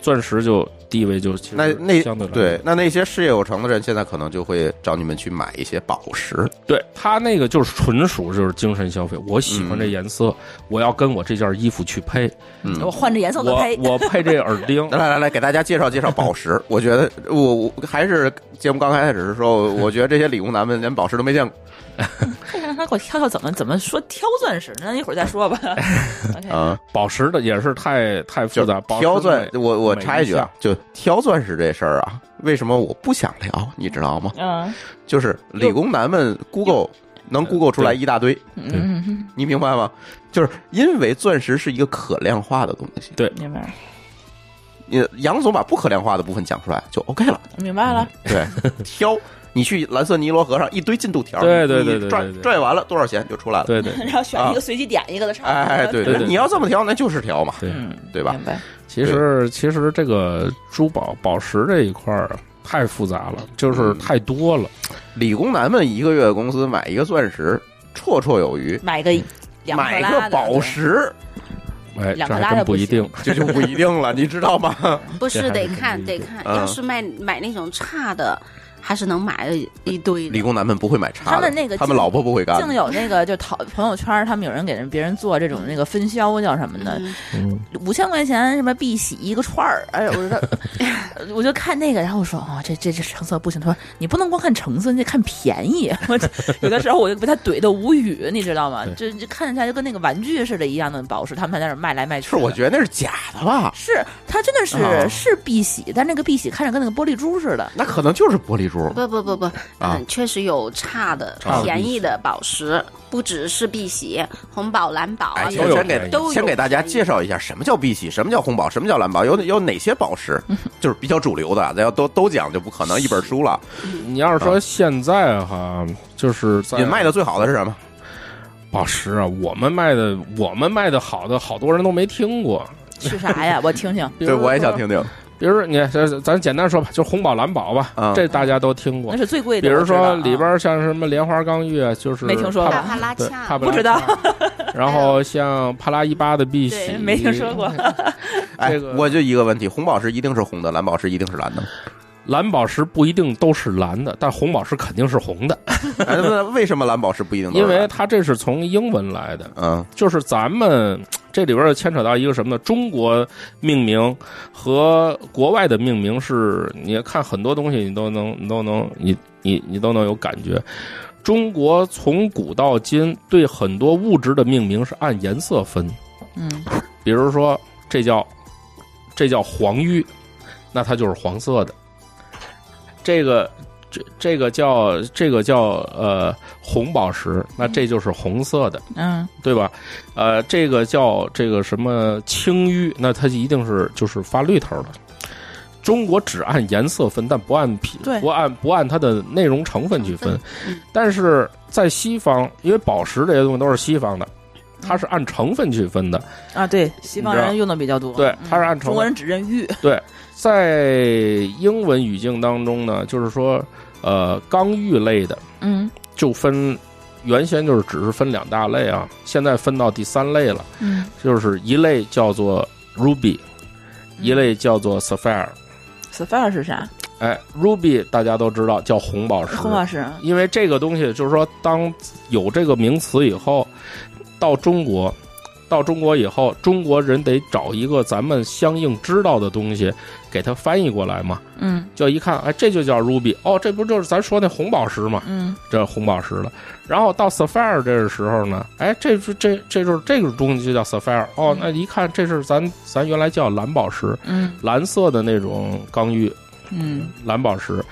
S3: 钻石就地位就其实
S1: 那那
S3: 相对来
S1: 对那那些事业有成的人，现在可能就会找你们去买一些宝石。
S3: 对他那个就是纯属就是精神消费，我喜欢
S1: 嗯
S3: 这颜色，我要跟我这件衣服去配，
S1: 嗯
S2: 我换着颜色的
S3: 我
S2: 配，
S3: 我配这耳 钉
S1: 来。来来来，给大家介绍介绍宝 石。我觉得我我还是节目刚开始的时候，我觉得这些理工男们连宝石都没见过
S2: 看看他给我挑挑怎么怎么说挑钻石呢？一会儿 再说吧。OK，
S1: 啊。
S3: 宝石的也是太太
S1: 就
S3: 复杂，宝石
S1: 挑钻，
S3: 每
S1: 我我
S3: 每
S1: 插一句啊
S3: 项，
S1: 就挑钻石这事儿啊，为什么我不想聊？你知道吗？
S2: 嗯
S1: 就是理工男们 Google 能 Google 出来一大堆，
S2: 嗯嗯嗯，
S1: 你明白吗？就是因为钻石是一个可量化的东西，
S2: 明白
S1: 你杨总把不可量化的部分讲出来就 OK 了。
S2: 明白了。
S1: 对，挑你去蓝色尼罗河上一堆进度条，
S3: 对对对
S1: 你
S3: 对对
S1: 拽
S3: 对对
S1: 拽完了多少钱就出来了。
S3: 对对
S2: 然后选一个随机点一个的差不多。
S1: 嗯啊哎，对
S3: 对对对
S1: 你要这么挑，那就是挑嘛，
S3: 对，
S2: 嗯，
S1: 对吧
S2: 明白。
S3: 其实，其实这个珠宝宝石这一块儿啊太复杂了，就是
S1: 嗯
S3: 太多了。
S1: 理工男们一个月工资买一个钻石，绰绰有余。
S2: 买个两克
S1: 买
S2: 拉
S1: 个
S2: 的
S1: 宝
S2: 对
S1: 石，
S3: 哎，这
S2: 两个
S3: 还
S2: 拉
S3: 真
S2: 的
S3: 不
S2: 不
S3: 一定
S2: 行。
S1: 这就不一定了，你知道吗？
S4: 不
S3: 这
S4: 是
S3: 还
S4: 得
S3: 是很
S4: 看
S3: 理
S4: 得
S3: 解
S4: 看，
S1: 嗯
S4: 要是卖买那种差的，还是能买一堆
S1: 呃理
S4: 的。
S1: 工男们不会买茶的，
S2: 他们那个
S1: 他们
S2: 净
S1: 老婆不会干
S2: 净
S1: 的，
S2: 有那个就淘朋友圈儿，他们有人给人别人做这种那个分销叫什么的，
S4: 嗯
S2: 五千块钱什么碧玺一个串儿，哎，我说， 我就看那个，然后我说哦，这这这成色不行。他说你不能光看成色，你得看便宜。 我就有的时候我就被他怼的无语，你知道吗？就就看起来就跟那个玩具似的一样的宝石，他们在那儿卖来卖去
S1: 是
S2: 的。
S1: 我觉得那是假的吧？
S2: 是它真的是、
S3: 哦
S1: 啊
S2: 是碧玺，但那个碧玺看着跟那个玻璃珠似的。
S1: 那可能就是玻璃珠，
S4: 不不不不，
S1: 啊
S4: 嗯，确实有差的
S3: 差的
S4: 便
S3: 碧玺
S4: 宜的宝石，不只是碧玺、红宝、蓝宝啊
S1: 哎，，
S3: 都
S1: 先
S3: 有
S1: 先
S3: 便
S1: 给
S3: 宜
S4: 都有
S1: 先给大家
S4: 便宜
S1: 介绍一下什么叫碧玺，什么叫红宝，什么叫蓝宝，有有哪些宝 石，就是比较主流的，咱要都都讲就不可能一本书了。
S3: 你要是说现在哈，就是在
S1: 你啊卖的最好的是什么？
S3: 宝石啊，我们卖的我们卖的好的，好多人都没听过。
S2: 是啥呀？我听听，
S3: 比
S1: 对，
S3: 如
S1: 我也
S3: 说
S1: 想。听听。
S3: 比如说你，咱咱简单说吧，就红宝蓝宝吧，
S1: 嗯
S3: 这大家都听过
S2: 那。是最贵
S3: 比
S2: 的。
S3: 如
S2: 我知道啊
S3: 说里边像什么莲花刚玉，就是
S2: 没听说过
S3: 帕
S4: 大帕拉
S3: 对，
S4: 恰
S3: 帕布
S2: 啊不知
S3: 拉恰。然后像帕拉伊巴的碧玺
S2: 对，没听说过。
S1: 哎
S3: 这，个
S1: 我就一个问题，红宝石一定是红的，蓝宝石一定是蓝的 吗。
S3: 蓝宝石不一定都是蓝的，但红宝石肯定是红的，
S1: 哎那为什么蓝宝石不一定都
S3: 因
S1: 是蓝的？
S3: 为它这是从英文来的。
S1: 嗯，
S3: 就是咱们这里边儿牵扯到一个什么呢？中国命名和国外的命名是，你看很多东西你都能，你都能，你你你都能有感觉。中国从古到今对很多物质的命名是按颜色分，
S2: 嗯，
S3: 比如说这叫这叫黄玉，那它就是黄色的。这个这这个叫这个叫呃红宝石，那这就是红色的。
S2: 嗯，
S3: 对吧？呃，这个叫这个什么青玉，那它一定是就是发绿头的。中国只按颜色分，但不按品，
S2: 对
S3: 不按不按它的内容成分去分
S4: 成。嗯
S3: 但是在西方，因为宝石这些东西都是西方的，它是按成分去分的。
S2: 啊，对，西方
S3: 你知
S2: 人
S3: 道
S2: 用的比较多。
S3: 对
S2: 嗯
S3: 它是按成
S2: 中国人只认玉。
S3: 在英文语境当中呢，就是说，呃，刚玉类的
S2: 嗯
S3: 就分，原先就是只是分两大类啊，现在分到第三类了。
S2: 嗯，
S3: 就是一类叫做 ruby，一类叫做 sapphire。
S2: sapphire 是啥？
S3: 哎，ruby 大家都知道叫红宝石，
S2: 红宝石。
S3: 因为这个东西就是说，当有这个名词以后，到中国，到中国以后，中国人得找一个咱们相应知道的东西给它翻译过来嘛。
S2: 嗯
S3: 就一看，哎，这就叫 ruby，哦，这不就是咱说那红宝石吗？
S2: 嗯
S3: 这红宝石了。然后到 sapphire 这个时候呢，哎，这是这这就是这个东西就叫 sapphire 哦，那一看这是咱咱原来叫蓝宝石，
S2: 嗯
S3: 蓝色的那种刚玉
S2: 嗯
S3: 蓝宝石。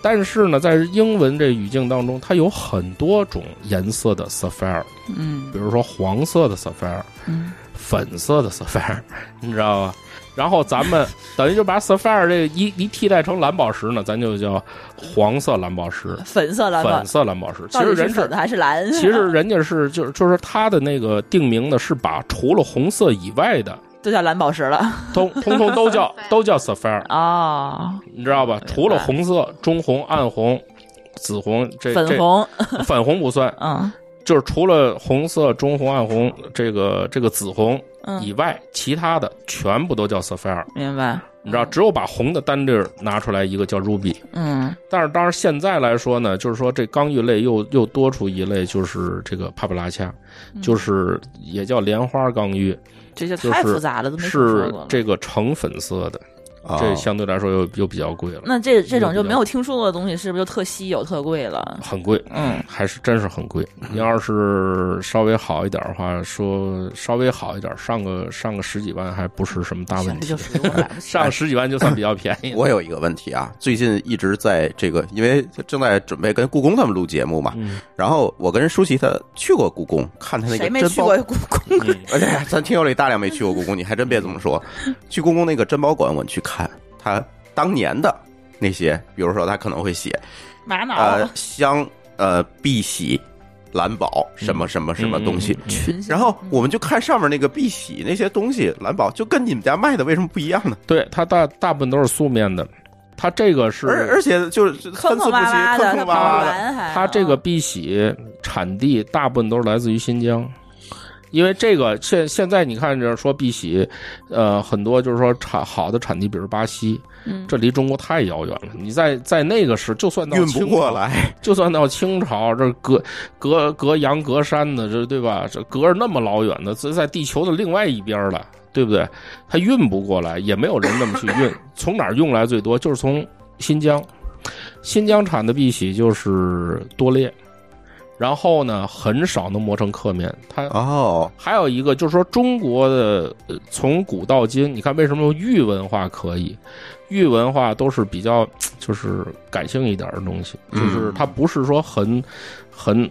S3: 但是呢，在英文这语境当中，它有很多种颜色的 sapphire，
S2: 嗯
S3: 比如说黄色的 sapphire，
S2: 嗯，
S3: 粉色的 sapphire，你 知道吧？然后咱 们等于就把 sapphire 这个一一替代成蓝宝石呢，咱就叫黄色蓝宝石、
S2: 粉色蓝吧
S3: 粉，色蓝宝石。其
S2: 到
S3: 实
S2: 底是
S3: 人是
S2: 粉的还是蓝？
S3: 其实人家是就是就是说他的那个定名呢，是把除了红色以外的，
S2: 都叫蓝宝石了
S3: 通通通都叫都叫 sapphire，
S2: 哦，
S3: 你知道吧？除了红色、棕红、暗红、紫红，这
S2: 粉红，
S3: 这 粉红不算，
S2: 嗯
S3: 就是除了红色、棕红、暗红这个这个紫红以
S2: 嗯，
S3: 外，其他的全部都叫 sapphire。
S2: 明白，
S3: 你知道，只有把红的单粒儿拿出来一个叫 ruby，
S2: 嗯
S3: 但是当然现在来说呢，就是说这刚玉类又又多出一类，就是这个帕布拉恰，
S2: 嗯
S3: 就是也叫莲花刚玉，
S2: 这就
S3: 就是
S2: 太复杂了，都没听说
S3: 是
S2: 过了。
S3: 这个橙粉色的，
S1: 啊
S3: 这相对来说又又比较贵了，
S2: 那这这种就没有听说过的东西，是不是就特稀有、特贵了？
S3: 很贵，
S2: 嗯，
S3: 还是真是很贵。
S1: 嗯
S3: 你要是稍微好一点的话，说稍微好一点，上个上个十几万还不是什么大问
S2: 这
S3: 题
S2: 就，属于我买 不起。
S3: 上十几万就算比较便宜。
S1: 我有一个问题啊，最近一直在这个，因为正在准备跟故宫他们录节目嘛，
S3: 嗯
S1: 然后我跟舒淇她去过故宫，看她那个
S2: 谁没
S1: 珍
S2: 去
S1: 宝
S2: 过故宫？
S3: 嗯
S1: 而且咱听友里大量没去过故宫，你还真别这么 说。去故宫那个珍宝馆，我去看他当年的那些，比如说他可能会写
S2: 玛瑙
S1: 呃、香呃碧玺、蓝宝什么什么什么东西
S3: 嗯嗯，
S2: 群星，
S1: 然后我们就看上面那个碧玺那些东西，蓝宝就跟你们家卖的为什么不一样呢？
S3: 对，它大大部分都是素面的，它这个是
S1: 而而且就是参
S2: 坑
S1: 差不齐，坑
S2: 坑洼洼的，它
S1: 坑洼
S2: 不
S1: 洼的。
S2: 蓝还
S3: 它这个碧玺产地大部分都是来自于新疆，因为这个现现在你看，就是说碧玺，呃，很多就是说产好的产地，比如巴西，
S2: 嗯
S3: 这离中国太遥远了。你在在那个时，就算到
S6: 运
S3: 清
S6: 不
S3: 朝
S6: 过， 来，
S3: 就算到清朝，这隔隔隔洋隔山的，这对吧？这隔着那么老远的，这在地球的另外一边了，对不对？它运不过来，也没有人那么去运。从哪儿运来最多？就是从新疆，新疆产的碧玺就是多裂，然后呢，很少能磨成刻面，它
S6: 哦，
S3: 还有一个就是说，中国的呃从古到今，你看为什么玉文化可以？玉文化都是比较就是感性一点的东西，就
S6: 嗯
S3: 是它不是说很很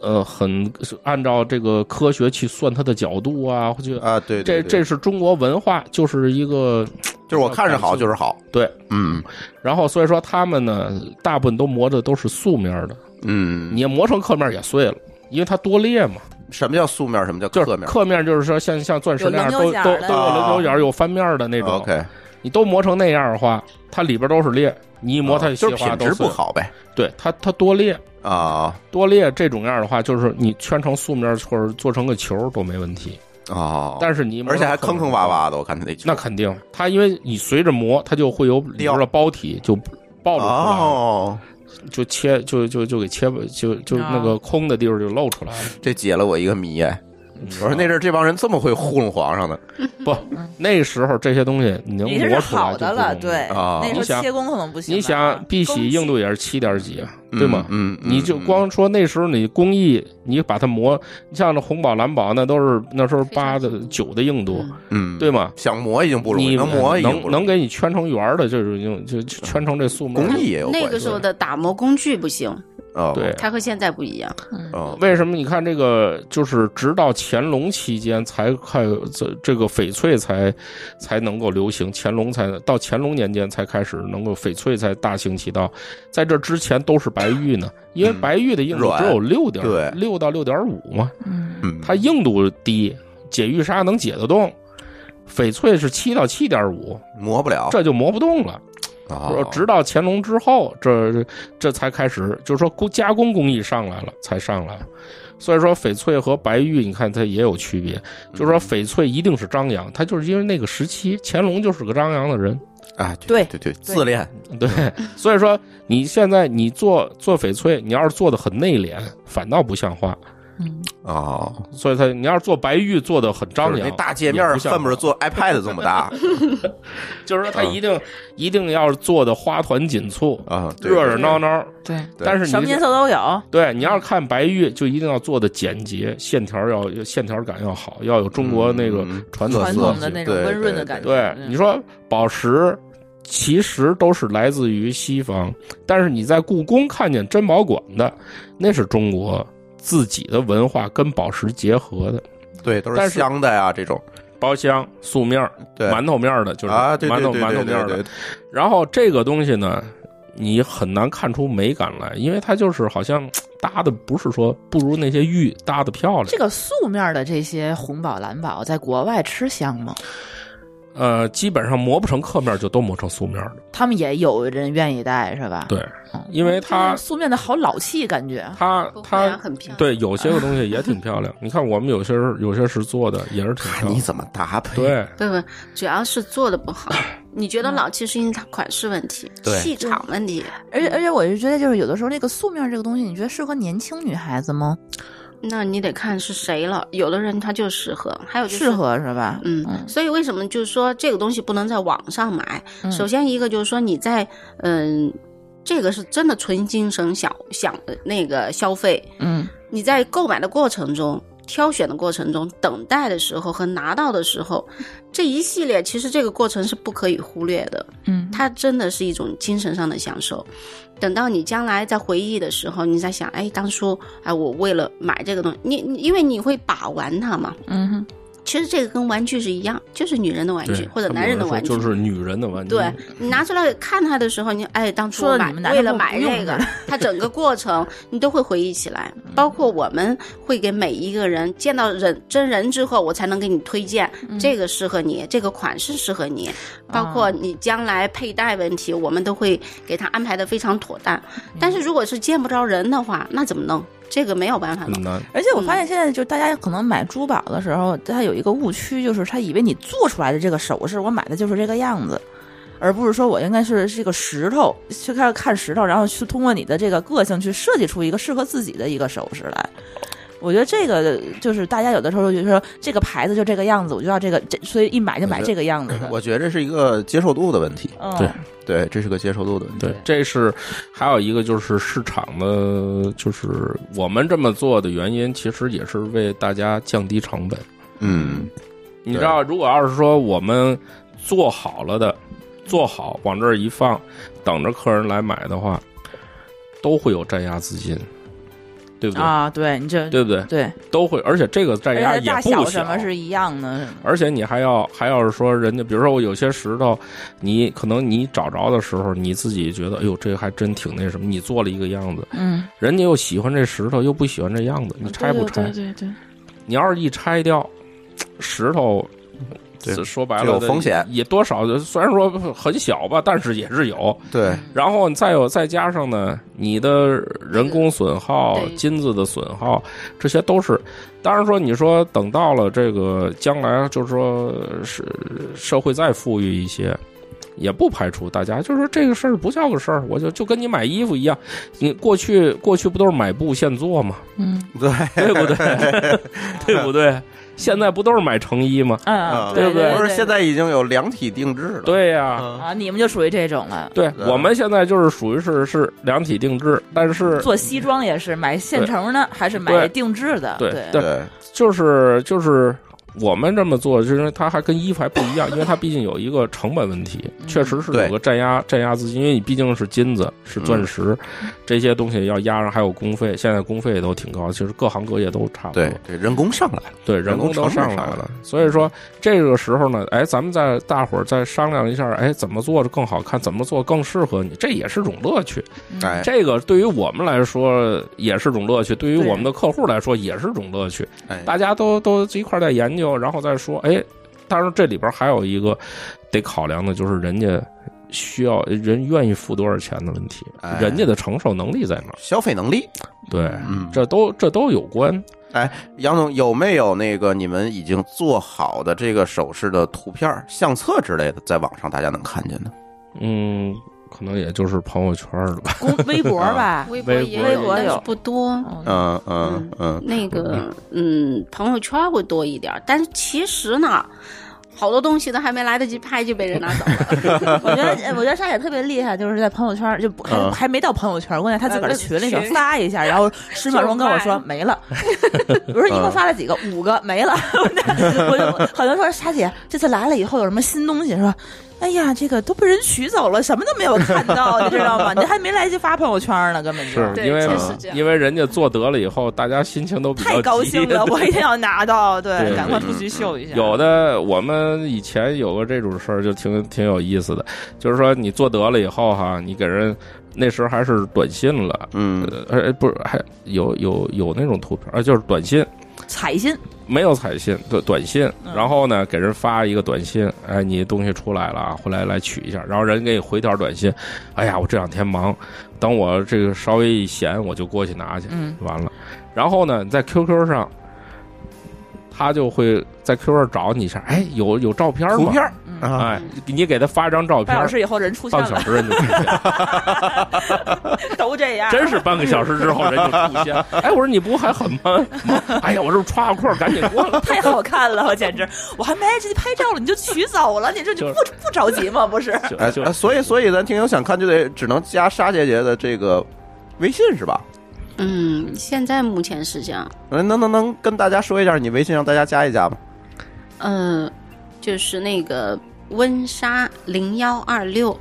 S3: 呃很按照这个科学去算它的角度啊，或者
S6: 啊，对，
S3: 这
S6: 对对
S3: 这是中国文化，就是一个
S6: 就是我看着好就是好，
S3: 对。
S6: 嗯
S3: 然后所以说他们呢，大部分都磨的都是素面的，
S6: 嗯，
S3: 你磨成刻面也碎了，因为它多裂嘛。
S6: 什么叫素面？什么叫
S3: 就是
S6: 刻面
S3: 刻面就是说像像钻石那样
S2: 有棱
S3: 都都
S2: 有角的
S3: 都有棱有角、有翻面的那种。
S6: 啊？OK，
S3: 你都磨成那样的话，它里边都是裂，你一磨它
S6: 啊
S3: 细
S6: 就是
S3: 化
S6: 品
S3: 都
S6: 质
S3: 碎
S6: 不。好呗
S3: 对它它多裂
S6: 啊
S3: 多裂这种样的话，就是你圈成素面或者做成个球都没问题。
S6: 哦，
S3: 但是你一磨
S6: 而且还
S3: 刻面
S6: 坑坑洼，洼的，我看他那球
S3: 那肯定它因为你随着磨，它就会有里边的包体就暴露出来了，
S6: 哦，
S3: 就切就就就给切就就那个空的地方就露出来了。
S6: 这解了我一个谜哎。
S3: 你知
S6: 哦我说
S3: 道吗
S6: 那阵儿这帮人这么会糊弄皇上的
S3: 不那时候这些东西你能
S2: 已经是
S3: 磨出来
S2: 好
S3: 就
S2: 的
S3: 不
S2: 了，
S3: 容易
S2: 对，
S6: 啊
S2: 那
S3: 你
S2: 时
S3: 想
S2: 候切工可能不行吧。啊
S3: 你想，碧玺硬
S2: 工
S3: 度也是七点几，对吗？
S6: 嗯，嗯
S3: 你就
S6: 嗯
S3: 光说那时候你工艺，你把它磨，你像这红宝蓝宝那都是那时候八的九的硬度，
S6: 嗯，
S3: 对吗？
S6: 想磨已经不容易，
S3: 你
S6: 能磨已经不
S3: 能
S6: 容易
S3: 能给你圈成圆儿的，就是用就就圈成这素面儿
S6: 工艺。也有
S4: 那
S6: 关
S4: 个
S6: 系
S4: 时候的打磨工具不行，
S6: 哦，
S3: 对，
S4: 它和现在不一样。
S6: 哦，
S3: 为什么你看这个，就是直到乾隆期间才开这这个翡翠才才能够流行，乾隆才到乾隆年间才开始能够翡翠才大行其道，在这之前都是白玉呢，因为
S6: 嗯
S3: 白玉的硬度只有六点
S6: 对
S3: 六到六点五嘛，
S6: 嗯
S3: 它硬度低，解玉砂能解得动。翡翠是七到七点五，
S6: 磨不了，
S3: 这就磨不动了。
S6: 哦
S3: 直到乾隆之后，这这才开始，就是说工加工工艺上来了，才上来。所以说，翡翠和白玉，你看它也有区别。
S6: 嗯
S3: 就是说，翡翠一定是张扬，它就是因为那个时期，乾隆就是个张扬的人，
S6: 啊，
S2: 对
S6: 对对，自恋
S3: 对。
S6: 嗯
S3: 所以说，你现在你做做翡翠，你要是做的很内敛，反倒不像话。嗯
S6: 哦，
S3: 所以它，你要是做白玉做的很张
S6: 就是
S3: 扬，
S6: 那大界
S3: 也
S6: 面
S3: 像话
S6: 恨不得做 iPad 这么 大
S3: 就是说它
S6: 嗯
S3: 一定、一定要做的花团锦簇，
S6: 啊，对
S3: 热热闹闹。
S2: 对，
S6: 对
S3: 但是你
S2: 什么颜色都有。
S3: 对，你要是看白玉，就一定要做的简洁，线条要有线条感要好，要有中国那个
S6: 嗯
S3: 传统
S2: 传
S3: 色
S2: 统
S3: 系
S2: 的那种
S6: 对
S2: 温润
S6: 对
S2: 的感觉。
S3: 对，
S2: 嗯
S3: 你说宝石其实都是来自于西方，但是你在故宫看见珍宝馆的，那是中国自己的文化跟宝石结合的，
S6: 对，都
S3: 但
S6: 是
S3: 是
S6: 香的呀，这种
S3: 包厢、素面儿、
S6: 对
S3: 馒头面儿的，就是
S6: 啊，对
S3: 馒
S6: 对
S3: 头
S6: 对
S3: 馒
S6: 对
S3: 头面儿
S6: 对
S3: 的
S6: 对，，
S3: 然后这个东西呢，你很难看出美感来，因为它就是好像搭的不是说不如那些玉搭的漂亮
S2: 这。个素面的这些红宝、蓝宝，在国外吃香吗？
S3: 呃，基本上磨不成刻面就都磨成素面了。
S2: 他们也有人愿意戴是吧？
S3: 对，
S4: 嗯
S3: 因为嗯它
S2: 但是素面的好老气感觉。
S3: 它
S4: 不会啊
S3: 它
S4: 很漂亮
S3: 对有些个东西也挺漂亮。你看我们有些人有些是做的也是挺漂
S6: 看
S3: 亮
S6: 你
S3: 的。
S6: 怎么搭配，
S3: 对，
S4: 不不，主要是做的不好。你觉得老气是因为它款式问题、
S6: 对
S4: 气场问题，
S2: 而且而且，我是觉得就是有的时候那个素面这个东西，你觉得适合年轻女孩子吗？
S4: 那你得看是谁了。有的人他就适合，还有就是
S2: 适。合是吧？
S4: 嗯，所以为什么就是说这个东西不能在网上买？
S2: 嗯
S4: 首先一个就是说你在嗯、这个是真的纯精神想想呃那个消费，
S2: 嗯，
S4: 你在购买的过程中、挑选的过程中、等待的时候和拿到的时候，这一系列其实这个过程是不可以忽略的。
S2: 嗯，
S4: 它真的是一种精神上的享受。等到你将来在回忆的时候，你在想，哎，当初哎，我为了买这个东西，你你因为你会把玩它嘛。
S2: 嗯哼，
S4: 其实这个跟玩具是一样，就是女人的玩具
S3: 对，
S4: 或者男人的玩具。
S3: 就是嗯女人的玩具。
S4: 对你拿出来看它的时候，你哎，当初
S2: 说
S4: 我
S2: 得
S4: 买
S2: 你们男
S4: 为
S2: 的
S4: 了
S2: 不
S4: 买
S2: 不用
S4: 这个
S2: 了，
S4: 它整个过程你都会回忆起来。
S3: 嗯
S4: 包括我们会给每一个人见到人真人之后，我才能给你推荐、这个适合你，这个款式适合你，包括你将来佩戴问题，我们都会给他安排的非常妥当。但是如果是见不着人的话，那怎么弄？这个没有办法弄
S3: 很。难。
S2: 而且我发现现在就大家可能买珠宝的时候，他有一个误区，就是他以为你做出来的这个首饰，我买的就是这个样子，而不是说我应该是这个石头，去开始看石头，然后去通过你的这个个性去设计出一个适合自己的一个首饰来。我觉得这个就是大家有的时候就说这个牌子就这个样子，我就要这个，这所以一买就买这个样子的。
S6: 我觉得这是一个接受度的问题，
S2: 嗯，
S3: 对
S6: 对，这是个接受度的问题。
S3: 对，这是还有一个就是市场的，就是我们这么做的原因，其实也是为大家降低成本。
S6: 嗯，
S3: 你知道，如果要是说我们做好了的，做好往这儿一放，等着客人来买的话，都会有占压资金，对不对？
S2: 啊，对你这
S3: 对不对？
S2: 对，
S3: 都会，而且这个占
S2: 而且
S3: 压
S2: 它
S3: 也
S2: 大
S3: 不
S2: 小
S3: 小
S2: 什么是一样的，
S3: 而且你还要还要是说人家，比如说我有些石头，你可能你找着的时候，你自己觉得，哎呦，这个还真挺那什么，你做了一个样子，
S2: 嗯，
S3: 人家又喜欢这石头，又不喜欢这样子，你拆不拆？
S2: 对对，
S3: 你要是一拆掉，石头。
S6: 对
S3: 这说白
S6: 这
S3: 了
S6: 有风险
S3: 也多少的，虽然说很小吧，但是也是有。
S2: 嗯
S6: 对，
S3: 然后你再有再加上呢，你的人工损耗、
S4: 对
S3: 金子的损耗，这些都是。当然说，你说等到了这个将来，就是说是社会再富裕一些。也不排除大家，就是说这个事儿不叫个事儿，我就就跟你买衣服一样，你过去过去不都是买布现做吗？
S2: 嗯
S6: 对，
S3: 对 不对？对不对？现在不都是买成衣吗？
S2: 嗯，
S3: 对不对
S2: 对，
S6: 啊不是现
S2: 在
S6: 在已经有量体定制了。
S3: 对呀、
S6: 嗯，
S2: 啊，你们就属于这种了。
S3: 对
S6: 对
S3: 我们现在就是属于是是量体定制，但是
S2: 做西装也是买现成的，还是买
S3: 对
S2: 定制的？
S3: 对
S2: 对
S3: 对
S6: 对，
S3: 就是就是我们这么做，就是因为它还跟衣服还不一样，因为它毕竟有一个成本问题，确实
S6: 嗯
S3: 是
S6: 对嗯
S3: 有个占压占压资金，因为你毕竟是金子是钻石、这些东西要压上，还有工费，现在工费也都挺高，其实各行各业都差不多
S6: 对，，这人工上来了，
S3: 对人工都上
S6: 人工成本
S3: 来
S6: 上来
S3: 了
S6: 了，
S3: 所以说这个时候呢，哎，咱们再大伙儿再商量一下，哎，怎么做更好看，怎么做更适合你，这也是种乐趣。
S2: 嗯
S6: 哎，
S3: 这个对于我们来说也是种乐趣，对于
S2: 对
S3: 我们的客户来说也是种乐趣
S6: 哎。
S3: 大家都都一块儿在研究，然后再说。哎，当然这里边还有一个得考量的，就是人家需要人愿意付多少钱的问题，
S6: 哎
S3: 人家的承受能力在哪儿？
S6: 消费能力。
S3: 对，
S6: 嗯
S3: 这都这都有关。
S6: 杨总有没有那个你们已经做好的这个首饰的图片儿、相册之类的，在网上大家能看见的？
S3: 嗯，可能也就是朋友圈了吧。
S2: 公微博吧，
S4: 微
S3: 博也有微
S2: 博
S4: 但是
S2: 有
S4: 不多。
S2: 嗯
S6: 嗯嗯嗯，
S4: 那个，嗯，朋友圈会多一点儿，但是其实呢，好多东西都还没来得及拍就被人拿 走了。
S2: 我觉得 我觉得莎姐特别厉害，就是在朋友圈就不还
S6: 嗯
S2: 还没到朋友圈，关键她自个儿
S4: 呃
S2: 的群里头
S4: 群
S2: 发一下，然后十秒钟跟我说
S4: 就
S2: 没了。 我说一共发了几个？五个没了。 我就好多人说莎姐这次来了以后有什么新东西？说哎呀，这个都被人取走了，什么都没有看到，你知道吗？你还没来得及发朋友圈呢，根本就是
S4: 对
S3: 因为
S4: 确实这样
S3: 因为人家做得了以后，大家心情都比较
S2: 太高
S3: 急
S2: 兴 了，我一定要拿到，对，
S3: 对
S2: 赶快出去秀一下。
S3: 有的我们以前有过这种事儿，就挺挺有意思的，就是说你做得了以后哈，你给人那时候还是短信了，
S6: 嗯，
S3: 呃，哎不是还有有有那种图片啊，就是短信。
S2: 彩信，
S3: 没有彩信，对短信
S2: 嗯，
S3: 然后呢，给人发一个短信，哎，你东西出来了啊，回来来取一下，然后人给你回条短信，哎呀，我这两天忙，等我这个稍微一闲，我就过去拿去，
S2: 嗯
S3: 完了，然后呢，你在 QQ 上，他就会在 QQ 上找你一下，哎，有有照片吗？
S6: 图片儿
S2: 嗯，
S6: 啊，
S3: 哎，你给他发一张照片
S2: 半小，时以后人出现
S3: 半小
S2: 了，
S3: 时人就出 现了，
S2: 都这样，
S3: 真是半个小时之后人就出现了，哎，我说你不还很忙吗？哎呀，我这不穿个裤儿赶紧过来。
S2: 太好看了，我简直，我还没来得及拍照了，你就取走了，你这你
S3: 就是
S2: 不不着急吗？不是，
S3: 就
S6: 哎，
S3: 嗯就
S6: 哎所以所以咱听友想看就得只能加沙姐姐的这个微信是吧？
S4: 嗯，现在目前是这样，
S6: 能能能能跟大家说一下你微信让大家加一加吗？
S4: 呃，就是那个温莎零幺二六，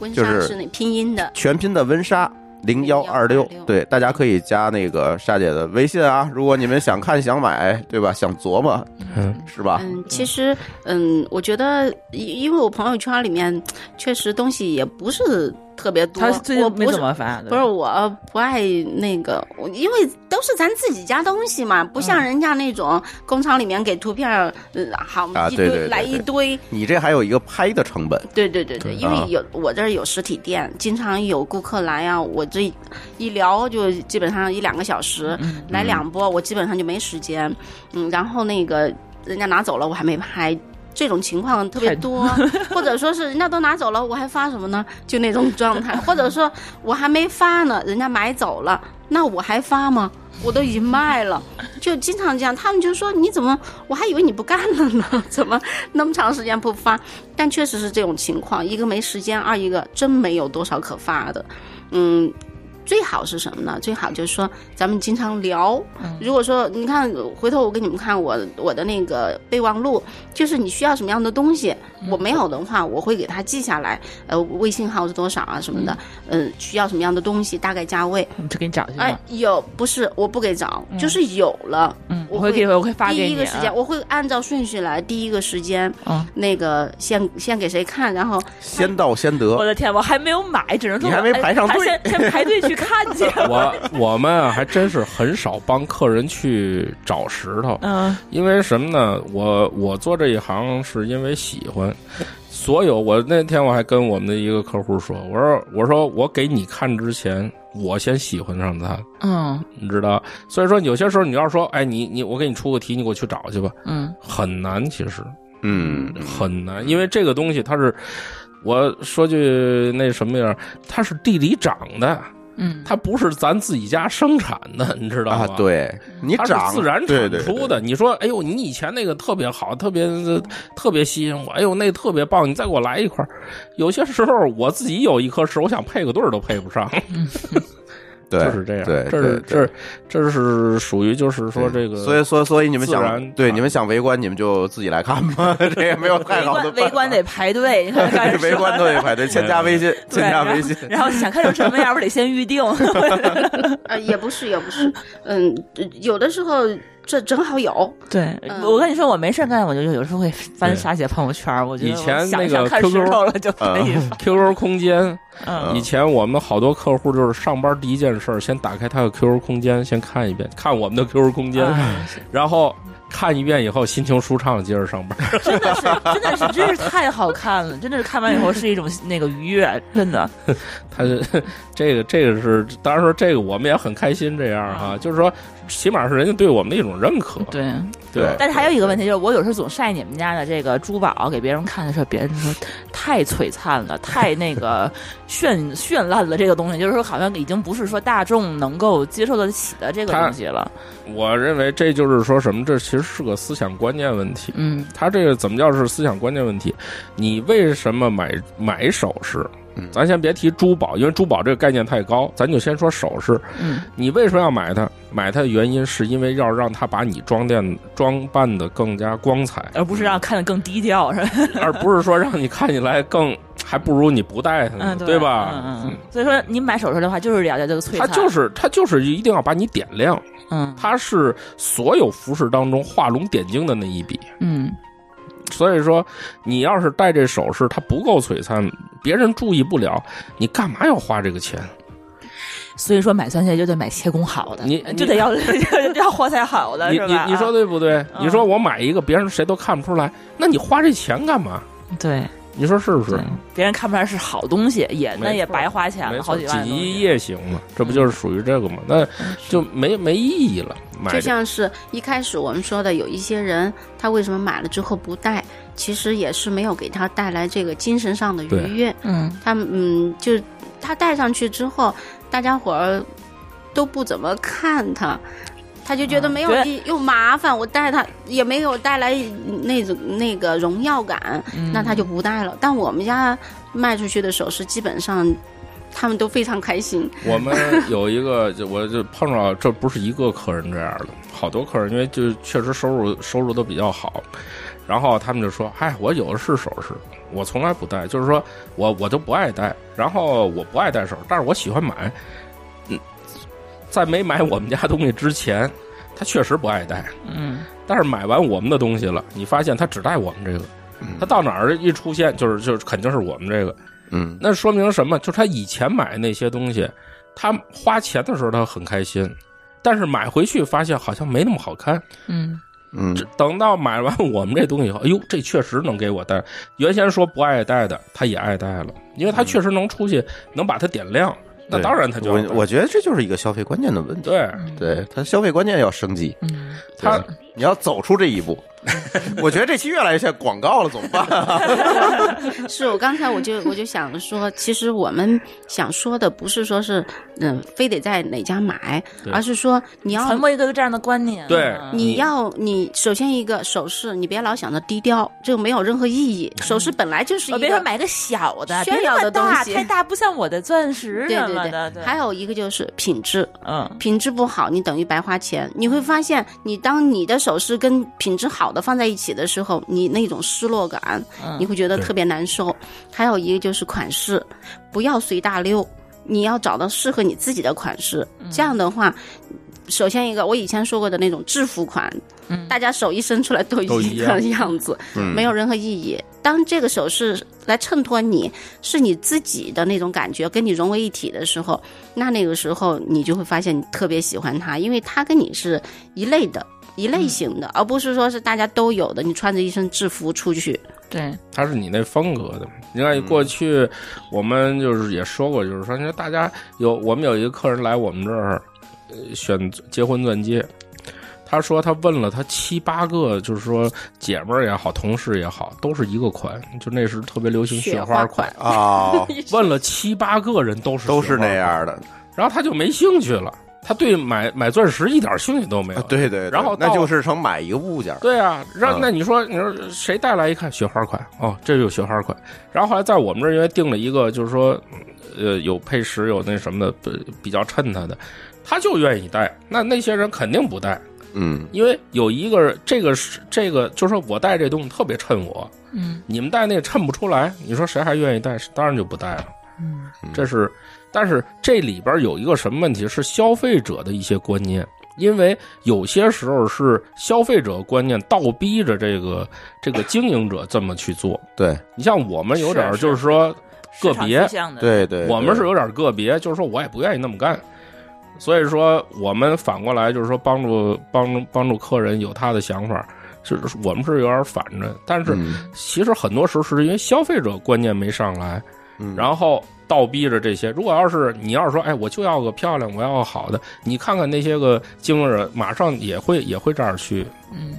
S4: 温莎
S6: 就是
S4: 是那拼音的，
S6: 全拼的温莎零幺二六，对，大家可以加那个莎姐的微信啊。如果你们想看、想买，对吧？想琢磨，
S3: 嗯
S6: 是
S2: 啊
S6: 吧？
S4: 嗯，其实，嗯，我觉得，因因为我朋友圈里面确实东西也不是特别多。
S2: 他最近
S4: 我
S2: 没
S4: 不是
S2: 怎么发，对
S4: 不是我不爱那个，我因为都是咱自己家东西
S6: 嗯
S4: 嘛，不像人家那种工厂里面给图片儿，呃好
S6: 啊
S4: 一
S6: 对对
S4: 堆
S6: 对
S4: 来一
S6: 对
S4: 堆，
S6: 你这还有一个拍的成本，
S4: 对对对对，
S3: 对
S4: 因为
S6: 啊
S4: 有我这儿有实体店，经常有顾客来啊，我这一聊就基本上一两个小时，来两波，我基本上就没时间。嗯，然后那个人家拿走了，我还没拍。这种情况特别
S2: 太
S4: 多，或者说是人家都拿走了，我还发什么呢？就那种状态，或者说我还没发呢，人家买走了，那我还发吗？我都已经卖了，就经常这样。他们就说你怎么，我还以为你不干了呢， 怎么那么长时间不发？但确实是这种情况，一个没时间，二一个真没有多少可发的。嗯，最好是什么呢？最好就是说咱们经常聊。
S2: 嗯
S4: 如果说你看，回头我给你们看我我的那个备忘录，就是你需要什么样的东西，
S2: 嗯
S4: 我没有的话，我会给它记下来。呃，微信号是多少啊什么的，嗯、需要什么样的东西，大概价位。
S2: 我们去给你找去
S4: 哎
S2: 吧。，
S4: 有不是我不给找，就是有了，
S2: 嗯，
S4: 我
S2: 会给，我会嗯发给
S4: 第
S2: 你。
S4: 一个时间，我会按照顺序来，第一个时间。
S2: 嗯，
S4: 那个先先给谁看，然后
S6: 先到先得
S2: 我。的天，我还没有买，只能说
S6: 你还没排上
S2: 我哎
S6: 队
S2: 还先先排队去看 去。
S3: 我我们啊，还真是很少帮客人去找石头，
S2: 嗯，
S3: 因为什么呢？我我做这一行是因为喜欢。所有我那天我还跟我们的一个客户说，我说我说我给你看之前，我先喜欢上他，
S2: 嗯
S3: 你知道？所以说有些时候你要说，哎，你你我给你出个题，你给我去找去吧，
S2: 嗯，
S3: 很难，其实
S6: 嗯，
S3: 很难，因为这个东西它是，我说句那什么样儿，它是地里长的，
S2: 嗯，
S3: 它不是咱自己家生产的，你知道吗？
S6: 啊，。对你
S3: 它是
S6: 长
S3: 自然
S6: 对
S3: 产
S6: 对
S3: 出
S6: 对
S3: 的。你说，哎呦，你以前那个特别好，特别特别吸引我，哎呦，那特别棒，你再给我来一块儿。有些时候我自己有一颗石，我想配个对儿都配不上，
S6: 对
S3: 就是这样。
S6: 对，
S3: 这是
S6: 对
S3: 这是这是属于就是说这个，
S6: 所以所以所以你们
S3: 自
S6: 想
S3: 然
S6: 对
S3: 产
S6: 你们想围观，你们就自己来看 吧，这也没有太
S2: 围
S6: 好的
S2: 观围观得排队，你看
S6: 办法
S2: 干
S6: 围观都得排队，先加微信，先
S2: 对，
S6: 加
S2: 然
S6: 微
S2: 后
S6: 信。
S2: 然后想看成什么样，不得先预定？
S4: 呃也不是也不是，嗯，有的时候这正好有，
S2: 对
S4: 嗯，
S2: 我跟你说，我没事干，我就有时候会翻沙姐朋友圈，我觉得
S3: 以前
S2: 我想
S3: 那个嗯
S2: 想看
S3: QQ
S2: 石头了就可以发。
S3: QQ 空间，
S2: 嗯
S3: 以前我们好多客户就是上班第一件事儿，先打开他的 QQ 空间，先看一遍，看我们的 QQ 空间，
S2: 啊
S3: 然后看一遍以后心情舒畅，接着上班。
S2: 真的是，真的是，真是太好看了！真的是看完以后是一种那个愉悦，真的。
S3: 他是这个这个是，当然说这个我们也很开心这样哈、就是说起码是人家对我们的一种认可，
S2: 嗯对，
S3: 对吧
S6: 对
S2: 但是还有一个问题就是，我有时候总晒你们家的这个珠宝给别人看的时候，别人就说太璀璨了，太那 个绚绚烂了，这个东西就是说好像已经不是说大众能够接受得起的这个东西了。
S3: 我认为这就是说什么，这其实是个思想观念问题。
S2: 嗯
S3: 他这个怎么叫是思想观念问题？你为什么买买首饰？
S2: 嗯
S3: 咱先别提珠宝，因为珠宝这个概念太高，咱就先说首饰。
S2: 嗯
S3: 你为什么要买它？买它的原因是因为要让它把你装店装扮的更加光彩，
S2: 而不是让看得更低调，是吧？
S3: 而不是说让你看起来更，还不如你不戴它呢，
S2: 嗯，
S3: 对吧？
S2: 嗯嗯嗯。所以说，你买首饰的话，就是了解这个璀
S3: 它
S2: 璨，
S3: 就是它就是一定要把你点亮，
S2: 嗯
S3: 它是所有服饰当中画龙点睛的那一笔。
S2: 嗯
S3: 所以说，你要是戴这首饰，它不够璀璨，别人注意不了，你干嘛要花这个钱？
S2: 所以说买钻戒就得买切工好的，
S3: 你
S2: 就得要就要货彩好的，
S3: 你
S2: 是
S3: 你
S2: 吧？
S3: 你说
S2: 的
S3: 对不对？
S2: 嗯
S3: 你说我买一个，别人谁都看不出来，那你花这钱干嘛？
S2: 嗯对，
S3: 你说是不是
S2: 对？别人看不出来是好东西，也
S3: 没
S2: 那也
S3: 错
S2: 白花钱
S3: 没
S2: 了，
S3: 错，
S2: 好
S3: 锦
S2: 几万的东西。嗯
S3: 衣夜行嘛，这不就是属于这个嘛？那就没没意义了。买
S4: 就
S3: 这
S4: 像是一开始我们说的，有一些人他为什么买了之后不戴，其实也是没有给他带来这个精神上的
S3: 对
S4: 愉悦。
S2: 嗯，
S4: 他嗯，就他戴上去之后，大家伙儿都不怎么看他，他就觉得
S2: 嗯
S4: 没有
S2: 觉得
S4: 意、又麻烦，我戴它也没有带来那种那个荣耀感，
S2: 嗯
S4: 那他就不戴了。但我们家卖出去的首饰基本上。他们都非常开心，
S3: 我们有一个，就我就碰着这不是一个客人这样的，好多客人，因为就确实收入收入都比较好，然后他们就说：“嗨，我有的是首饰，我从来不戴，就是说我我就不爱戴，然后我不爱戴首饰，但是我喜欢买。”嗯，在没买我们家东西之前，他确实不爱戴，
S2: 嗯，
S3: 但是买完我们的东西了，你发现他只戴我们这个，他到哪儿一出现就是就是肯定是我们这个。
S1: 嗯
S3: 那说明什么？就是他以前买那些东西，他花钱的时候他很开心，但是买回去发现好像没那么好看。
S2: 嗯，
S1: 嗯
S3: 这等到买完我们这东西以后，哎呦，这确实能给我戴。原先说不爱戴的，他也爱戴了，因为他确实能出去，能把它点亮。那
S1: 嗯对
S3: 当然他就
S1: 我
S3: 要戴
S1: 我觉得这就是一个消费观念的问题，
S3: 对
S1: 对它消费观念要升级，
S4: 嗯
S2: 嗯
S3: 他
S1: 对你要走出这一 步。我觉得这期越来越像广告了，怎么办、啊？
S4: 是我刚才我就我就想说，其实我们想说的不是说是嗯、非得在哪家买，
S3: 对
S4: 而是说你要
S2: 传播一个这样的观念啊，
S3: 对
S4: 你要你首先一个首饰，你别老想着低调，这个没有任何意义。首饰本来就是
S2: 嗯我
S4: 一
S2: 别说
S4: 个。
S2: 买个小的，
S4: 炫耀的
S2: 别那么大
S4: 东西
S2: 太大不像我的钻石
S4: 对
S2: 什么
S4: 对
S2: 的。对
S4: 还有一个就是品质，
S2: 嗯，
S4: 品质不好，你等于白花钱。你会发现，你当你的首饰跟品质好的放在一起的时候，你那种失落感，
S2: 嗯
S4: 你会觉得
S3: 对
S4: 特别难受。还有一个就是款式，不要随大溜，你要找到适合你自己的款式。这样的话，首先一个我以前说过的那种制服款，
S2: 嗯
S4: 大家手一伸出来都
S3: 都
S4: 一
S3: 一
S4: 个
S3: 样
S4: 样子，
S1: 嗯
S4: 没有任何意义。当这个首饰来衬托你是你自己的那种感觉，跟你融为一体的时候，那那个时候你就会发现你特别喜欢它，因为它跟你是一类的。
S1: 嗯
S4: 一类型的，而不是说是大家都有的。你穿着一身制服出去，
S2: 对，
S3: 他是你那风格的。你看
S1: 嗯
S3: 过去我们就是也说过，就是说，你说大家有我们有一个客人来我们这儿呃选结婚钻戒，他说他问了他七八个，就是说姐们儿也好，同事也好，都是一个款，就那时特别流行
S4: 雪
S3: 雪
S4: 花
S3: 花
S4: 款
S3: 款。
S1: 哦，
S3: 问了七八个人都是
S1: 都是
S3: 雪花
S1: 那
S3: 款，
S1: 样的，
S3: 然后他就没兴趣了，他对买买钻石一点兴趣都没有。
S1: 啊对对对
S3: 然后
S1: 那
S3: 到
S1: 就是成买一个物件儿，
S3: 对啊，
S1: 嗯
S3: 让那你说你说谁带来一看雪花款哦，这就雪花款。然后后来在我们这儿因为定了一个，就是说，呃，有配饰有那什么的，呃比较衬他的，他就愿意戴。那那些人肯定不戴，
S1: 嗯
S3: 因为有一个这个是这个，就是说我戴这东西特别衬我，
S2: 嗯
S3: 你们戴那个衬不出来，你说谁还愿意戴？当然就不戴了。
S2: 嗯
S3: 这是，但是这里边有一个什么问题是消费者的一些观念，因为有些时候是消费者观念倒逼着这个这个经营者这么去做。
S1: 对
S3: 你像我们有点儿
S2: 是是
S3: 就是说，个
S2: 市场
S3: 别
S2: 趋向的，
S1: 对对，
S3: 我们是
S1: 对
S3: 有点儿个别，就是说我也不愿意那么干。所以说，我们反过来就是说帮助帮助帮助客人有他的想法，就是我们是有点儿反着，但是
S1: 嗯
S3: 其实很多时候是因为消费者观念没上来，
S1: 嗯
S3: 然后倒逼着这些。如果要是你要是说，哎，我就要个漂亮，我要个好的，你看看那些个经纪人，马上也会也会这样去。
S2: 嗯，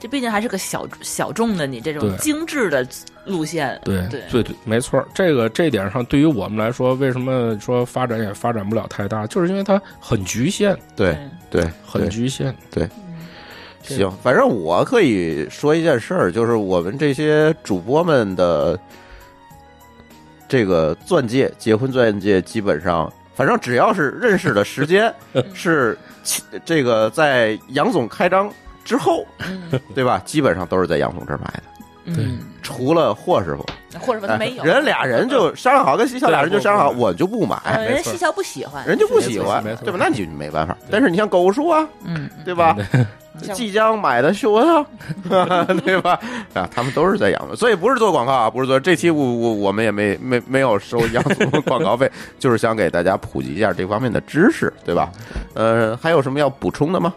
S2: 这毕竟还是个小小众的，你这种
S3: 对
S2: 精致的路线，
S3: 对
S2: 对
S3: 对对，没错儿，这个这点上对于我们来说，为什么说发展也发展不了太大，就是因为它很局限，
S1: 对对
S3: 很
S1: 对
S3: 局限。
S2: 嗯
S3: 这
S1: 行，反正我可以说一件事儿，就是我们这些主播们的这个钻戒，结婚钻戒，基本上，反正只要是认识的时 间是起这个在杨总开张之后，
S2: 嗯
S1: 对吧？基本上都是在杨总这儿买的，
S2: 嗯，
S1: 除了霍师傅，
S2: 或者说他
S1: 哎
S2: 呃没有
S1: 人俩人就哎商量好，跟西桥
S3: 呃对
S1: 俩人就商量好，
S3: 不
S1: 我就不
S2: 呃
S1: 买，
S3: 没
S2: 人
S3: 错
S2: 西桥不喜欢，
S1: 人就不喜欢
S3: 没，错
S1: 对吧？那你就没办法。
S3: 对
S1: 但是你像狗叔啊，
S2: 嗯，嗯
S1: 对吧？
S2: 像
S1: 即将买的秀恩啊， 对吧？啊，他们都是在养的，所以不是做广告啊，不是做这期我我我们也没没没有收养 的广告费，就是想给大家普及一下这方面的知识，对吧？呃，还有什么要补充的吗？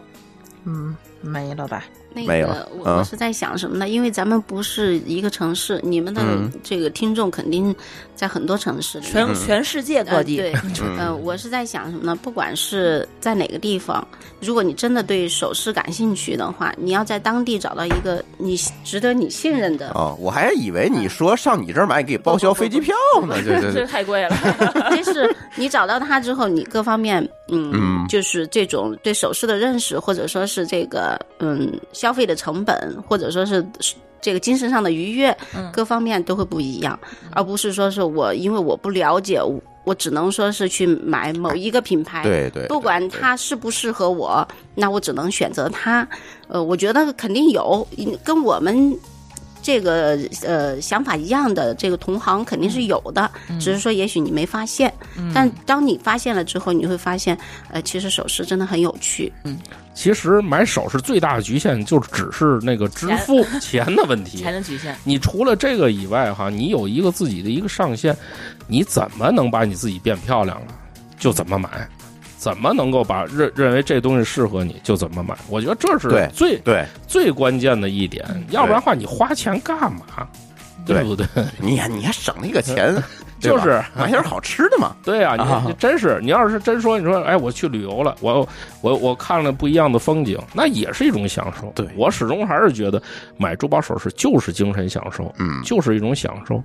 S2: 嗯没了吧？
S4: 那个
S1: 没有
S4: 我
S1: 嗯
S4: 我是在想什么呢？因为咱们不是一个城市，你们的
S1: 嗯
S4: 这个听众肯定在很多城市里面，
S2: 全全世界各地，
S4: 呃、对，呃，
S1: 嗯
S4: 我是在想什么呢？不管是在哪个地方，如果你真的对首饰感兴趣的话，你要在当地找到一个你值得你信 任的。
S1: 哦，我还以为你说上你这儿买给报销飞机票呢，对对对，
S2: 太贵了。
S4: 就是你找到它之后，你各方面，嗯，
S1: 嗯
S4: 就是这种对首饰的认识，或者说是这个，嗯，消费的成本，或者说是这个精神上的愉悦，
S2: 嗯
S4: 各方面都会不一样，而不是说是我因为我不了解，我我只能说是去买某一个品牌，
S1: 对对，
S4: 不管
S1: 对
S4: 它适不适合我，那我只能选择它。呃，我觉得肯定有，跟我们这个呃想法一样的这个同行肯定是
S1: 嗯
S4: 有的，只是说也许你没发现。但当你发现了之后，你会发现，呃，其实首饰真的很有趣。
S3: 其实买首饰最大的局限就只是那个支付 钱的问题
S2: 钱。的局限，
S3: 你除了这个以外，哈，你有一个自己的一个上限，你怎么能把你自己变漂亮了，就怎么买。怎么能够把认认为这东西适合你就怎么买？我觉得这是
S6: 对
S3: 最
S6: 对
S3: 最关键的一点，
S6: 嗯
S3: 要不然的话你花钱干嘛？对
S6: 对
S3: 不对？
S6: 你呀，你还省那个 钱，对吧
S3: 就是
S6: 买点好吃的嘛。
S3: 对啊，你
S6: 啊
S3: 你真是，你要是真说，你说，哎，我去旅游了，我我我看了不一样的风景，那也是一种享受。
S6: 对
S3: 我始终还是觉得买珠宝首饰就是精神享受，
S6: 嗯
S3: 就是一种享受。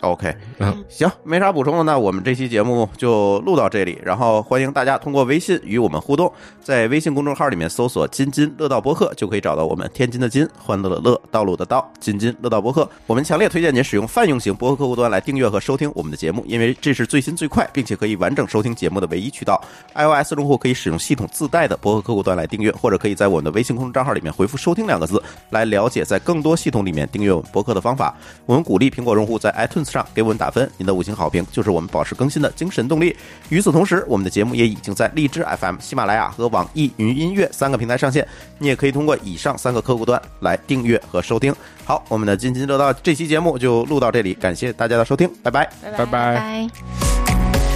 S6: ，OK，
S3: 嗯
S6: 行，没啥补充了，那我们这期节目就录到这里。然后欢迎大家通过微信与我们互动，在微信公众号里面搜索“津津乐道播客”就可以找到我们。天津的津，欢乐的乐，道路的道，津津乐道播客。我们强烈推荐您使用泛用型播客客户端来订阅和收听我们的节目，因为这是最新最快，并且可以完整收听节目的唯一渠道。iOS 用户可以使用系统自带的播客客户端来订阅，或者可以在我们的微信公众账号里面回复“收听”两个字，来了解在更多系统里面订阅我们播客的方法。我们鼓励苹果用户在 iTunes 上给我们打分，您的五星好评就是我们保持更新的精神动力。与此同时，我们的节目也已经在荔枝 FM、喜马拉雅和网易云音乐三个平台上线，你也可以通过以上三个客户端来订阅和收听。好，我们的津津乐道这期节目就录到这里，感谢大家的收听，拜拜。
S3: 拜
S1: 哎
S3: 拜
S4: 拜。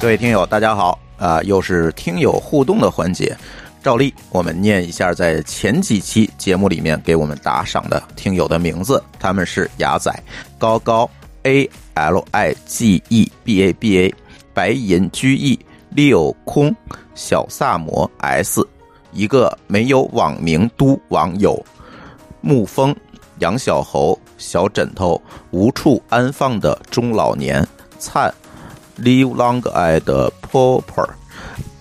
S1: 各位听友，大家好啊、又是听友互动的环节。照例，我们念一下在前几期节目里面给我们打赏的听友的名字，他们是雅仔、高高、A L I G E B A B A、白银居易、六空、小萨摩 S，一个没有网名都网友，沐风、杨小猴、小枕头、无处安放的中老年、灿、Live Long at Popper，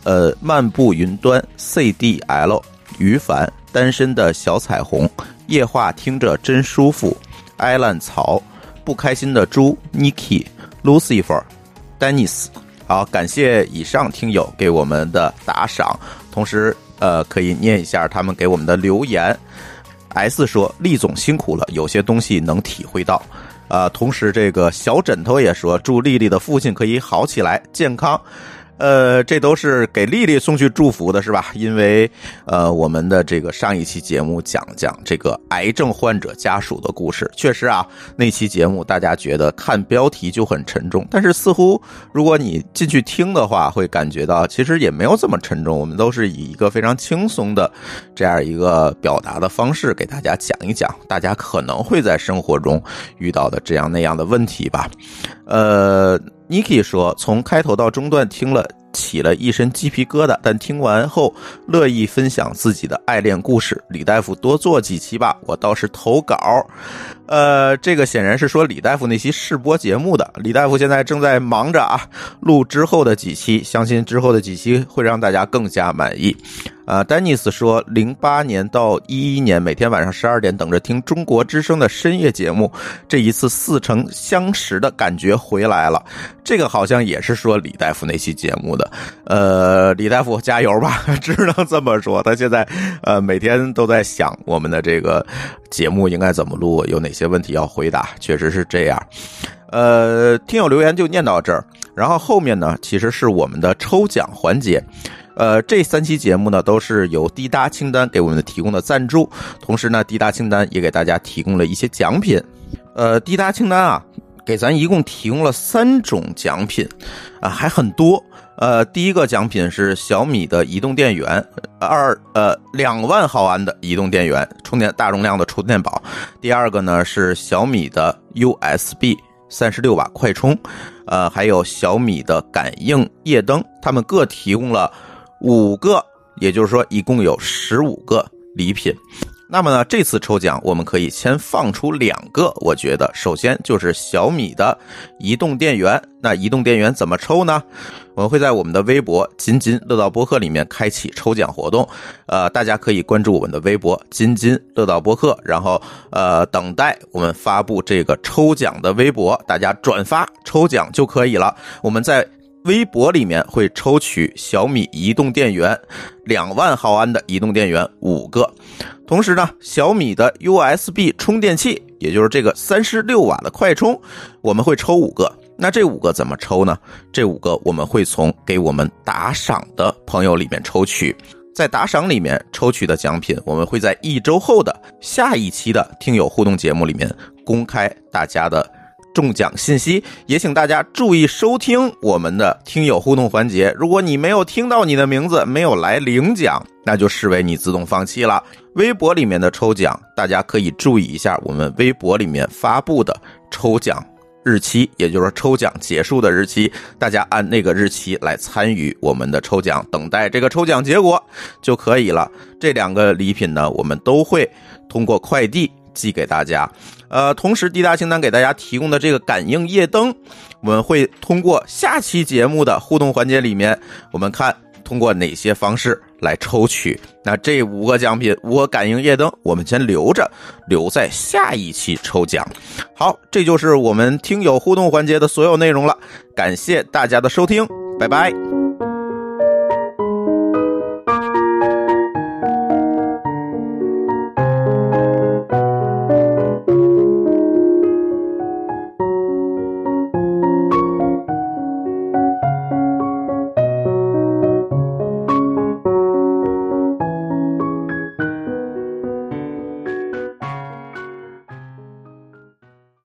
S1: 呃，漫步云端 CDL，于凡，单身的小彩虹，夜话听着真舒服，艾兰曹，不开心的猪 Niki Lucifer Dennis。好，感谢以上听友给我们的打赏，同时呃，可以念一下他们给我们的留言。S 说：“厉总辛苦了，有些东西能体会到。”呃，同时这个小枕头也说：“祝丽丽的父亲可以好起来，健康。”呃，这都是给丽丽送去祝福的，是吧？因为呃，我们的这个上一期节目讲讲这个癌症患者家属的故事，确实啊，那期节目大家觉得看标题就很沉重，但是似乎如果你进去听的话，会感觉到其实也没有这么沉重。我们都是以一个非常轻松的这样一个表达的方式给大家讲一讲，大家可能会在生活中遇到的这样那样的问题吧。呃，Niki 说，从开头到中段听了。起了一身鸡皮疙瘩，但听完后乐意分享自己的爱恋故事。李大夫多做几期吧，我倒是投稿。呃，这个显然是说李大夫那期试播节目的。李大夫现在正在忙着啊，录之后的几期，相信之后的几期会让大家更加满意。啊，丹尼斯说，零八年到一一年，每天晚上十二点等着听中国之声的深夜节目，这一次似曾相识的感觉回来了。这个好像也是说李大夫那期节目的，呃，李大夫加油吧， 只能这么说。他现在呃每天都在想我们的这个节目应该怎么录，有哪些问题要回答，确实是这样。呃，听友留言就念到这儿，然后后面呢，其实是我们的抽奖环节。呃，这三期节目呢，都是由滴答清单给我们提供的赞助，同时呢，滴答清单也给大家提供了一些奖品。呃，滴答清单啊，给咱一共提供了三种奖品，啊，还很多。呃，第一个奖品是小米的移动电源，二呃两万毫安的移动电源，充电大容量的充电宝。第二个呢是小米的 USB 三十六瓦快充，呃，还有小米的感应夜灯，他们各提供了五个，也就是说一共有十五个礼品。那么呢，这次抽奖我们可以先放出两个，我觉得首先就是小米的移动电源。那移动电源怎么抽呢？我们会在我们的微博“津津乐道播客”里面开启抽奖活动，呃，大家可以关注我们的微博“津津乐道播客”，然后呃，等待我们发布这个抽奖的微博，大家转发抽奖就可以了。我们在微博里面会抽取小米移动电源两万毫安的移动电源五个，同时呢，小米的 USB 充电器，也就是这个三十六瓦的快充，我们会抽五个。那这五个怎么抽呢？这五个我们会从给我们打赏的朋友里面抽取，在打赏里面抽取的奖品，我们会在一周后的下一期的听友互动节目里面公开大家的中奖信息，也请大家注意收听我们的听友互动环节。如果你没有听到你的名字，没有来领奖，那就视为你自动放弃了。微博里面的抽奖，大家可以注意一下我们微博里面发布的抽奖日期，也就是说抽奖结束的日期，大家按那个日期来参与我们的抽奖，等待这个抽奖结果就可以了。这两个礼品呢，我们都会通过快递寄给大家。呃，同时滴答清单给大家提供的这个感应夜灯，我们会通过下期节目的互动环节里面，我们看通过哪些方式来抽取。那这五个奖品，五个感应夜灯，我们先留着，留在下一期抽奖。好，这就是我们听友互动环节的所有内容了，感谢大家的收听，拜拜。